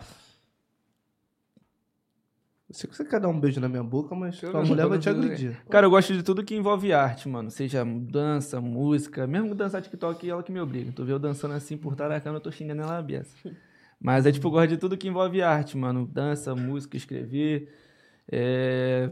[SPEAKER 1] Eu sei que você quer dar um beijo na minha boca, mas
[SPEAKER 3] Eu
[SPEAKER 1] tua
[SPEAKER 3] não-
[SPEAKER 1] mulher
[SPEAKER 3] eu
[SPEAKER 1] vai
[SPEAKER 3] não
[SPEAKER 1] te
[SPEAKER 3] tô-
[SPEAKER 1] agredir.
[SPEAKER 3] Cara, eu gosto de tudo que envolve arte, mano. Seja dança, música. Mesmo dançar TikTok, é ela que me obriga. Tu vê eu dançando assim por trás da câmera, eu tô xingando ela a beça. Mas é tipo, eu gosto de tudo que envolve arte, mano. Dança, música, escrever. É...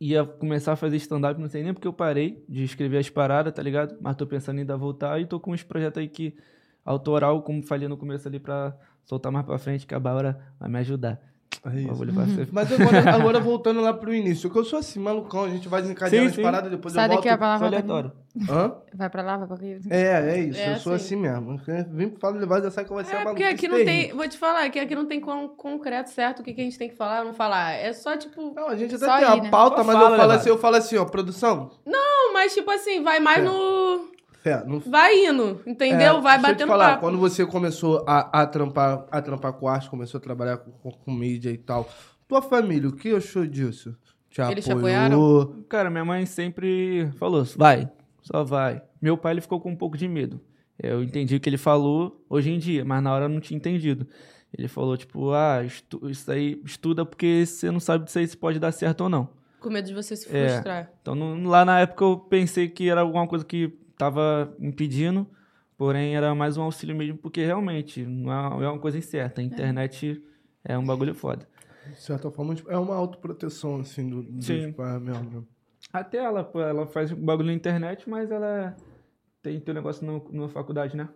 [SPEAKER 3] Ia começar a fazer stand-up, não sei nem porque eu parei de escrever as paradas, tá ligado? Mas tô pensando em ainda voltar e tô com uns projetos aí que. Autoral, como falei no começo ali, pra soltar mais pra frente, que a Bárbara vai me ajudar.
[SPEAKER 1] É
[SPEAKER 3] Eu
[SPEAKER 1] isso.
[SPEAKER 3] vou levar você-
[SPEAKER 1] Mas agora,
[SPEAKER 3] (laughs)
[SPEAKER 1] agora voltando lá pro início, que eu sou assim, malucão, a gente vai desencadeando
[SPEAKER 3] Sim,
[SPEAKER 1] as
[SPEAKER 3] sim.
[SPEAKER 1] paradas, depois
[SPEAKER 5] Sai
[SPEAKER 1] eu volto.
[SPEAKER 5] daqui, a palavra. volta aqui.
[SPEAKER 3] Aleatório.
[SPEAKER 1] Hã?
[SPEAKER 5] Vai pra lá, vai pra cá.
[SPEAKER 1] É, é isso,
[SPEAKER 2] É
[SPEAKER 1] eu sou assim,
[SPEAKER 2] assim.
[SPEAKER 1] mesmo. Vim falar levar dessa que vai ser a
[SPEAKER 2] É, porque
[SPEAKER 1] maluquice
[SPEAKER 2] aqui não
[SPEAKER 1] terrível.
[SPEAKER 2] tem. Vou te falar, que aqui não tem con- concreto certo o que, que a gente tem que falar ou não falar. É só, tipo.
[SPEAKER 1] Não, a gente até
[SPEAKER 5] Só
[SPEAKER 1] tem
[SPEAKER 5] aí,
[SPEAKER 1] a
[SPEAKER 5] né?
[SPEAKER 1] pauta,
[SPEAKER 3] Só
[SPEAKER 1] mas eu
[SPEAKER 3] fala,
[SPEAKER 1] falo
[SPEAKER 3] Levar.
[SPEAKER 1] assim, eu falo assim, ó, produção,
[SPEAKER 2] Não, mas, tipo assim, vai mais
[SPEAKER 1] É.
[SPEAKER 2] no.
[SPEAKER 1] fé, não
[SPEAKER 2] Vai indo, entendeu?
[SPEAKER 1] É, deixa
[SPEAKER 2] vai
[SPEAKER 1] eu te
[SPEAKER 2] batendo
[SPEAKER 1] falar,
[SPEAKER 2] papo.
[SPEAKER 1] Quando você começou a, a, trampar, a trampar com arte, começou a trabalhar com, com, com mídia e tal, tua família, o que achou disso? Te
[SPEAKER 2] Eles te
[SPEAKER 1] apoiou?
[SPEAKER 3] Cara, minha mãe sempre falou, vai, só vai. Meu pai, ele ficou com um pouco de medo. Eu entendi o que ele falou hoje em dia, mas na hora eu não tinha entendido. Ele falou, tipo, ah, estu- isso aí, estuda porque você não sabe disso aí se pode dar certo ou não.
[SPEAKER 2] Com medo de você se
[SPEAKER 3] É.
[SPEAKER 2] frustrar.
[SPEAKER 3] Então, não- lá na época eu pensei que era alguma coisa que tava impedindo, porém era mais um auxílio mesmo, porque realmente não é é uma coisa incerta. A internet é um bagulho foda.
[SPEAKER 1] De certa forma, tipo, é uma autoproteção, assim, do, dos
[SPEAKER 3] Sim.
[SPEAKER 1] pais mesmo.
[SPEAKER 3] Até ela, pô, ela faz bagulho na internet, mas ela tem teu negócio no- na faculdade, né?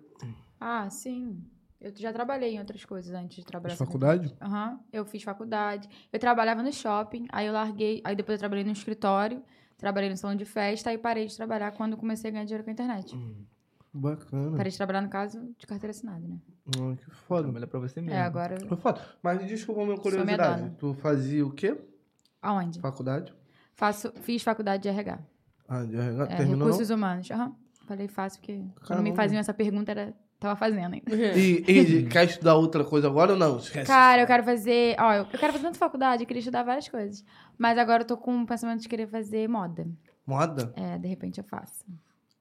[SPEAKER 5] Ah, sim. Eu já trabalhei em outras coisas antes de trabalhar.
[SPEAKER 1] De
[SPEAKER 2] né?
[SPEAKER 5] com-
[SPEAKER 1] faculdade?
[SPEAKER 5] Aham. Eu fiz faculdade. Eu trabalhava no shopping, aí eu larguei. Aí depois eu trabalhei no escritório, trabalhei no salão de festa, aí parei de trabalhar quando comecei a ganhar dinheiro com a internet.
[SPEAKER 1] Uhum. Bacana.
[SPEAKER 5] Parei de trabalhar, no caso, de carteira assinada, né?
[SPEAKER 1] Ah, que foda.
[SPEAKER 3] Trabalha pra você mesmo.
[SPEAKER 5] É,
[SPEAKER 3] (laughs)
[SPEAKER 5] agora.
[SPEAKER 1] Foi foda. Mas desculpa a minha
[SPEAKER 5] Sou minha
[SPEAKER 1] curiosidade.
[SPEAKER 5] dona.
[SPEAKER 1] tu fazia o quê?
[SPEAKER 5] Aonde?
[SPEAKER 1] Faculdade?
[SPEAKER 5] Faço, fiz faculdade de RH.
[SPEAKER 1] Ah, de RH.
[SPEAKER 5] É,
[SPEAKER 1] Terminou? não?
[SPEAKER 5] recursos humanos. Aham. Falei fácil, porque quando
[SPEAKER 1] Caramba.
[SPEAKER 5] me faziam essa pergunta, era... tava fazendo ainda.
[SPEAKER 1] (laughs) E, e quer estudar outra coisa agora ou não? Esquece.
[SPEAKER 5] Cara, eu quero fazer. Ó, eu eu quero fazer tanto faculdade, eu queria estudar várias coisas. Mas agora eu tô com o pensamento de querer fazer moda.
[SPEAKER 1] Moda?
[SPEAKER 5] É, de repente eu faço.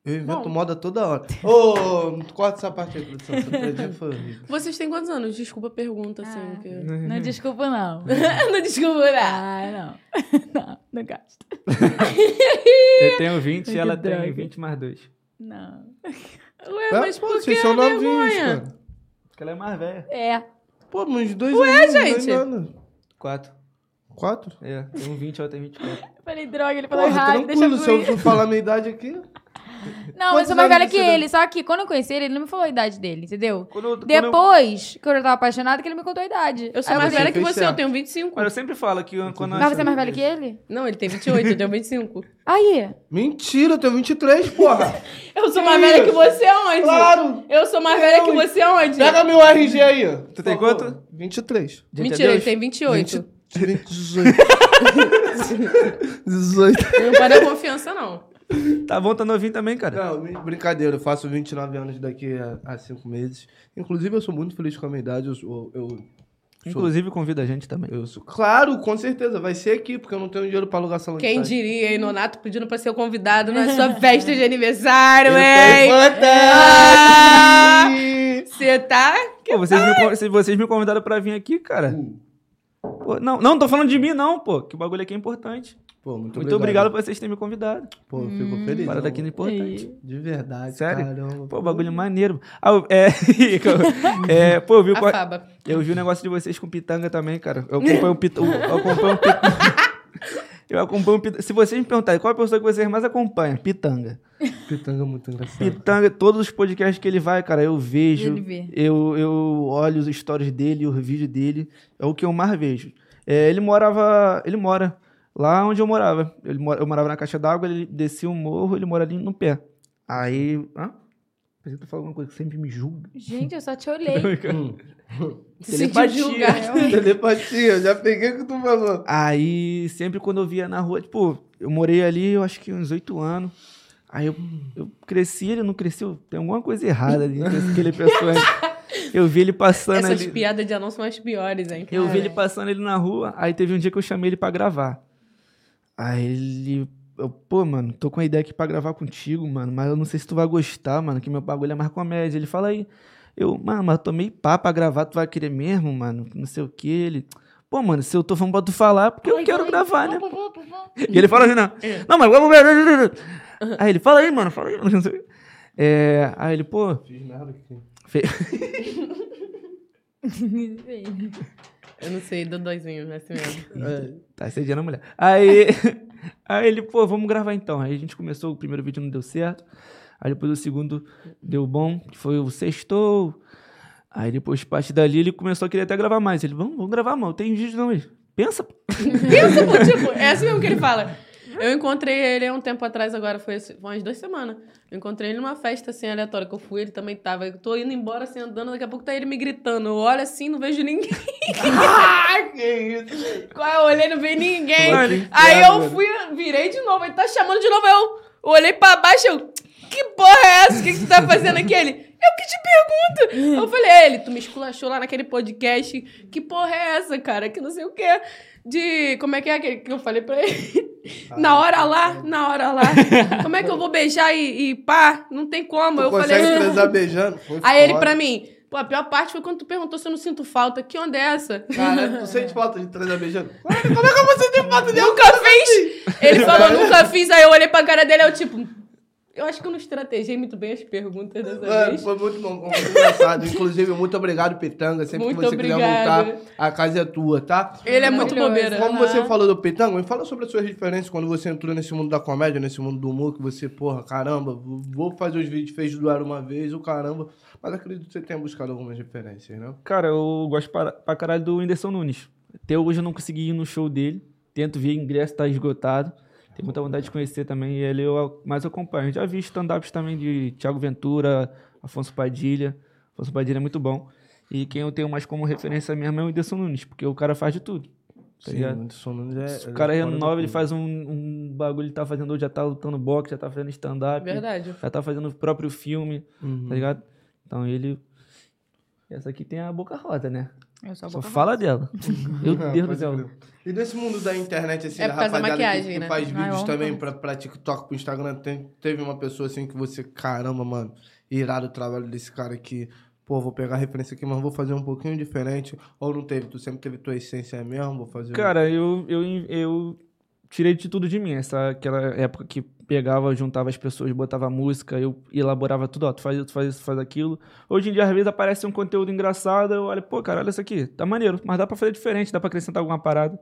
[SPEAKER 1] Eu invento
[SPEAKER 2] Bom.
[SPEAKER 1] moda toda hora. Ô, corta essa parte aí, produção. Essa piadinha foi horrível.
[SPEAKER 2] (laughs) Vocês têm quantos anos? Desculpa a pergunta, assim.
[SPEAKER 5] Ah.
[SPEAKER 2] que-
[SPEAKER 1] Uhum.
[SPEAKER 5] Não desculpa, não.
[SPEAKER 2] (laughs) não desculpa, é. não.
[SPEAKER 5] Ah, (laughs) não. (laughs) não, não gasto.
[SPEAKER 3] Eu tenho 20
[SPEAKER 5] Ai,
[SPEAKER 3] e
[SPEAKER 5] que
[SPEAKER 3] ela
[SPEAKER 5] droga.
[SPEAKER 3] tem 20 mais 2.
[SPEAKER 5] Não.
[SPEAKER 2] Ué,
[SPEAKER 1] É,
[SPEAKER 2] mas
[SPEAKER 1] pô,
[SPEAKER 2] por que
[SPEAKER 1] vocês são
[SPEAKER 2] a
[SPEAKER 1] novinhos,
[SPEAKER 2] vergonha?
[SPEAKER 1] cara.
[SPEAKER 3] Porque ela é mais velha.
[SPEAKER 5] É.
[SPEAKER 1] Pô, mas uns dois Ué, anos.
[SPEAKER 2] gente?
[SPEAKER 1] dois anos.
[SPEAKER 3] 4.
[SPEAKER 1] Quatro?
[SPEAKER 3] É, tem um 20 e ela tem 24.
[SPEAKER 5] Eu falei, droga, ele falou
[SPEAKER 1] Porra,
[SPEAKER 5] errado, deixa
[SPEAKER 1] tranquilo. Se eu
[SPEAKER 5] comigo.
[SPEAKER 1] for falar a minha idade aqui...
[SPEAKER 5] Não, mas eu sou
[SPEAKER 1] Quantos
[SPEAKER 5] mais
[SPEAKER 1] anos
[SPEAKER 5] velha que
[SPEAKER 1] você tem?
[SPEAKER 5] ele. Só que quando eu conheci ele, ele não me falou a idade dele, entendeu?
[SPEAKER 3] Quando eu- quando eu-
[SPEAKER 5] Depois, quando eu tava apaixonada, que ele me contou a idade.
[SPEAKER 2] Eu sou
[SPEAKER 5] Aí
[SPEAKER 2] mais
[SPEAKER 1] Ah, você
[SPEAKER 2] velha que
[SPEAKER 1] fez
[SPEAKER 2] você,
[SPEAKER 1] certo.
[SPEAKER 2] eu tenho 25.
[SPEAKER 3] Mas eu sempre falo que eu- quando...
[SPEAKER 5] Mas você é mais velho que ele?
[SPEAKER 2] Não, ele tem 28, eu
[SPEAKER 1] (laughs)
[SPEAKER 2] tenho 25.
[SPEAKER 1] é.
[SPEAKER 5] Aí.
[SPEAKER 1] Mentira, eu tenho 23, porra.
[SPEAKER 2] Eu sou
[SPEAKER 1] Que
[SPEAKER 2] mais velha
[SPEAKER 1] isso?
[SPEAKER 2] que você aonde?
[SPEAKER 1] Claro.
[SPEAKER 2] Eu sou mais velha que
[SPEAKER 1] Não,
[SPEAKER 2] você aonde?
[SPEAKER 1] Pega meu RG aí. ó.
[SPEAKER 3] Tu tem
[SPEAKER 1] Por favor.
[SPEAKER 3] quanto?
[SPEAKER 1] 23.
[SPEAKER 2] Mentira, ele tem
[SPEAKER 1] 20,
[SPEAKER 2] 28.
[SPEAKER 1] 20, (laughs) 18. 18.
[SPEAKER 2] Não vai dar confiança,
[SPEAKER 1] (laughs)
[SPEAKER 2] não.
[SPEAKER 3] Tá bom, tá novinho também, cara.
[SPEAKER 1] Não, brincadeira, eu faço 29 anos daqui a- a 5 meses. Inclusive, eu sou muito feliz com a minha idade. Eu, sou- eu
[SPEAKER 3] Inclusive, convida a gente também.
[SPEAKER 1] Eu sou- Claro, com certeza. Vai ser aqui, porque eu não tenho dinheiro pra alugar salão
[SPEAKER 2] Quem
[SPEAKER 1] de festa.
[SPEAKER 2] diria, hein, Nonato pedindo pra ser o convidado na sua festa de aniversário,
[SPEAKER 1] Eu
[SPEAKER 2] hein?
[SPEAKER 1] tô importante!
[SPEAKER 2] Você tá?
[SPEAKER 3] Pô, vocês me, con- se vocês me convidaram pra vir aqui, cara. Pô, não, não, tô falando de mim, não, pô. Que o bagulho aqui é importante.
[SPEAKER 1] Pô, muito,
[SPEAKER 3] Muito obrigado por vocês terem me convidado.
[SPEAKER 1] Pô, eu fico feliz.
[SPEAKER 3] Parada aqui é importante.
[SPEAKER 1] De verdade,
[SPEAKER 3] Sério?
[SPEAKER 1] caramba.
[SPEAKER 3] Pô, bagulho maneiro. Ah, eu- é, (laughs) é, Pô, eu vi, o
[SPEAKER 2] A
[SPEAKER 3] co-
[SPEAKER 2] Faba.
[SPEAKER 3] eu vi o negócio de vocês com pitanga também, cara. Eu acompanho um pitanga. Eu acompanho um pitanga. (laughs) Eu acompanho um pitanga. Se vocês me perguntarem qual é a pessoa que vocês mais acompanham, pitanga.
[SPEAKER 1] Pitanga é muito engraçado.
[SPEAKER 3] Pitanga, todos os podcasts que ele vai, cara, eu vejo.
[SPEAKER 5] Ele vê.
[SPEAKER 3] Eu, eu olho os stories dele, os vídeos dele. É o que eu mais vejo. É, ele morava. Ele mora lá onde eu morava. Ele mora- eu morava na caixa d'água, ele descia um morro, ele mora ali no pé. Aí. Hã? Pensei que tu falou alguma coisa que sempre me julga.
[SPEAKER 5] Gente, eu (laughs) só te olhei.
[SPEAKER 1] Hum.
[SPEAKER 2] Se sentiu
[SPEAKER 3] Telepatia.
[SPEAKER 2] julgado.
[SPEAKER 1] né? Telepatia, eu já peguei o que tu falou.
[SPEAKER 3] Aí, sempre quando eu via na rua, tipo, eu morei ali, eu acho que uns oito anos. Aí eu, eu cresci, ele não cresceu, tem alguma coisa errada ali, com aquele pessoa. Eu vi ele passando
[SPEAKER 2] Essas
[SPEAKER 3] ali.
[SPEAKER 2] piadas de anão são as piores, hein?
[SPEAKER 3] Eu vi
[SPEAKER 5] Cara.
[SPEAKER 3] ele passando ele na rua, aí teve um dia que eu chamei ele pra gravar. Aí ele. eu, Pô, mano, tô com a ideia aqui pra gravar contigo, mano, mas eu não sei se tu vai gostar, mano, que meu bagulho é mais comédia. Ele fala aí. Eu, mano, mas eu tomei pá pra gravar, tu vai querer mesmo, mano? Não sei o que. Ele. Pô, mano, se eu tô falando pra tu falar, porque
[SPEAKER 5] é
[SPEAKER 3] eu quero gravar, né?
[SPEAKER 6] Por favor, por
[SPEAKER 5] (laughs)
[SPEAKER 6] favor.
[SPEAKER 3] E ele fala assim, não. Não, mas vamos ver. Aí ele, fala aí, mano, (laughs) fala aí. Não sei. o quê. É, aí ele, pô.
[SPEAKER 1] Fiz nada aqui.
[SPEAKER 3] fe-
[SPEAKER 2] Eu não sei, Dodóizinho, assim (laughs) mesmo.
[SPEAKER 3] Tá assediando a mulher. Aí, (laughs) aí ele, pô, vamos gravar então. Aí a gente começou, o primeiro vídeo não deu certo. Aí depois o segundo deu bom, que foi o sextou. Aí depois, parte dali, ele começou a querer até gravar mais. Ele, vamos, vamos gravar, mano. Tem vídeo não, ele. Pensa, pô.
[SPEAKER 2] Pensa, pô, tipo, é assim mesmo que ele fala. Eu encontrei ele há um tempo atrás, agora foi esse- foi umas duas semanas. Eu encontrei ele numa festa assim aleatória que eu fui, ele também tava. Eu tô indo embora assim, andando, daqui a pouco tá ele me gritando. Eu olho assim, não vejo ninguém.
[SPEAKER 1] Ah, que isso?
[SPEAKER 2] Qual é? Eu olhei, não vi ninguém.
[SPEAKER 3] Mano, que
[SPEAKER 2] Aí
[SPEAKER 3] inferno,
[SPEAKER 2] eu fui, virei de novo, ele tá chamando de novo. Eu olhei pra baixo, eu. Que porra é essa? O que, que tu tá fazendo aqui? Ele, eu que te pergunto. (laughs) Eu falei, "É, ele, tu me esculachou lá naquele podcast. Que porra é essa, cara? Que não sei o quê. De. Como é que é aquele que eu falei pra ele?
[SPEAKER 1] Ah,
[SPEAKER 2] na hora lá, na hora lá. Como é que eu vou beijar e, e pá? Não tem como.
[SPEAKER 1] Tu
[SPEAKER 2] eu
[SPEAKER 1] consegue
[SPEAKER 3] assim,
[SPEAKER 2] falei. assim.
[SPEAKER 1] transar beijando? Foi
[SPEAKER 2] Aí ele
[SPEAKER 1] foda.
[SPEAKER 2] pra mim, pô, a pior parte foi quando tu perguntou se eu não sinto falta. Que onda é essa?
[SPEAKER 1] Caralho, tu sente falta de transar
[SPEAKER 3] (laughs)
[SPEAKER 1] beijando? Caralho, Como é que (laughs) eu vou sentir falta de
[SPEAKER 2] Nunca fiz! Ele
[SPEAKER 1] (laughs)
[SPEAKER 2] falou, nunca fiz, aí eu olhei pra cara dele, eu tipo. Eu acho que eu não estrategei muito bem as perguntas dessa
[SPEAKER 1] Mano,
[SPEAKER 2] vez.
[SPEAKER 1] foi muito, bom, muito engraçado. Inclusive, muito obrigado, Petanga. Sempre
[SPEAKER 2] Muito
[SPEAKER 1] que você
[SPEAKER 2] obrigada.
[SPEAKER 1] quiser voltar, a casa é tua, tá?
[SPEAKER 2] Ele é muito
[SPEAKER 5] Maravilhoso.
[SPEAKER 2] bobeira. É
[SPEAKER 1] Como você falou do Petanga, me fala sobre as suas referências quando você entrou nesse mundo da comédia, nesse mundo do humor, que você, porra, caramba, vou fazer os vídeos feitos do ar uma vez, o caramba. Mas acredito que você tenha buscado algumas referências, né?
[SPEAKER 3] Cara, eu gosto pra, pra caralho do Whindersson Nunes. Até hoje eu não consegui ir no show dele. Tento ver, ingresso tá esgotado. Tenho muita vontade de conhecer também ele, eu mais acompanho. Já vi stand-ups também de Thiago Ventura, Afonso Padilha. Afonso Padilha é muito bom. E quem eu tenho mais como referência mesmo é o Whindersson Nunes, porque o cara faz de tudo. Tá ligado?
[SPEAKER 1] Anderson Nunes é-
[SPEAKER 3] Se o
[SPEAKER 1] é
[SPEAKER 3] cara
[SPEAKER 1] fora da
[SPEAKER 3] renova, ele
[SPEAKER 1] curva.
[SPEAKER 3] faz um, um bagulho, ele tá fazendo hoje, já tá lutando boxe, já tá fazendo stand-up,
[SPEAKER 2] Verdade.
[SPEAKER 3] já tá fazendo o próprio filme,
[SPEAKER 1] Uhum.
[SPEAKER 3] tá ligado? Então ele. Essa aqui tem a boca rosa, né?
[SPEAKER 5] Eu só
[SPEAKER 3] Só
[SPEAKER 5] vou
[SPEAKER 3] fala
[SPEAKER 5] (laughs)
[SPEAKER 3] dela. Meu
[SPEAKER 1] Ah,
[SPEAKER 3] Deus do
[SPEAKER 1] pode
[SPEAKER 3] céu.
[SPEAKER 1] crer. E nesse mundo da internet, assim,
[SPEAKER 2] É
[SPEAKER 1] da
[SPEAKER 2] por causa da
[SPEAKER 1] rapaziada que-
[SPEAKER 2] maquiagem,
[SPEAKER 1] que
[SPEAKER 2] né?
[SPEAKER 1] faz
[SPEAKER 5] Ah, eu
[SPEAKER 1] vídeos
[SPEAKER 5] amo
[SPEAKER 1] também
[SPEAKER 5] também.
[SPEAKER 1] pra, pra TikTok, pro Instagram, tem- teve uma pessoa assim que você, caramba, mano, irado o trabalho desse cara aqui. Pô, vou pegar a referência aqui, mas vou fazer um pouquinho diferente. Ou não teve, tu sempre teve tua essência mesmo, vou fazer... um-
[SPEAKER 3] Cara, eu, eu, eu tirei de tudo de mim. Essa, aquela época que pegava, juntava as pessoas, botava música, eu elaborava tudo, ó, tu faz isso, tu faz isso, tu faz aquilo. Hoje em dia, às vezes, aparece um conteúdo engraçado, eu olho, pô, cara, olha isso aqui, tá maneiro, mas dá pra fazer diferente, dá pra acrescentar alguma parada.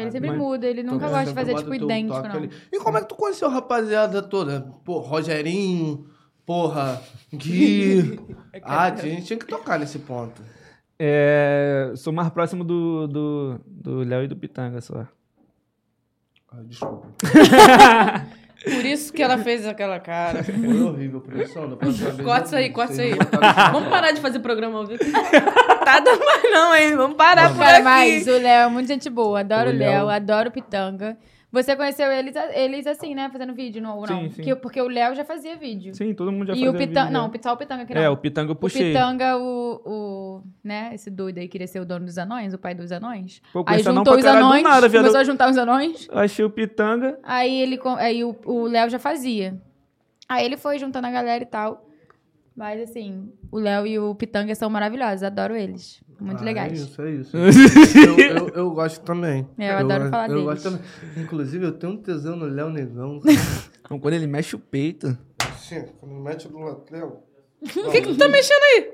[SPEAKER 1] Ah,
[SPEAKER 5] ele sempre
[SPEAKER 3] Mas-
[SPEAKER 5] muda, ele nunca
[SPEAKER 1] Então,
[SPEAKER 5] gosta
[SPEAKER 1] sempre
[SPEAKER 5] de fazer,
[SPEAKER 1] bota
[SPEAKER 5] tipo,
[SPEAKER 1] o teu
[SPEAKER 5] idêntico,
[SPEAKER 1] toque
[SPEAKER 5] não.
[SPEAKER 1] ali. E como é que tu conheceu a rapaziada toda? Pô, Rogerinho, porra,
[SPEAKER 2] (laughs)
[SPEAKER 1] Gui...
[SPEAKER 2] É
[SPEAKER 1] ah, tinha, tinha que tocar nesse ponto.
[SPEAKER 3] É, sou mais próximo do do do Léo e do Pitanga só.
[SPEAKER 1] Ah, desculpa.
[SPEAKER 2] Por isso que ela fez aquela cara.
[SPEAKER 1] Foi horrível, produção. da próxima vez
[SPEAKER 2] (laughs) Corta
[SPEAKER 1] eu
[SPEAKER 2] isso aí,
[SPEAKER 1] não
[SPEAKER 2] corta isso
[SPEAKER 1] sei,
[SPEAKER 2] aí.
[SPEAKER 1] não botaram-
[SPEAKER 2] Vamos parar de fazer programa ao vivo. Tá dando mais não, hein? Vamos parar por
[SPEAKER 5] Cara,
[SPEAKER 2] aqui.
[SPEAKER 5] mas o Léo é muito gente boa. Adoro
[SPEAKER 3] O
[SPEAKER 5] o
[SPEAKER 3] Léo-
[SPEAKER 5] Léo, adoro o Pitanga. Você conheceu eles, eles assim, né? Fazendo vídeo, não? ou não?
[SPEAKER 3] Sim, sim.
[SPEAKER 5] Que- porque o Léo já fazia vídeo.
[SPEAKER 3] Sim, todo mundo já
[SPEAKER 5] e
[SPEAKER 3] fazia
[SPEAKER 5] o Pitanga...
[SPEAKER 3] vídeo.
[SPEAKER 5] Não, só o Pitanga que não.
[SPEAKER 3] É, o Pitanga eu
[SPEAKER 5] O
[SPEAKER 3] puxei.
[SPEAKER 5] Pitanga, o, o... Né? Esse doido aí queria ser o dono dos anões, o pai dos anões.
[SPEAKER 3] Pô,
[SPEAKER 5] Aí
[SPEAKER 3] conheço anão
[SPEAKER 5] juntou
[SPEAKER 3] pra
[SPEAKER 5] os
[SPEAKER 3] caralho do
[SPEAKER 5] anões,
[SPEAKER 3] nada, viado.
[SPEAKER 5] começou a juntar os anões.
[SPEAKER 3] Eu Achei o Pitanga,
[SPEAKER 5] Aí ele com- aí o o Léo já fazia. Aí ele foi juntando a galera e tal. Mas assim, o Léo e o Pitanga são maravilhosos, adoro eles. Muito
[SPEAKER 1] Ah, É
[SPEAKER 5] legais.
[SPEAKER 1] isso, é
[SPEAKER 3] (laughs)
[SPEAKER 1] isso. eu, eu, eu gosto também.
[SPEAKER 5] É, eu adoro
[SPEAKER 1] gosto-
[SPEAKER 5] falar
[SPEAKER 1] eu
[SPEAKER 5] deles.
[SPEAKER 1] gosto também. Inclusive, eu tenho um tesão no Léo
[SPEAKER 2] (laughs)
[SPEAKER 1] Negão. cara.
[SPEAKER 3] Então, quando ele mexe o peito.
[SPEAKER 1] Assim, quando mete do
[SPEAKER 2] (laughs)
[SPEAKER 1] latel.
[SPEAKER 2] O que, que tu tá mexendo aí?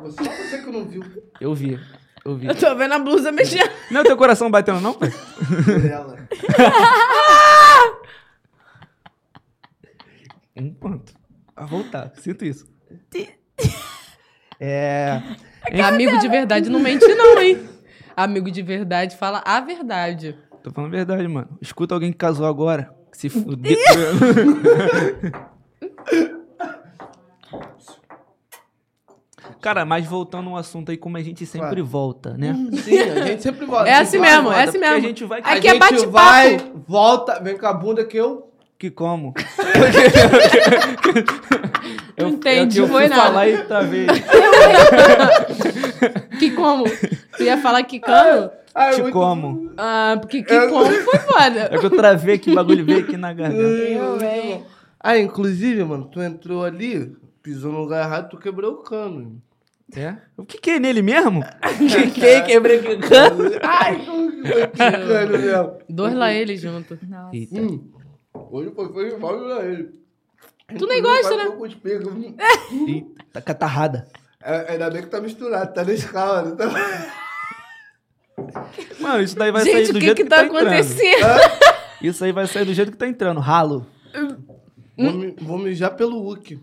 [SPEAKER 1] Você, você que não viu
[SPEAKER 3] Eu vi. Eu vi.
[SPEAKER 2] Eu tô vendo a blusa mexendo.
[SPEAKER 3] Não é o teu coração batendo, não, pai?
[SPEAKER 1] por ela.
[SPEAKER 3] Um ponto. A voltar. Sinto isso. É.
[SPEAKER 2] Amigo de verdade não mente, não, hein? Amigo de verdade fala a verdade.
[SPEAKER 3] Tô falando a verdade, mano. Escuta alguém que casou agora. que Se fuder. (laughs) Cara, mas voltando ao assunto aí, como a gente sempre
[SPEAKER 1] Claro.
[SPEAKER 3] volta, né?
[SPEAKER 1] Sim, a gente sempre volta.
[SPEAKER 2] É
[SPEAKER 1] a gente
[SPEAKER 2] assim
[SPEAKER 1] vai,
[SPEAKER 2] mesmo,
[SPEAKER 1] volta.
[SPEAKER 2] Uhum. é assim
[SPEAKER 3] Porque
[SPEAKER 2] mesmo.
[SPEAKER 3] a gente vai
[SPEAKER 2] Aqui
[SPEAKER 1] a
[SPEAKER 2] é
[SPEAKER 1] gente
[SPEAKER 2] bate-papo.
[SPEAKER 1] vai, volta, vem com a bunda que eu.
[SPEAKER 3] que como.
[SPEAKER 2] (laughs) Não entendi,
[SPEAKER 3] eu, eu, eu
[SPEAKER 2] foi
[SPEAKER 3] fui
[SPEAKER 2] nada.
[SPEAKER 3] falar e tá vendo.
[SPEAKER 2] Que como? Tu ia falar quicando?
[SPEAKER 1] Ah,
[SPEAKER 3] Te como.
[SPEAKER 2] Ah, porque que como foi foda.
[SPEAKER 3] É que eu travei aqui, o bagulho veio aqui na garganta. (laughs)
[SPEAKER 2] (laughs)
[SPEAKER 1] Ah, inclusive, mano, tu entrou ali, pisou no lugar errado, tu quebrou o cano.
[SPEAKER 3] É? Eu quiquei nele mesmo? É. quiquei,
[SPEAKER 2] é
[SPEAKER 3] quebrei quicando.
[SPEAKER 1] Ai, foi né, picando mesmo.
[SPEAKER 2] Dois lá ele junto.
[SPEAKER 5] Nossa.
[SPEAKER 3] Eita.
[SPEAKER 1] Hum. Hoje foi foi mal pra ele.
[SPEAKER 2] Tu nem gosta, né?
[SPEAKER 1] Com os pegos. Hum.
[SPEAKER 2] Uhum.
[SPEAKER 3] Tá catarrada.
[SPEAKER 1] É, ainda bem que tá misturado, tá na escala. não Tá...
[SPEAKER 3] Mano, isso daí vai sair
[SPEAKER 2] Gente,
[SPEAKER 3] do
[SPEAKER 2] o que
[SPEAKER 3] jeito
[SPEAKER 2] que
[SPEAKER 3] que,
[SPEAKER 2] tá
[SPEAKER 3] entrando.
[SPEAKER 2] acontecendo?
[SPEAKER 3] Isso aí vai sair do jeito que tá entrando. Ralo.
[SPEAKER 2] Hum.
[SPEAKER 1] Vou, mi- vou mijar pelo Hulk.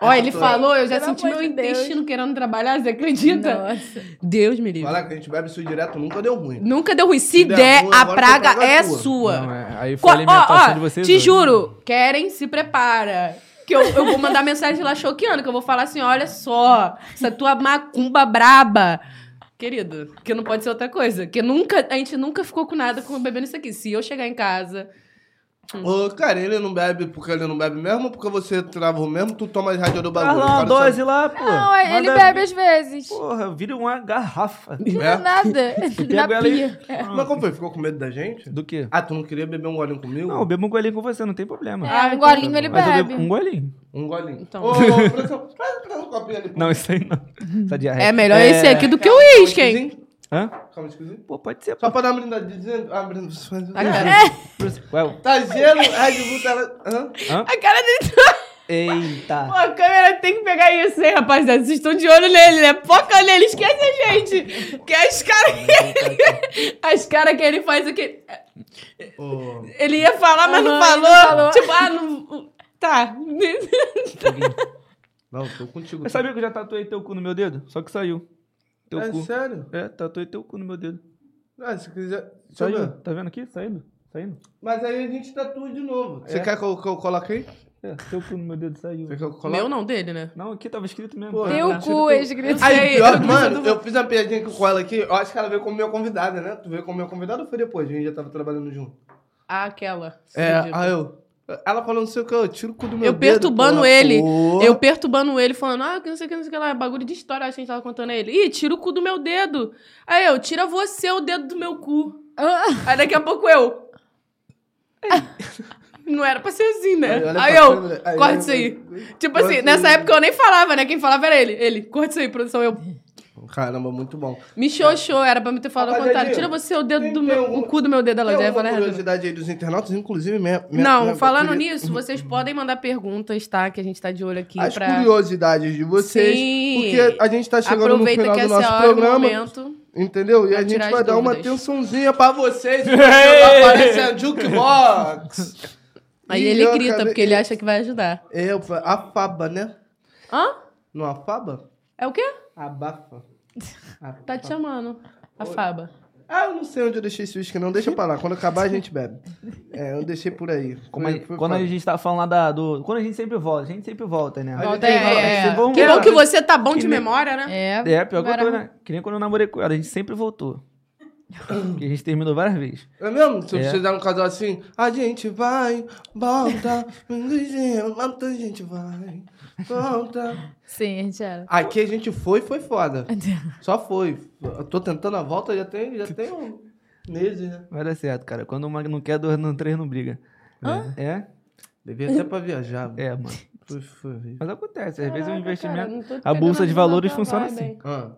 [SPEAKER 2] Ó,
[SPEAKER 3] Ah,
[SPEAKER 2] ele falou, eu já
[SPEAKER 5] Pelo
[SPEAKER 2] senti
[SPEAKER 5] amor
[SPEAKER 2] meu
[SPEAKER 5] de Deus.
[SPEAKER 2] intestino querendo trabalhar, você acredita?
[SPEAKER 5] Nossa.
[SPEAKER 2] Deus me livre.
[SPEAKER 1] Falar que a gente bebe isso direto nunca deu ruim.
[SPEAKER 2] Nunca deu ruim. Se
[SPEAKER 1] Se der
[SPEAKER 2] der,
[SPEAKER 1] ruim,
[SPEAKER 2] a
[SPEAKER 1] agora
[SPEAKER 2] praga
[SPEAKER 1] a praga é
[SPEAKER 2] é
[SPEAKER 1] tua.
[SPEAKER 2] sua.
[SPEAKER 3] Não, é- aí
[SPEAKER 2] Co-
[SPEAKER 3] foi a alimentação
[SPEAKER 2] ó, ó,
[SPEAKER 3] de vocês.
[SPEAKER 2] Te
[SPEAKER 3] hoje.
[SPEAKER 2] juro, querem, se prepara. Que eu, eu vou mandar mensagem lá choqueando, que eu vou falar assim: olha só, essa tua macumba braba. Querido, que não pode ser outra coisa. Que nunca, a gente nunca ficou com nada com bebendo isso aqui. Se eu chegar em casa. Hum.
[SPEAKER 1] Ô, cara, ele não bebe porque ele não bebe mesmo ou porque você trava o mesmo, tu toma as rádio do
[SPEAKER 3] Faz
[SPEAKER 1] bagulho.
[SPEAKER 3] lá uma
[SPEAKER 1] O cara
[SPEAKER 3] dose lá, pô.
[SPEAKER 5] Não, é,
[SPEAKER 2] é,
[SPEAKER 5] ele
[SPEAKER 3] Manda-
[SPEAKER 5] bebe às vezes.
[SPEAKER 3] Porra, vira uma garrafa.
[SPEAKER 1] sabe-
[SPEAKER 5] Não é
[SPEAKER 1] É?
[SPEAKER 5] nada.
[SPEAKER 3] (laughs) Pega
[SPEAKER 5] Na
[SPEAKER 3] ela aí.
[SPEAKER 5] pia.
[SPEAKER 2] É.
[SPEAKER 1] Mas como foi? Ficou com medo da gente?
[SPEAKER 3] Do quê?
[SPEAKER 1] Ah, tu não queria beber um golinho comigo?
[SPEAKER 3] Não, eu bebo um golinho com você, não tem problema.
[SPEAKER 5] É,
[SPEAKER 2] Ah,
[SPEAKER 5] um golinho ele
[SPEAKER 3] Mas eu bebo
[SPEAKER 5] bebe.
[SPEAKER 3] um golinho.
[SPEAKER 1] Um golinho.
[SPEAKER 2] Então.
[SPEAKER 1] Ô,
[SPEAKER 2] (laughs)
[SPEAKER 1] ô, produção, traz, traz um copinho ali.
[SPEAKER 3] Não, isso aí não. Essa diarreia.
[SPEAKER 2] É melhor esse aqui do que o uísque, hein?
[SPEAKER 3] Hã?
[SPEAKER 1] Calma, escusinho.
[SPEAKER 3] Pô, pode ser.
[SPEAKER 1] Só
[SPEAKER 3] Pô.
[SPEAKER 1] pra dar uma brindadinha. Ah, brindadinha.
[SPEAKER 2] A cara,
[SPEAKER 3] Ué,
[SPEAKER 1] Tá gelo, Red Bull tá... lá- Hã?
[SPEAKER 3] hã?
[SPEAKER 2] a cara dele. Pô,
[SPEAKER 3] Eita.
[SPEAKER 2] a câmera tem que pegar isso, hein, rapaziada? Vocês estão de olho nele, né? Foca nele, esquece a gente. Que é as caras que ele. (laughs) As caras que ele faz aqui.
[SPEAKER 1] Ô,
[SPEAKER 2] Ele ia falar, mas não
[SPEAKER 5] Aham, ele
[SPEAKER 2] falou.
[SPEAKER 5] não falou.
[SPEAKER 2] Tipo, ah, não. Tá.
[SPEAKER 1] Não, tô contigo.
[SPEAKER 3] Mas sabia que eu já tatuei teu cu no meu dedo? Só que saiu. Teu
[SPEAKER 1] É
[SPEAKER 3] cu.
[SPEAKER 1] sério?
[SPEAKER 3] É, tatuei teu cu no meu dedo.
[SPEAKER 1] Ah, se quiser... Deixa eu ver.
[SPEAKER 3] Saiu. Tá vendo aqui? Saindo. Saindo.
[SPEAKER 1] Mas aí a gente tatua de novo. Você
[SPEAKER 3] É.
[SPEAKER 1] quer que eu, que eu coloque aí? Você
[SPEAKER 3] É, teu cu no meu dedo saiu.
[SPEAKER 1] quer que eu coloque?
[SPEAKER 2] (laughs) Meu não, dele, né?
[SPEAKER 3] Não, aqui tava escrito mesmo.
[SPEAKER 1] Pô,
[SPEAKER 5] Teu
[SPEAKER 1] Ah,
[SPEAKER 5] cu, escrito.
[SPEAKER 2] Ai,
[SPEAKER 1] Aí,
[SPEAKER 5] (laughs)
[SPEAKER 2] Sei,
[SPEAKER 1] pior,
[SPEAKER 2] eu tô
[SPEAKER 1] mano,
[SPEAKER 2] pensando-
[SPEAKER 1] eu fiz uma piadinha aqui com ela aqui. Eu acho que ela veio como minha convidada, né? Tu veio como minha convidada ou foi depois? A gente já tava trabalhando junto.
[SPEAKER 2] Ah, aquela.
[SPEAKER 1] É,
[SPEAKER 2] Sim,
[SPEAKER 1] aí eu. Ela falou não sei o que, eu tiro o cu do meu
[SPEAKER 2] Eu
[SPEAKER 1] dedo,
[SPEAKER 2] perturbando
[SPEAKER 1] porra.
[SPEAKER 2] ele.
[SPEAKER 1] Porra.
[SPEAKER 2] Eu perturbando ele, falando, ah, que não sei o que, não sei o que lá, bagulho de história, acho que a gente tava contando a ele. Ih, tira o cu do meu dedo. Aí eu, tira você o dedo do meu cu. Aí daqui a pouco eu. Não era pra ser assim, né?
[SPEAKER 1] Aí olha
[SPEAKER 2] Aí
[SPEAKER 1] pra
[SPEAKER 2] eu,
[SPEAKER 1] câmera, aí
[SPEAKER 2] corta
[SPEAKER 1] olha
[SPEAKER 2] isso aí.
[SPEAKER 1] pra-
[SPEAKER 2] Tipo
[SPEAKER 1] corta
[SPEAKER 2] assim,
[SPEAKER 1] isso
[SPEAKER 2] nessa
[SPEAKER 1] aí.
[SPEAKER 2] época eu nem falava, né? Quem falava era ele. Ele, corta isso aí, produção.
[SPEAKER 1] É.
[SPEAKER 2] Eu,
[SPEAKER 1] Caramba, muito bom.
[SPEAKER 2] me xoxou, era pra me ter falado o
[SPEAKER 1] Rapaziada,
[SPEAKER 2] contrário. Tira você o dedo
[SPEAKER 1] tem-
[SPEAKER 2] do
[SPEAKER 1] tem
[SPEAKER 2] meu,
[SPEAKER 1] alguma-
[SPEAKER 2] o cu do meu dedo, ela
[SPEAKER 1] Tem
[SPEAKER 2] já ia
[SPEAKER 1] alguma
[SPEAKER 2] falar errado.
[SPEAKER 1] curiosidade aí dos internautas, inclusive minha, minha-
[SPEAKER 2] Não,
[SPEAKER 1] minha- Uhum.
[SPEAKER 2] falando
[SPEAKER 1] curio-
[SPEAKER 2] nisso, vocês podem mandar perguntas, tá? Que a gente tá de olho aqui
[SPEAKER 1] As
[SPEAKER 2] pra.
[SPEAKER 1] curiosidades de vocês,
[SPEAKER 2] Sim.
[SPEAKER 1] porque a gente tá chegando
[SPEAKER 2] Aproveita
[SPEAKER 1] no
[SPEAKER 2] que
[SPEAKER 1] final do
[SPEAKER 2] essa é
[SPEAKER 1] nosso
[SPEAKER 2] a hora do
[SPEAKER 1] programa,
[SPEAKER 2] momento.
[SPEAKER 1] entendeu? E
[SPEAKER 2] pra
[SPEAKER 1] a gente
[SPEAKER 2] tirar as
[SPEAKER 1] vai dar uma
[SPEAKER 2] dúvidas.
[SPEAKER 1] atençãozinha pra
[SPEAKER 2] (laughs)
[SPEAKER 1] vocês, porque aparece a jukebox.
[SPEAKER 2] Aí
[SPEAKER 1] Ih,
[SPEAKER 2] ele
[SPEAKER 1] eu
[SPEAKER 2] grita,
[SPEAKER 1] acabei-
[SPEAKER 2] porque ele acha que vai ajudar.
[SPEAKER 1] É, eu fa- afaba, né?
[SPEAKER 2] Hã?
[SPEAKER 1] Não afaba?
[SPEAKER 2] É o quê?
[SPEAKER 1] Abafa.
[SPEAKER 2] (laughs) Tá te chamando. A Faba.
[SPEAKER 1] Ah, eu não sei onde eu deixei esse uísque, não. Deixa pra lá. Quando acabar, a gente bebe. É, eu deixei por aí. é
[SPEAKER 3] Como a-
[SPEAKER 1] Foi- foi
[SPEAKER 3] quando a
[SPEAKER 1] foda.
[SPEAKER 3] gente tava falando lá da, do. Quando a gente sempre volta, a gente sempre volta, né?
[SPEAKER 1] Aí
[SPEAKER 2] Volta
[SPEAKER 1] tem-
[SPEAKER 2] aí, volta aí.
[SPEAKER 1] é,
[SPEAKER 3] Sempre vamos-
[SPEAKER 2] Que bom que
[SPEAKER 3] É,
[SPEAKER 2] você tá bom de
[SPEAKER 3] Que nem-
[SPEAKER 2] memória, né?
[SPEAKER 5] É,
[SPEAKER 3] É, pior que eu tô,
[SPEAKER 5] Agora-
[SPEAKER 3] né? Que nem quando eu namorei com ela, a gente sempre
[SPEAKER 2] (laughs)
[SPEAKER 3] voltou. Porque a gente terminou várias vezes.
[SPEAKER 1] É mesmo? Se
[SPEAKER 3] É.
[SPEAKER 1] você dar um casal assim, a gente vai, volta, volta, a gente vai, volta.
[SPEAKER 5] sim, a gente era.
[SPEAKER 1] Aqui a gente foi, foi foda. Só foi. Eu tô tentando a volta já tem, já tem um meses, né?
[SPEAKER 3] Vai dar certo, cara. Quando uma não quer, dois não, três não briga. É?
[SPEAKER 1] Devia até pra viajar.
[SPEAKER 3] É, é mano.
[SPEAKER 1] Foi, foi.
[SPEAKER 3] Mas acontece, É, às vezes o
[SPEAKER 2] Caraca,
[SPEAKER 3] investimento.
[SPEAKER 2] cara, não tô te
[SPEAKER 3] a bolsa
[SPEAKER 2] pegando
[SPEAKER 3] de valores
[SPEAKER 2] na
[SPEAKER 3] funciona
[SPEAKER 2] vibe,
[SPEAKER 3] assim.
[SPEAKER 2] hein?
[SPEAKER 1] Ah,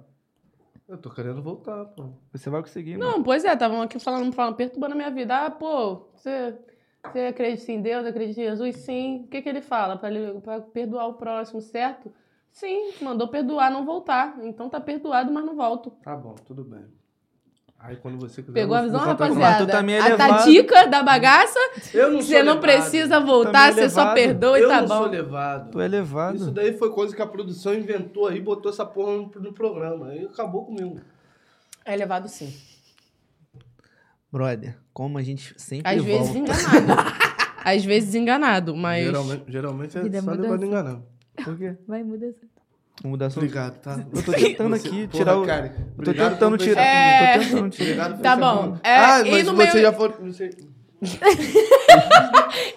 [SPEAKER 1] eu tô querendo voltar, pô.
[SPEAKER 3] Você vai conseguir, mano.
[SPEAKER 2] Não, pois é, estavam aqui falando, falando, perturbando a minha vida. Ah, pô, você, você acredita em Deus, acredita em Jesus? Sim. O que, que ele fala? Pra, ele- pra perdoar o próximo, certo? Sim, mandou perdoar, não voltar. Então tá perdoado, mas não volto.
[SPEAKER 1] Tá bom, tudo bem. Aí quando você quiser.
[SPEAKER 2] Pegou a
[SPEAKER 1] eu
[SPEAKER 2] visão,
[SPEAKER 1] vou contratar-
[SPEAKER 3] Mas
[SPEAKER 2] rapaziada?
[SPEAKER 3] tu também é
[SPEAKER 2] a
[SPEAKER 3] levado.
[SPEAKER 2] tadica da bagaça,
[SPEAKER 1] Eu não
[SPEAKER 2] você não
[SPEAKER 1] levado.
[SPEAKER 2] precisa voltar,
[SPEAKER 3] Também é
[SPEAKER 2] você só
[SPEAKER 3] levado.
[SPEAKER 2] perdoa e
[SPEAKER 1] Eu
[SPEAKER 2] tá
[SPEAKER 1] não sou
[SPEAKER 2] bom.
[SPEAKER 1] levado.
[SPEAKER 3] Tu é levado.
[SPEAKER 1] Isso daí foi coisa que a produção inventou aí, botou essa porra no, no programa. Aí acabou comigo.
[SPEAKER 2] É levado sim.
[SPEAKER 3] Brother, como a gente sempre
[SPEAKER 2] Às
[SPEAKER 3] volta.
[SPEAKER 2] vezes
[SPEAKER 3] (laughs)
[SPEAKER 2] enganado. Às vezes enganado, mas.
[SPEAKER 1] Geralmente, geralmente
[SPEAKER 5] Vida
[SPEAKER 1] é só
[SPEAKER 5] muda
[SPEAKER 1] levado
[SPEAKER 5] assim.
[SPEAKER 1] enganando.
[SPEAKER 3] Por quê?
[SPEAKER 5] (laughs) Vai, muda essa.
[SPEAKER 3] Vou mudar assunto.
[SPEAKER 1] Obrigado, tá?
[SPEAKER 3] Eu tô tentando aqui tirar o.
[SPEAKER 1] Cara,
[SPEAKER 3] Eu tô tentando tirar.
[SPEAKER 2] É.
[SPEAKER 3] Tô tentando tirar.
[SPEAKER 2] Tá bom. É,
[SPEAKER 1] ah,
[SPEAKER 2] e
[SPEAKER 1] mas
[SPEAKER 2] no
[SPEAKER 1] você
[SPEAKER 2] meio-
[SPEAKER 1] já foi... Você...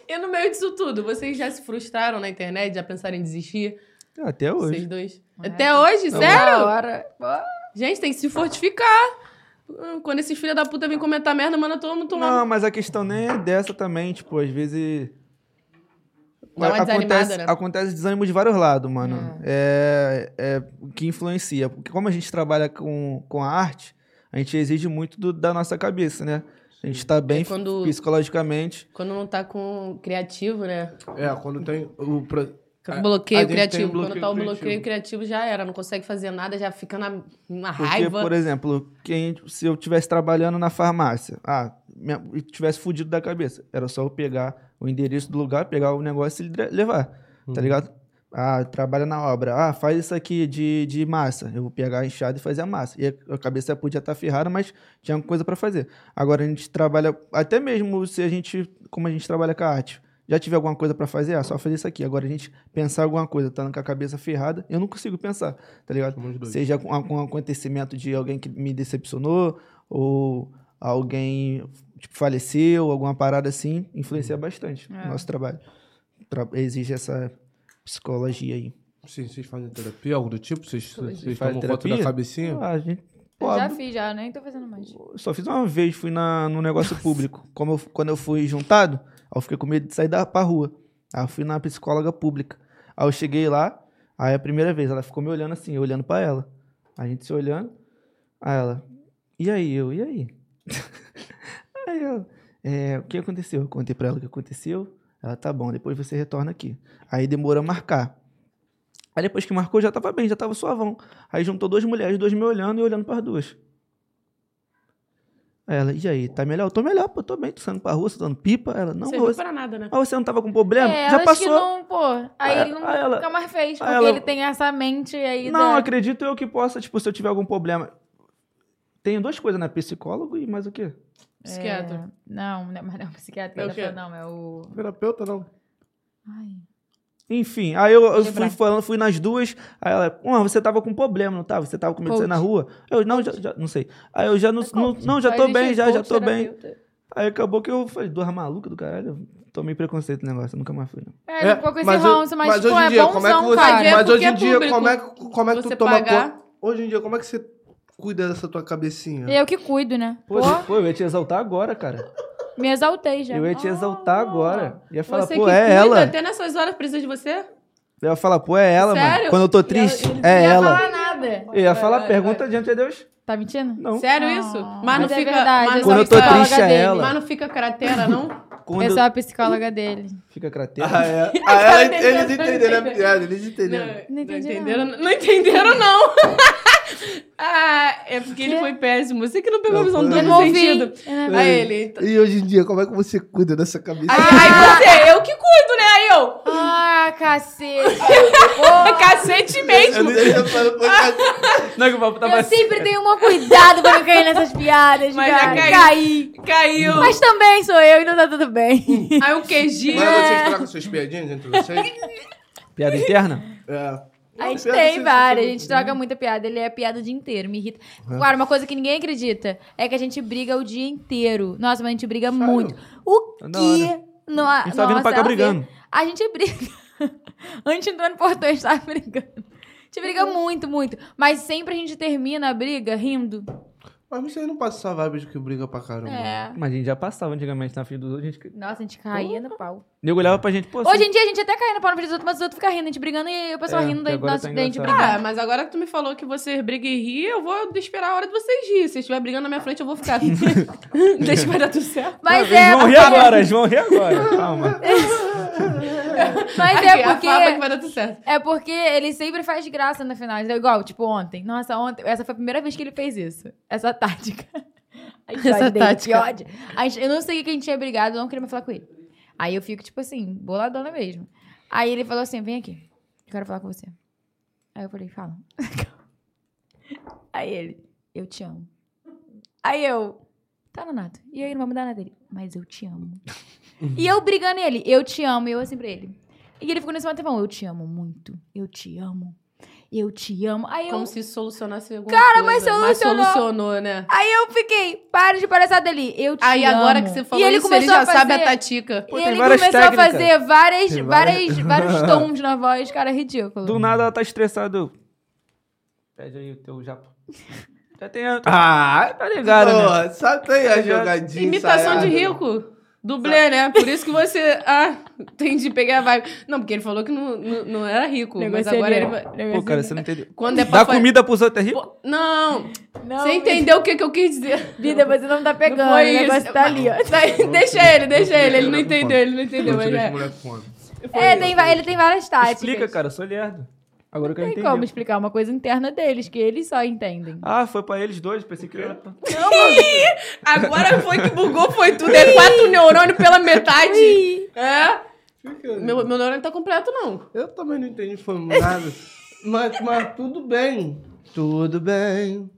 [SPEAKER 2] E no meio disso tudo, vocês já se frustraram na internet? Já pensaram em desistir?
[SPEAKER 3] Até hoje.
[SPEAKER 2] Vocês dois? Até hoje?
[SPEAKER 5] Da
[SPEAKER 2] Sério?
[SPEAKER 5] hora.
[SPEAKER 2] Gente, tem que se fortificar. Quando esses filhos da puta vêm comentar merda, manda todo mundo tomar.
[SPEAKER 3] Não, mas a questão nem é dessa também, tipo, às vezes.
[SPEAKER 2] Dá uma
[SPEAKER 3] acontece,
[SPEAKER 2] desanimada, né?
[SPEAKER 3] acontece desânimo de vários lados, mano. É. é o que influencia. Porque como a gente trabalha com, com a arte, a gente exige muito do- da nossa cabeça, né? A gente tá bem
[SPEAKER 2] É quando-
[SPEAKER 3] psicologicamente.
[SPEAKER 2] Quando não tá com o criativo, né?
[SPEAKER 1] É, quando tem o. pro-
[SPEAKER 3] É.
[SPEAKER 1] A- a
[SPEAKER 2] Bloqueio
[SPEAKER 1] gente tem
[SPEAKER 3] um
[SPEAKER 2] criativo.
[SPEAKER 1] bloqueio
[SPEAKER 2] Quando tá o
[SPEAKER 1] criativo.
[SPEAKER 2] bloqueio criativo. já era. Não consegue fazer nada, já fica na uma
[SPEAKER 3] Porque,
[SPEAKER 2] raiva.
[SPEAKER 3] por exemplo, quem, se eu estivesse trabalhando na farmácia, ah, minha- eu tivesse fudido da cabeça, era só eu pegar o endereço do lugar, pegar o negócio e dre- levar,
[SPEAKER 1] Hum. Uhum.
[SPEAKER 3] tá ligado? Ah, trabalha na obra. Ah, faz isso aqui de, de massa. Eu vou pegar a enxada e fazer a massa. E a- a cabeça podia estar ferrada, mas tinha coisa pra fazer. Agora a gente trabalha, até mesmo se a gente, como a gente trabalha com a arte, já tive alguma coisa pra fazer, ah, só fazer isso aqui. Agora a gente pensar alguma coisa, tá com a cabeça ferrada, eu não consigo pensar, tá ligado?
[SPEAKER 1] Somos dois.
[SPEAKER 3] Seja com algum acontecimento de alguém que me decepcionou, ou alguém tipo, faleceu, alguma parada assim, influencia bastante
[SPEAKER 5] É.
[SPEAKER 3] o nosso trabalho. Tra- exige essa psicologia aí.
[SPEAKER 1] Sim, vocês fazem terapia, algo do tipo? Vocês, vocês
[SPEAKER 3] Fazem
[SPEAKER 1] tomam conta da
[SPEAKER 3] terapia?
[SPEAKER 1] cabecinha?
[SPEAKER 3] Ah, gente, pô,
[SPEAKER 5] Eu já fiz, já, nem tô fazendo mais.
[SPEAKER 3] só fiz uma vez, fui na, no negócio público. Como eu- quando eu fui juntado, aí eu fiquei com medo de sair da, pra rua. Aí eu fui na psicóloga pública. Aí eu cheguei lá, aí a primeira vez ela ficou me olhando assim, eu olhando pra ela. A gente se olhando, aí ela, e aí eu, e aí? (laughs) aí ela, "É, o que aconteceu? Eu contei pra ela o que aconteceu. Ela, tá bom, depois você retorna aqui. Aí demorou a marcar. Aí depois que marcou, já tava bem, já tava suavão. Aí juntou duas mulheres, duas me olhando e eu olhando pras duas. Aí ela, e aí, tá melhor? Eu tô melhor, pô, tô bem, tô saindo pra rua, tô dando pipa. Ela, não,
[SPEAKER 2] Serviu
[SPEAKER 3] você,
[SPEAKER 2] pra nada, né?
[SPEAKER 3] mas Ah, você não tava com problema?
[SPEAKER 5] É,
[SPEAKER 3] já
[SPEAKER 5] elas
[SPEAKER 3] passou.
[SPEAKER 5] que não, pô. Aí
[SPEAKER 3] Ah,
[SPEAKER 5] ele não,
[SPEAKER 3] ah, ela-
[SPEAKER 5] nunca mais fez,
[SPEAKER 3] ah,
[SPEAKER 5] porque
[SPEAKER 3] ela-
[SPEAKER 5] ele tem essa mente aí.
[SPEAKER 3] Não,
[SPEAKER 5] da...
[SPEAKER 3] acredito eu que possa, tipo, se eu tiver algum problema. Tenho duas coisas, né? Psicólogo e mais o quê?
[SPEAKER 2] Psiquiatra.
[SPEAKER 5] É, Não, não, mas não, psiquiatra.
[SPEAKER 2] É o
[SPEAKER 5] ela
[SPEAKER 2] quê?
[SPEAKER 5] falou, não, é o.
[SPEAKER 1] Terapeuta não.
[SPEAKER 5] Ai.
[SPEAKER 3] Enfim, aí eu, eu fui
[SPEAKER 5] Lembrar.
[SPEAKER 3] falando, fui nas duas, aí ela, ah, você tava com problema, não tava? Você tava com medo de sair na rua? Eu, não, já, já- não sei. Aí eu já não, não, não, já
[SPEAKER 5] Só
[SPEAKER 3] tô
[SPEAKER 5] existe
[SPEAKER 3] bem, já, já
[SPEAKER 5] coach,
[SPEAKER 3] tô bem.
[SPEAKER 5] terapeuta.
[SPEAKER 3] Aí acabou que eu falei, duas malucas do caralho, eu tomei preconceito no negócio, eu nunca mais fui, não.
[SPEAKER 5] É, ele ficou com esse
[SPEAKER 1] mas o-
[SPEAKER 5] ranço, mas,
[SPEAKER 1] mas
[SPEAKER 5] pô,
[SPEAKER 1] hoje em
[SPEAKER 5] é
[SPEAKER 1] dia,
[SPEAKER 5] bonzão,
[SPEAKER 1] como é que você-
[SPEAKER 5] cara.
[SPEAKER 1] Mas
[SPEAKER 2] porque
[SPEAKER 1] hoje
[SPEAKER 2] é
[SPEAKER 1] em dia,
[SPEAKER 2] público.
[SPEAKER 1] como é, que- como é que
[SPEAKER 2] Você
[SPEAKER 1] tu toma
[SPEAKER 2] pagar.
[SPEAKER 1] conta? Hoje em dia, como é que você cuida dessa tua cabecinha?
[SPEAKER 5] Eu que cuido, né?
[SPEAKER 3] Pô,
[SPEAKER 5] Pô,
[SPEAKER 3] (laughs) eu ia te exaltar agora, cara.
[SPEAKER 5] me exaltei já.
[SPEAKER 3] Eu ia te exaltar agora. Ia falar,
[SPEAKER 2] você
[SPEAKER 3] pô,
[SPEAKER 2] que
[SPEAKER 3] é
[SPEAKER 2] cuida,
[SPEAKER 3] ela.
[SPEAKER 2] até nessas horas precisa de você.
[SPEAKER 3] Eu ia falar, pô, é ela, mano.
[SPEAKER 2] Sério?
[SPEAKER 3] Quando eu
[SPEAKER 2] E
[SPEAKER 3] tô
[SPEAKER 2] ela-
[SPEAKER 3] triste,
[SPEAKER 2] ele
[SPEAKER 3] é
[SPEAKER 5] Não ia
[SPEAKER 3] ela.
[SPEAKER 5] falar nada.
[SPEAKER 3] Eu ia falar, pergunta diante de Deus.
[SPEAKER 5] Tá mentindo?
[SPEAKER 3] Não.
[SPEAKER 2] Sério
[SPEAKER 5] Ah,
[SPEAKER 2] isso?
[SPEAKER 5] mas
[SPEAKER 2] Mas não
[SPEAKER 5] é
[SPEAKER 2] fica.
[SPEAKER 5] verdade,
[SPEAKER 2] mas
[SPEAKER 5] eu
[SPEAKER 2] não
[SPEAKER 3] Então- Quando eu
[SPEAKER 5] sou
[SPEAKER 3] tô
[SPEAKER 2] fica-
[SPEAKER 5] psicóloga
[SPEAKER 3] triste, é
[SPEAKER 5] dele.
[SPEAKER 3] ela.
[SPEAKER 2] Mas não fica cratera,
[SPEAKER 3] (laughs)
[SPEAKER 2] não?
[SPEAKER 3] Quando
[SPEAKER 5] Eu sou a psicóloga dele.
[SPEAKER 3] Fica (laughs)
[SPEAKER 1] Ah,
[SPEAKER 3] cratera.
[SPEAKER 1] é. Ah, ela- eles
[SPEAKER 2] entendeu,
[SPEAKER 1] entenderam a
[SPEAKER 2] entendeu.
[SPEAKER 1] piada, eles entenderam.
[SPEAKER 5] Não entendi
[SPEAKER 2] entenderam, não. entenderam,
[SPEAKER 5] (laughs)
[SPEAKER 2] não. ah, é porque ele foi péssimo. Você que não pegou a visão do
[SPEAKER 1] Eu
[SPEAKER 2] duplo
[SPEAKER 5] não ouvi.
[SPEAKER 2] sentido.
[SPEAKER 5] É.
[SPEAKER 2] Aí ele. t-
[SPEAKER 1] E hoje em dia, como é que você cuida dessa cabeça?
[SPEAKER 2] Aí, aí você, eu que cuido, né? Aí eu.
[SPEAKER 5] Ah, cacete.
[SPEAKER 2] (laughs) Cacete
[SPEAKER 1] Eu
[SPEAKER 2] mesmo.
[SPEAKER 1] não sei se eu falo, foi cacete.
[SPEAKER 3] Não, é- que o papo tá
[SPEAKER 5] Eu sempre tenho um cuidado pra não cair nessas piadas,
[SPEAKER 2] Mas já
[SPEAKER 5] cara.
[SPEAKER 2] caí.
[SPEAKER 5] Caí.
[SPEAKER 2] Caiu.
[SPEAKER 5] Mas também sou eu e não tá tudo
[SPEAKER 3] Hum.
[SPEAKER 5] bem.
[SPEAKER 2] Aí o queijinho.
[SPEAKER 1] Mas vocês trocam suas piadinhas entre vocês?
[SPEAKER 3] (laughs) Piada interna?
[SPEAKER 1] É.
[SPEAKER 5] A gente
[SPEAKER 1] Piada
[SPEAKER 5] tem
[SPEAKER 1] sem
[SPEAKER 5] várias, a
[SPEAKER 1] sentido.
[SPEAKER 5] gente troca muita piada. Ele é piada o dia inteiro, me irrita.
[SPEAKER 3] Hum.
[SPEAKER 5] Claro, uma coisa que ninguém acredita é que a gente briga o dia inteiro. Nossa, mas a gente briga
[SPEAKER 1] Sério?
[SPEAKER 5] muito. O que?
[SPEAKER 3] É Da hora.
[SPEAKER 5] No,
[SPEAKER 3] A gente tá vindo
[SPEAKER 5] é
[SPEAKER 3] pra cá
[SPEAKER 5] assim.
[SPEAKER 3] brigando.
[SPEAKER 5] A gente (laughs) briga. Antes de entrar no portão, a gente tava brigando. A gente briga muito, muito. Mas sempre a gente termina a briga rindo.
[SPEAKER 1] Mas vocês não passam essa vibe de que briga pra caramba.
[SPEAKER 5] É.
[SPEAKER 3] Mas a gente já passava antigamente na frente dos outros. A gente... O
[SPEAKER 5] Nossa, a gente caía no pau.
[SPEAKER 3] nego olhava pra gente, pô,
[SPEAKER 5] Hoje em dia a gente até cai no pau na frente dos outros, mas os outros ficam rindo, a gente brigando e o pessoal
[SPEAKER 3] É,
[SPEAKER 5] rindo
[SPEAKER 3] que
[SPEAKER 5] da
[SPEAKER 3] agora
[SPEAKER 5] nossa
[SPEAKER 3] tá
[SPEAKER 5] da gente brigando.
[SPEAKER 2] Ah, mas agora que tu me falou que vocês brigam e riem, eu vou esperar a hora de vocês rirem. Se estiver brigando na minha frente, eu vou
[SPEAKER 5] (laughs)
[SPEAKER 2] ficar. (laughs) Deixa que vai dar tudo certo.
[SPEAKER 3] tá
[SPEAKER 5] Mas
[SPEAKER 3] eles
[SPEAKER 5] é,
[SPEAKER 3] vão rir
[SPEAKER 5] porque-
[SPEAKER 3] agora, eles vão rir agora. Calma.
[SPEAKER 5] (laughs) mas
[SPEAKER 2] Aqui,
[SPEAKER 5] é
[SPEAKER 2] a fava que
[SPEAKER 5] porque.
[SPEAKER 2] vai dar tudo certo.
[SPEAKER 5] É porque ele sempre faz graça no final. entendeu? Igual, tipo, ontem. Nossa, ontem. Essa foi a primeira vez que ele fez isso. Essa tática. (laughs) Ai, que
[SPEAKER 2] Essa
[SPEAKER 5] ódio dele,
[SPEAKER 2] tática.
[SPEAKER 5] que ódio. A gente- Eu não sei o que a gente tinha brigado, eu não queria mais falar com ele. Aí eu fico, tipo assim, boladona mesmo. Aí ele falou assim: vem aqui, eu quero falar com você. Aí eu falei: fala. Aí ele: eu te amo. Aí eu: tá, Nonato. E aí não vai mudar nada dele. Mas eu te amo. e eu brigando ele: eu te amo. E eu assim pra ele. E ele ficou nesse matepão: eu te amo muito. Eu te amo. Eu te amo. Aí eu.
[SPEAKER 2] Como se solucionasse alguma Cara, coisa.
[SPEAKER 5] mas solucionou.
[SPEAKER 2] Mas solucionou, né?
[SPEAKER 5] Aí eu fiquei, para de palhaçada ali. Eu te
[SPEAKER 2] Aí
[SPEAKER 5] amo.
[SPEAKER 2] agora que você falou
[SPEAKER 5] e ele
[SPEAKER 2] isso, ele
[SPEAKER 5] começou
[SPEAKER 2] já
[SPEAKER 5] a fazer,
[SPEAKER 2] sabe a tatica.
[SPEAKER 3] Pô,
[SPEAKER 5] e
[SPEAKER 3] tem
[SPEAKER 5] ele
[SPEAKER 3] várias
[SPEAKER 5] começou a
[SPEAKER 3] técnicas.
[SPEAKER 5] fazer várias,
[SPEAKER 1] Tem
[SPEAKER 5] várias,
[SPEAKER 1] várias-
[SPEAKER 5] vários
[SPEAKER 3] (laughs)
[SPEAKER 5] tons na voz, cara, é ridículo.
[SPEAKER 3] Do nada ela tá estressada. eu- Pede aí o teu japa. Já tem a...
[SPEAKER 1] Ah,
[SPEAKER 3] tá ligado, né?
[SPEAKER 1] Pô, Sabe, tem a jogadinha.
[SPEAKER 2] Imitação
[SPEAKER 1] ensaiada.
[SPEAKER 2] de rico. Dublê, né? Por isso que você. (laughs) Ah, entendi, peguei a vibe. Não, porque ele falou que não, não, não era rico, mas
[SPEAKER 5] é
[SPEAKER 2] agora ele vai.
[SPEAKER 3] Pô, cara, você não entendeu.
[SPEAKER 2] Quando é pra
[SPEAKER 3] Dá
[SPEAKER 2] fa-
[SPEAKER 3] comida pros outros é rico?
[SPEAKER 2] Pô, Não,
[SPEAKER 5] Não,
[SPEAKER 2] você entendeu o que, que eu quis dizer.
[SPEAKER 5] Vida, você não tá pegando.
[SPEAKER 2] Não foi
[SPEAKER 5] o negócio
[SPEAKER 2] isso.
[SPEAKER 5] tá ali, ó.
[SPEAKER 2] Tá,
[SPEAKER 5] (laughs)
[SPEAKER 2] deixa ele, deixa ele. Ele não entendeu, ele não entendeu. Mas é.
[SPEAKER 5] É, tem, va- ele tem várias táticas.
[SPEAKER 3] Explica, cara, eu sou lerdo. Agora que eu
[SPEAKER 5] ah, é Não tem
[SPEAKER 3] entendi.
[SPEAKER 5] como explicar uma coisa interna deles, que eles só entendem.
[SPEAKER 3] Ah, foi pra eles dois, pensei que era pra...
[SPEAKER 2] Agora foi que bugou, foi tudo. É quatro neurônios pela metade. É. Meu, meu neurônio tá completo, não.
[SPEAKER 1] Eu também não entendi foi nada. mas, mas tudo bem. Tudo bem.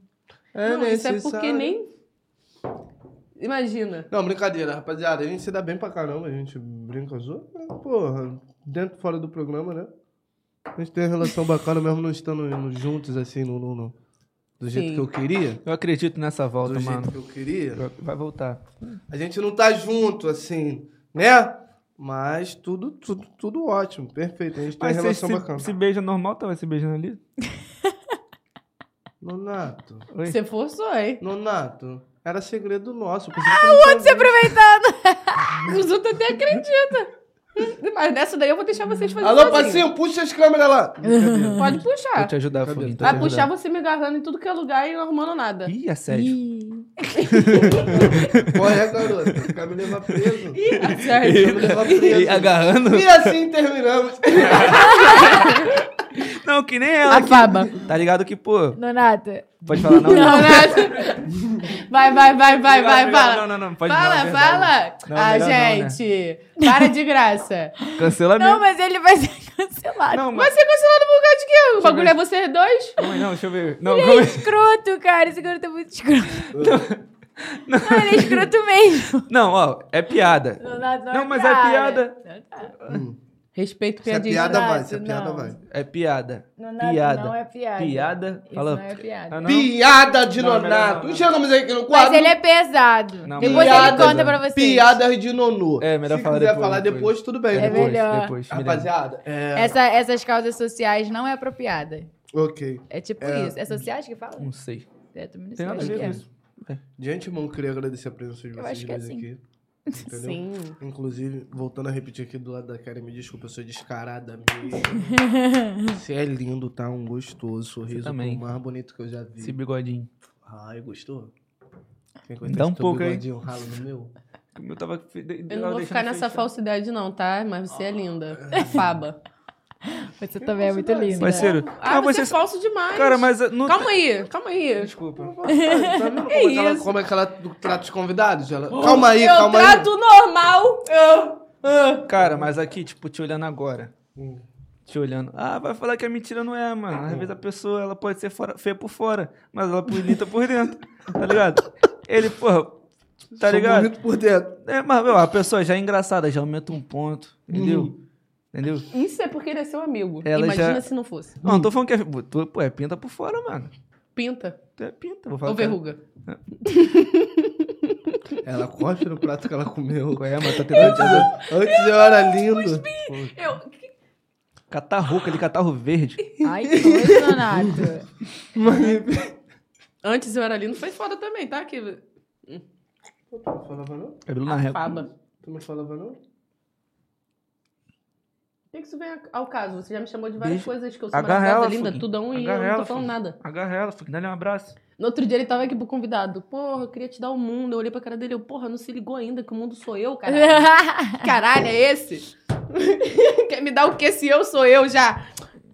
[SPEAKER 1] É
[SPEAKER 2] não, isso
[SPEAKER 1] necessário.
[SPEAKER 2] é porque nem. Imagina.
[SPEAKER 1] Não, brincadeira, rapaziada. A gente se dá bem pra caramba. A gente brinca zoa. Porra, dentro e fora do programa, né? A gente tem uma
[SPEAKER 3] (laughs)
[SPEAKER 1] relação bacana mesmo não estando no- juntos assim, no, no, no- do jeito
[SPEAKER 2] Sim.
[SPEAKER 1] que eu queria.
[SPEAKER 3] Eu acredito nessa volta,
[SPEAKER 1] Do
[SPEAKER 3] mano.
[SPEAKER 1] jeito que eu queria.
[SPEAKER 3] Vai voltar.
[SPEAKER 1] A gente não tá junto, assim, né? Mas tudo, tudo, tudo ótimo, perfeito. A gente tem
[SPEAKER 3] Mas
[SPEAKER 1] uma
[SPEAKER 3] vocês
[SPEAKER 1] relação
[SPEAKER 3] se,
[SPEAKER 1] bacana.
[SPEAKER 3] se beija normal, tava se beijando ali?
[SPEAKER 1] Nonato,
[SPEAKER 3] Oi?
[SPEAKER 2] Você forçou, hein?
[SPEAKER 1] Nonato, era segredo nosso. Ah, o
[SPEAKER 3] é
[SPEAKER 1] outro se aproveitou.
[SPEAKER 2] Os outros até acreditam. Mas dessa daí eu vou deixar vocês fazerem.
[SPEAKER 1] Alô,
[SPEAKER 2] sozinhos.
[SPEAKER 1] Passinho, puxa as câmeras lá.
[SPEAKER 2] Pode
[SPEAKER 3] Vou
[SPEAKER 2] puxar.
[SPEAKER 3] te ajudar, Foguinho. tô te
[SPEAKER 2] Vai puxar
[SPEAKER 3] ajudando.
[SPEAKER 2] você me agarrando em tudo que é lugar e não arrumando nada.
[SPEAKER 3] Ih, é assédio.
[SPEAKER 1] Qual é, garota? Quer me levar
[SPEAKER 3] (laughs)
[SPEAKER 1] preso?
[SPEAKER 2] (laughs) Tá Certo.
[SPEAKER 1] Quer me levar preso?
[SPEAKER 3] E
[SPEAKER 1] (laughs)
[SPEAKER 3] agarrando.
[SPEAKER 1] E assim
[SPEAKER 5] (laughs)
[SPEAKER 1] terminamos.
[SPEAKER 3] Não, que nem ela. que-
[SPEAKER 5] faba.
[SPEAKER 3] Tá ligado que, pô,
[SPEAKER 5] Nonato.
[SPEAKER 3] pode falar não.
[SPEAKER 2] Não, né? (laughs) Vai, vai, vai, vai, vai,
[SPEAKER 3] Melhor,
[SPEAKER 2] fala.
[SPEAKER 3] melhor, não, não, não, pode
[SPEAKER 2] fala,
[SPEAKER 3] não, é
[SPEAKER 2] fala.
[SPEAKER 3] verdade. Não,
[SPEAKER 2] ah,
[SPEAKER 3] melhor não, né?
[SPEAKER 2] gente, para de graça.
[SPEAKER 3] Cancela
[SPEAKER 5] Não,
[SPEAKER 3] mesmo.
[SPEAKER 5] mas ele vai ser (laughs) cancelado.
[SPEAKER 3] Não,
[SPEAKER 2] Vai ser cancelado por causa de quê? O bagulho
[SPEAKER 3] ver.
[SPEAKER 2] é vocês dois?
[SPEAKER 3] Calma aí, não, deixa eu ver. Não,
[SPEAKER 5] Ele é
[SPEAKER 3] calma aí.
[SPEAKER 5] escroto, cara. Esse garoto é muito escroto. Não, ele é
[SPEAKER 3] (laughs)
[SPEAKER 5] escroto mesmo.
[SPEAKER 3] não, ó, é piada.
[SPEAKER 5] Nonato,
[SPEAKER 3] Não, mas é piada.
[SPEAKER 2] Respeito
[SPEAKER 1] Se a
[SPEAKER 2] piadinha.
[SPEAKER 1] piada vai,
[SPEAKER 5] Nonato,
[SPEAKER 1] se a piada
[SPEAKER 5] não.
[SPEAKER 1] vai.
[SPEAKER 3] É piada.
[SPEAKER 5] Nonato
[SPEAKER 3] piada.
[SPEAKER 5] não é piada.
[SPEAKER 3] Piada.
[SPEAKER 5] Isso
[SPEAKER 3] Fala.
[SPEAKER 5] não é piada.
[SPEAKER 3] Ah, não?
[SPEAKER 1] Piada de
[SPEAKER 3] Não, melhor
[SPEAKER 1] Nonato.
[SPEAKER 3] não, não.
[SPEAKER 1] Chegamos aqui no
[SPEAKER 5] Mas
[SPEAKER 1] quadro.
[SPEAKER 5] ele é pesado.
[SPEAKER 3] Não,
[SPEAKER 5] Depois ele
[SPEAKER 1] Piadas,
[SPEAKER 5] conta pra vocês.
[SPEAKER 1] Piadas de Nonô.
[SPEAKER 3] É, melhor
[SPEAKER 1] Se
[SPEAKER 3] falar
[SPEAKER 1] quiser
[SPEAKER 3] depois,
[SPEAKER 1] falar
[SPEAKER 3] depois.
[SPEAKER 1] depois, tudo bem.
[SPEAKER 5] É
[SPEAKER 1] Depois.
[SPEAKER 5] melhor.
[SPEAKER 3] Depois, me lembra.
[SPEAKER 1] Rapaziada, é...
[SPEAKER 5] Essa- essas causas sociais não é apropriada.
[SPEAKER 1] Ok.
[SPEAKER 5] É tipo
[SPEAKER 1] É.
[SPEAKER 5] isso. É sociais que fala?
[SPEAKER 3] Não sei.
[SPEAKER 5] É, também não
[SPEAKER 3] Tem
[SPEAKER 5] sei,
[SPEAKER 3] nada a
[SPEAKER 5] acho
[SPEAKER 3] ver
[SPEAKER 5] que
[SPEAKER 3] com
[SPEAKER 5] é.
[SPEAKER 3] isso.
[SPEAKER 1] De antemão, queria agradecer a presença de
[SPEAKER 5] Eu
[SPEAKER 1] vocês
[SPEAKER 5] acho que é
[SPEAKER 1] dois
[SPEAKER 5] assim. (laughs)
[SPEAKER 1] aqui. Entendeu?
[SPEAKER 2] Sim.
[SPEAKER 1] Inclusive, voltando a repetir aqui do lado da Karen, me desculpa, eu sou descarada mesmo.
[SPEAKER 5] (laughs)
[SPEAKER 1] Você é lindo, tá? Um gostoso sorriso.
[SPEAKER 3] também.
[SPEAKER 1] pô, O mais bonito que eu já vi.
[SPEAKER 3] Esse bigodinho.
[SPEAKER 1] Ai, gostou? Quem
[SPEAKER 3] Dá um
[SPEAKER 1] esse teu
[SPEAKER 3] pouco aí.
[SPEAKER 1] bigodinho ralo no meu?
[SPEAKER 3] O meu tava. fe- de-
[SPEAKER 2] Eu
[SPEAKER 3] tava
[SPEAKER 2] não vou
[SPEAKER 3] deixando
[SPEAKER 2] ficar nessa
[SPEAKER 3] fechado.
[SPEAKER 2] falsidade, não, tá? Mas
[SPEAKER 1] Ah.
[SPEAKER 2] você é linda.
[SPEAKER 1] (laughs)
[SPEAKER 2] Faba.
[SPEAKER 5] Você também é muito lindo.
[SPEAKER 3] Parceiro.
[SPEAKER 2] Ah,
[SPEAKER 3] Ah,
[SPEAKER 2] você é
[SPEAKER 3] você-
[SPEAKER 2] falso demais.
[SPEAKER 3] Cara, mas eh, não.
[SPEAKER 2] Calma aí, calma aí.
[SPEAKER 3] Desculpa.
[SPEAKER 1] (laughs) Tá vendo como, é que ela,
[SPEAKER 2] isso?
[SPEAKER 1] como é que ela trata os convidados? Ela... Calma aí,
[SPEAKER 2] eu
[SPEAKER 1] calma aí.
[SPEAKER 2] trato normal. Eu...
[SPEAKER 3] Cara, mas aqui, tipo, te olhando agora.
[SPEAKER 1] Hum.
[SPEAKER 3] Te olhando. Ah, vai falar que a mentira não é, mano. Às vezes a pessoa, ela pode ser fora- feia por fora, mas ela é bonita por dentro. Tá ligado? Ele, porra, tá
[SPEAKER 1] Sou
[SPEAKER 3] ligado?
[SPEAKER 1] bonito por dentro.
[SPEAKER 3] É, mas, meu, a pessoa já é engraçada, já aumenta um ponto,
[SPEAKER 1] Uhum.
[SPEAKER 3] entendeu? Entendeu?
[SPEAKER 2] Isso é porque ele é seu amigo.
[SPEAKER 3] Ela
[SPEAKER 2] Imagina
[SPEAKER 3] já-
[SPEAKER 2] se não fosse.
[SPEAKER 3] Não, não tô falando que é... pô, tu- Pô, é pinta por fora, mano.
[SPEAKER 2] Pinta
[SPEAKER 3] Tu é pinta, vou falar.
[SPEAKER 2] ou
[SPEAKER 3] que é-
[SPEAKER 2] verruga?
[SPEAKER 1] Ela cospe no prato que ela (laughs) comeu.
[SPEAKER 3] Qual é, mano? Tá tentando te ajudar.
[SPEAKER 1] Antes eu era lindo.
[SPEAKER 3] (laughs)
[SPEAKER 2] Eu...
[SPEAKER 3] Catarro, aquele catarro
[SPEAKER 2] (laughs)
[SPEAKER 3] verde.
[SPEAKER 5] Ai, que doido, Nonato.
[SPEAKER 1] Mas...
[SPEAKER 2] Antes eu era lindo, foi foda também, tá? Que...
[SPEAKER 1] Tu não falava não?
[SPEAKER 3] Cabelo na régua.
[SPEAKER 2] Faba.
[SPEAKER 1] Tu não falava não?
[SPEAKER 2] O que que isso vem a- ao caso? Você já me chamou de várias
[SPEAKER 3] Deixa-
[SPEAKER 2] coisas que eu sou
[SPEAKER 3] Agarra
[SPEAKER 2] maravilhosa,
[SPEAKER 3] ela,
[SPEAKER 2] linda,
[SPEAKER 3] Fugi.
[SPEAKER 2] tudo a um e eu
[SPEAKER 3] Agarra
[SPEAKER 2] não tô
[SPEAKER 3] ela,
[SPEAKER 2] falando
[SPEAKER 3] Fugi.
[SPEAKER 2] nada.
[SPEAKER 3] Agarra ela, fica, dá-lhe um abraço.
[SPEAKER 2] No outro dia ele tava aqui pro convidado. Porra, eu queria te dar o mundo. Eu olhei pra cara dele, eu, porra, não se ligou ainda que o mundo sou eu, cara.
[SPEAKER 3] (laughs)
[SPEAKER 2] que caralho é esse? (laughs) Quer me dar o que se eu sou eu já?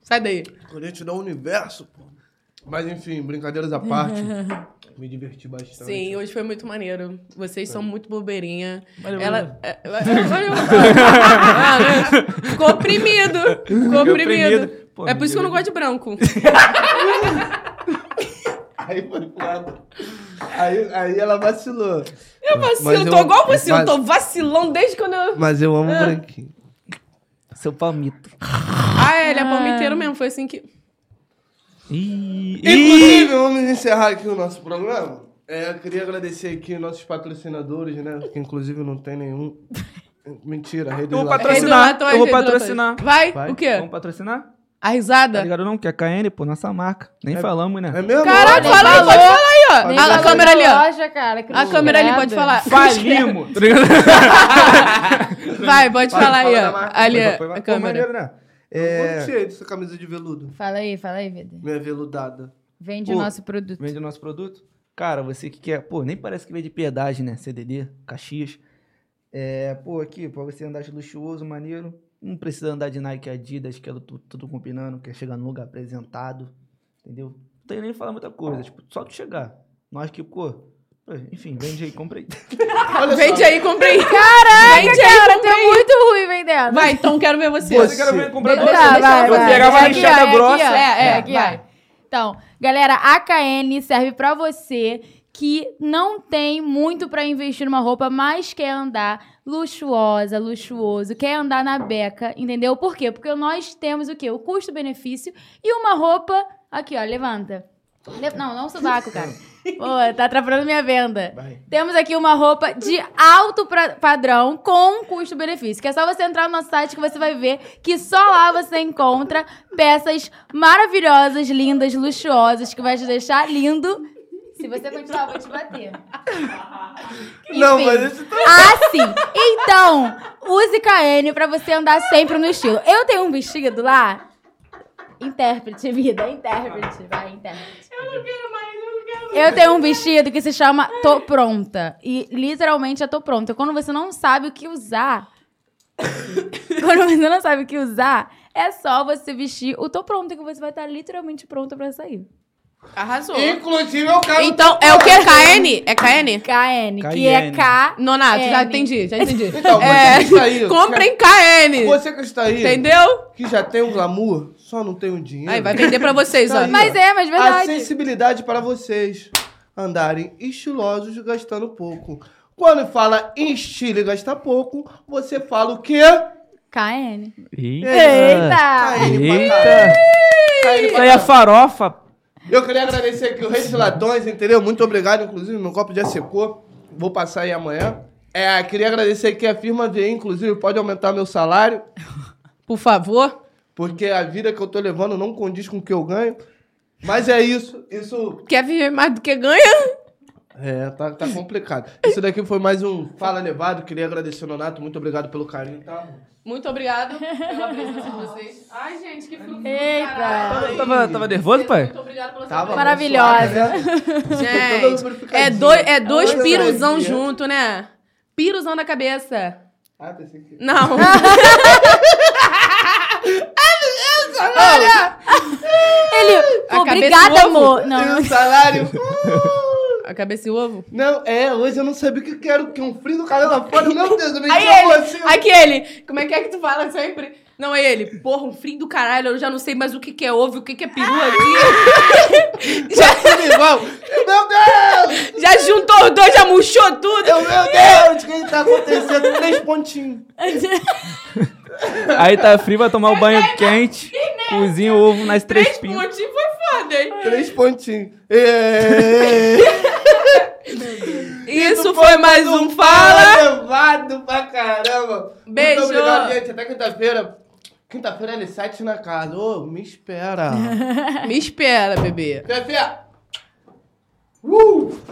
[SPEAKER 2] Sai daí.
[SPEAKER 1] Quando a gente dá o universo, pô. Mas enfim, brincadeiras à parte. me diverti bastante.
[SPEAKER 2] Sim, hoje foi muito maneiro. Vocês são muito bobeirinha.
[SPEAKER 3] Valeu,
[SPEAKER 2] Ela. é- ela- Ah, né? Ficou oprimido. Ficou oprimido.
[SPEAKER 3] oprimido. Pô,
[SPEAKER 2] é por isso que eu não
[SPEAKER 3] meu Deus.
[SPEAKER 2] gosto de branco.
[SPEAKER 1] Aí foi pro lado. Aí, aí ela vacilou.
[SPEAKER 2] Eu
[SPEAKER 1] Mas
[SPEAKER 2] vacilo,
[SPEAKER 1] eu-
[SPEAKER 2] tô igual você, eu
[SPEAKER 1] mas-
[SPEAKER 2] tô vacilão desde quando eu.
[SPEAKER 1] Mas eu amo branquinho.
[SPEAKER 3] Seu palmito.
[SPEAKER 2] Ah, é, ele é palmiteiro mesmo, foi assim que.
[SPEAKER 3] Ih, ih.
[SPEAKER 1] Inclusive, vamos encerrar aqui o nosso programa. É, eu queria agradecer aqui os nossos patrocinadores, né? Que inclusive não tem nenhum. Mentira, rei
[SPEAKER 3] Eu
[SPEAKER 2] Um
[SPEAKER 1] do
[SPEAKER 3] vou
[SPEAKER 1] Lá-
[SPEAKER 3] patrocinar.
[SPEAKER 2] Eduardo,
[SPEAKER 3] eu vou
[SPEAKER 2] Eduardo.
[SPEAKER 3] patrocinar.
[SPEAKER 2] Vai,
[SPEAKER 1] Vai,
[SPEAKER 2] o quê?
[SPEAKER 3] Vamos patrocinar?
[SPEAKER 2] A
[SPEAKER 3] Tá
[SPEAKER 2] risada?
[SPEAKER 3] ligado não? Que é KN, pô, nossa marca. Nem falamos, né?
[SPEAKER 1] É mesmo?
[SPEAKER 2] Caralho,
[SPEAKER 1] Olha,
[SPEAKER 2] fala aí, pode falar aí, ó. ali, ó. Ah, A, a câmera ali, ó.
[SPEAKER 6] Loja, cara, que
[SPEAKER 2] A câmera ali,
[SPEAKER 6] merda.
[SPEAKER 2] pode falar.
[SPEAKER 3] Falimos! tá ligado?
[SPEAKER 2] Vai, pode falar aí,
[SPEAKER 1] fala,
[SPEAKER 2] ó.
[SPEAKER 1] Marcos.
[SPEAKER 2] (laughs) Ali,
[SPEAKER 7] Mas
[SPEAKER 2] ó,
[SPEAKER 7] foi-
[SPEAKER 2] a
[SPEAKER 7] foi
[SPEAKER 2] câmera.
[SPEAKER 7] maneiro, né?
[SPEAKER 1] Eu
[SPEAKER 7] É,
[SPEAKER 1] gostei dessa camisa de veludo.
[SPEAKER 6] Fala aí, fala aí, vida.
[SPEAKER 1] Minha veludada.
[SPEAKER 6] Vende o
[SPEAKER 3] Pô,
[SPEAKER 6] nosso produto.
[SPEAKER 3] Vende o nosso produto. Cara, você que quer. Pô, nem parece que vem de piedade, né? CDD, Caxias. É, pô, aqui, pra você andar de luxuoso, maneiro. Não precisa andar de Nike Adidas, que é tudo, tudo combinando, quer chegar no lugar apresentado. Entendeu? Não tem nem que falar muita coisa, tipo, só tu chegar. Nós que, pô. pô, Enfim, vende aí, compra aí.
[SPEAKER 1] Olha
[SPEAKER 2] Vende aí, comprei.
[SPEAKER 5] Caraca,
[SPEAKER 2] Vende aí,
[SPEAKER 5] cara,
[SPEAKER 2] comprei.
[SPEAKER 5] tu é muito ruim vendendo.
[SPEAKER 2] Vai, então quero ver você.
[SPEAKER 1] Você-
[SPEAKER 7] cara veio comprar
[SPEAKER 5] Tá,
[SPEAKER 7] doce.
[SPEAKER 5] vai, vai.
[SPEAKER 7] Eu pegava
[SPEAKER 5] É
[SPEAKER 7] a
[SPEAKER 5] aqui, ó,
[SPEAKER 7] enxada
[SPEAKER 5] é aqui,
[SPEAKER 7] grossa.
[SPEAKER 5] ó.
[SPEAKER 2] É, é,
[SPEAKER 5] aqui, ó. Então, galera, a KN serve pra você que não tem muito pra investir numa roupa, mas quer andar luxuosa, luxuoso, quer andar na beca, entendeu? Por quê? Porque nós temos o quê? O custo-benefício e uma roupa... Aqui, ó, levanta. Le- Não, não o sovaco, cara. Pô, tá atrapalhando minha venda.
[SPEAKER 3] Vai.
[SPEAKER 5] Temos aqui uma roupa de alto pra- padrão com custo-benefício. Que é só você entrar no nosso site que você vai ver que só lá você encontra peças maravilhosas, lindas, luxuosas, que vai te deixar lindo. Se você continuar, eu vou te bater.
[SPEAKER 1] Não,
[SPEAKER 5] Enfim.
[SPEAKER 1] mas esse tá...
[SPEAKER 5] Ah, sim! Então, use KN pra você andar sempre no estilo. Eu tenho um vestido lá. Intérprete, vida, intérprete. Vai, intérprete. Eu não quero mais, eu não quero mais. Eu tenho um vestido que se chama Tô Pronta. E literalmente é Tô Pronta. Quando você não sabe o que usar. (coughs) quando você não sabe o que usar, é só você vestir o Tô Pronta que você vai estar literalmente pronta pra sair.
[SPEAKER 2] Arrasou.
[SPEAKER 1] Inclusive, eu quero...
[SPEAKER 2] Então, é o que? KN? É KN?
[SPEAKER 5] KN, que é
[SPEAKER 3] KN.
[SPEAKER 5] K.
[SPEAKER 2] Nonato, já
[SPEAKER 5] KN.
[SPEAKER 2] entendi, já entendi.
[SPEAKER 1] Então, você
[SPEAKER 2] é,
[SPEAKER 1] que está
[SPEAKER 2] (laughs)
[SPEAKER 1] aí,
[SPEAKER 2] comprem KN,
[SPEAKER 1] Você que está aí,
[SPEAKER 2] entendeu?
[SPEAKER 1] que já tem o glamour, só não tem o dinheiro.
[SPEAKER 2] Aí, vai vender pra vocês, ó.
[SPEAKER 3] Então,
[SPEAKER 1] Aí,
[SPEAKER 5] Mas é, mas
[SPEAKER 1] a
[SPEAKER 5] verdade.
[SPEAKER 1] sensibilidade para vocês andarem estilosos gastando pouco. Quando fala em estilo e gastar pouco, você fala o quê?
[SPEAKER 5] KN.
[SPEAKER 1] Tá
[SPEAKER 5] Eita!
[SPEAKER 1] ele pra
[SPEAKER 3] Eita!
[SPEAKER 1] caralho.
[SPEAKER 3] Isso aí é farofa.
[SPEAKER 1] Eu queria agradecer aqui o Rei dos Ladões, entendeu? Muito obrigado, inclusive, meu copo já secou. Vou passar aí amanhã. É, queria agradecer aqui a firma VE, inclusive, pode aumentar meu salário,
[SPEAKER 2] Por favor.
[SPEAKER 1] porque a vida que eu tô levando não condiz com o que eu ganho. Mas é isso, isso...
[SPEAKER 2] Quer viver mais do que ganha?
[SPEAKER 1] É, tá, tá complicado. Isso daqui foi mais um Fala Levado, queria agradecer o Nonato, muito obrigado pelo carinho, tá?
[SPEAKER 2] Muito obrigada pela presença de vocês. Ai, gente, que fluxo.
[SPEAKER 5] Eita!
[SPEAKER 3] Tava, tava, tava nervoso, pai?
[SPEAKER 2] Muito obrigada pela sua
[SPEAKER 1] Tava
[SPEAKER 2] presença. (laughs)
[SPEAKER 5] Maravilhosa.
[SPEAKER 1] abençoada, né? Toda
[SPEAKER 2] Gente,
[SPEAKER 1] lubrificadinha.
[SPEAKER 2] é dois, é dois
[SPEAKER 1] Toda
[SPEAKER 2] piruzão
[SPEAKER 1] lubrificadinha.
[SPEAKER 2] junto, né? Piruzão na cabeça.
[SPEAKER 1] Ah, pensei que...
[SPEAKER 2] (laughs) Não.
[SPEAKER 5] Ele,
[SPEAKER 2] A
[SPEAKER 5] pô,
[SPEAKER 2] cabeça
[SPEAKER 5] obrigada,
[SPEAKER 2] do ovo?
[SPEAKER 5] amor. Não,
[SPEAKER 1] E o salário... Uh!
[SPEAKER 2] A cabeça e o ovo?
[SPEAKER 1] Não, é, hoje eu não sabia o que que era, porque um frio do caralho lá fora, meu Deus, eu me
[SPEAKER 2] Aí
[SPEAKER 1] enjoo,
[SPEAKER 2] ele,
[SPEAKER 1] assim, ó.
[SPEAKER 2] aqui ele, como é que é que tu fala sempre? Não, é ele, porra, um frio do caralho, eu já não sei mais o que que é ovo, e o que que é peru aqui. (laughs)
[SPEAKER 1] Tudo igual. Meu Deus!
[SPEAKER 2] Já juntou os dois, já murchou tudo.
[SPEAKER 1] Eu, meu Deus! O que tá acontecendo? Três pontinhos.
[SPEAKER 5] (laughs)
[SPEAKER 3] Aí tá frio, vai tomar o banho quente, cozinha o ovo nas três
[SPEAKER 2] Três
[SPEAKER 3] pintas.
[SPEAKER 2] pontinhos foi foda, hein?
[SPEAKER 1] Três pontinhos. É.
[SPEAKER 2] Isso foi mais um Fala.
[SPEAKER 1] Levado pra caramba.
[SPEAKER 2] Beijo.
[SPEAKER 1] Muito obrigado, gente. Até quinta-feira. Quinta-feira ele sete na casa. Ô, me
[SPEAKER 2] (laughs)
[SPEAKER 1] espera.
[SPEAKER 2] Me espera, bebê.
[SPEAKER 1] Fefe! Uh!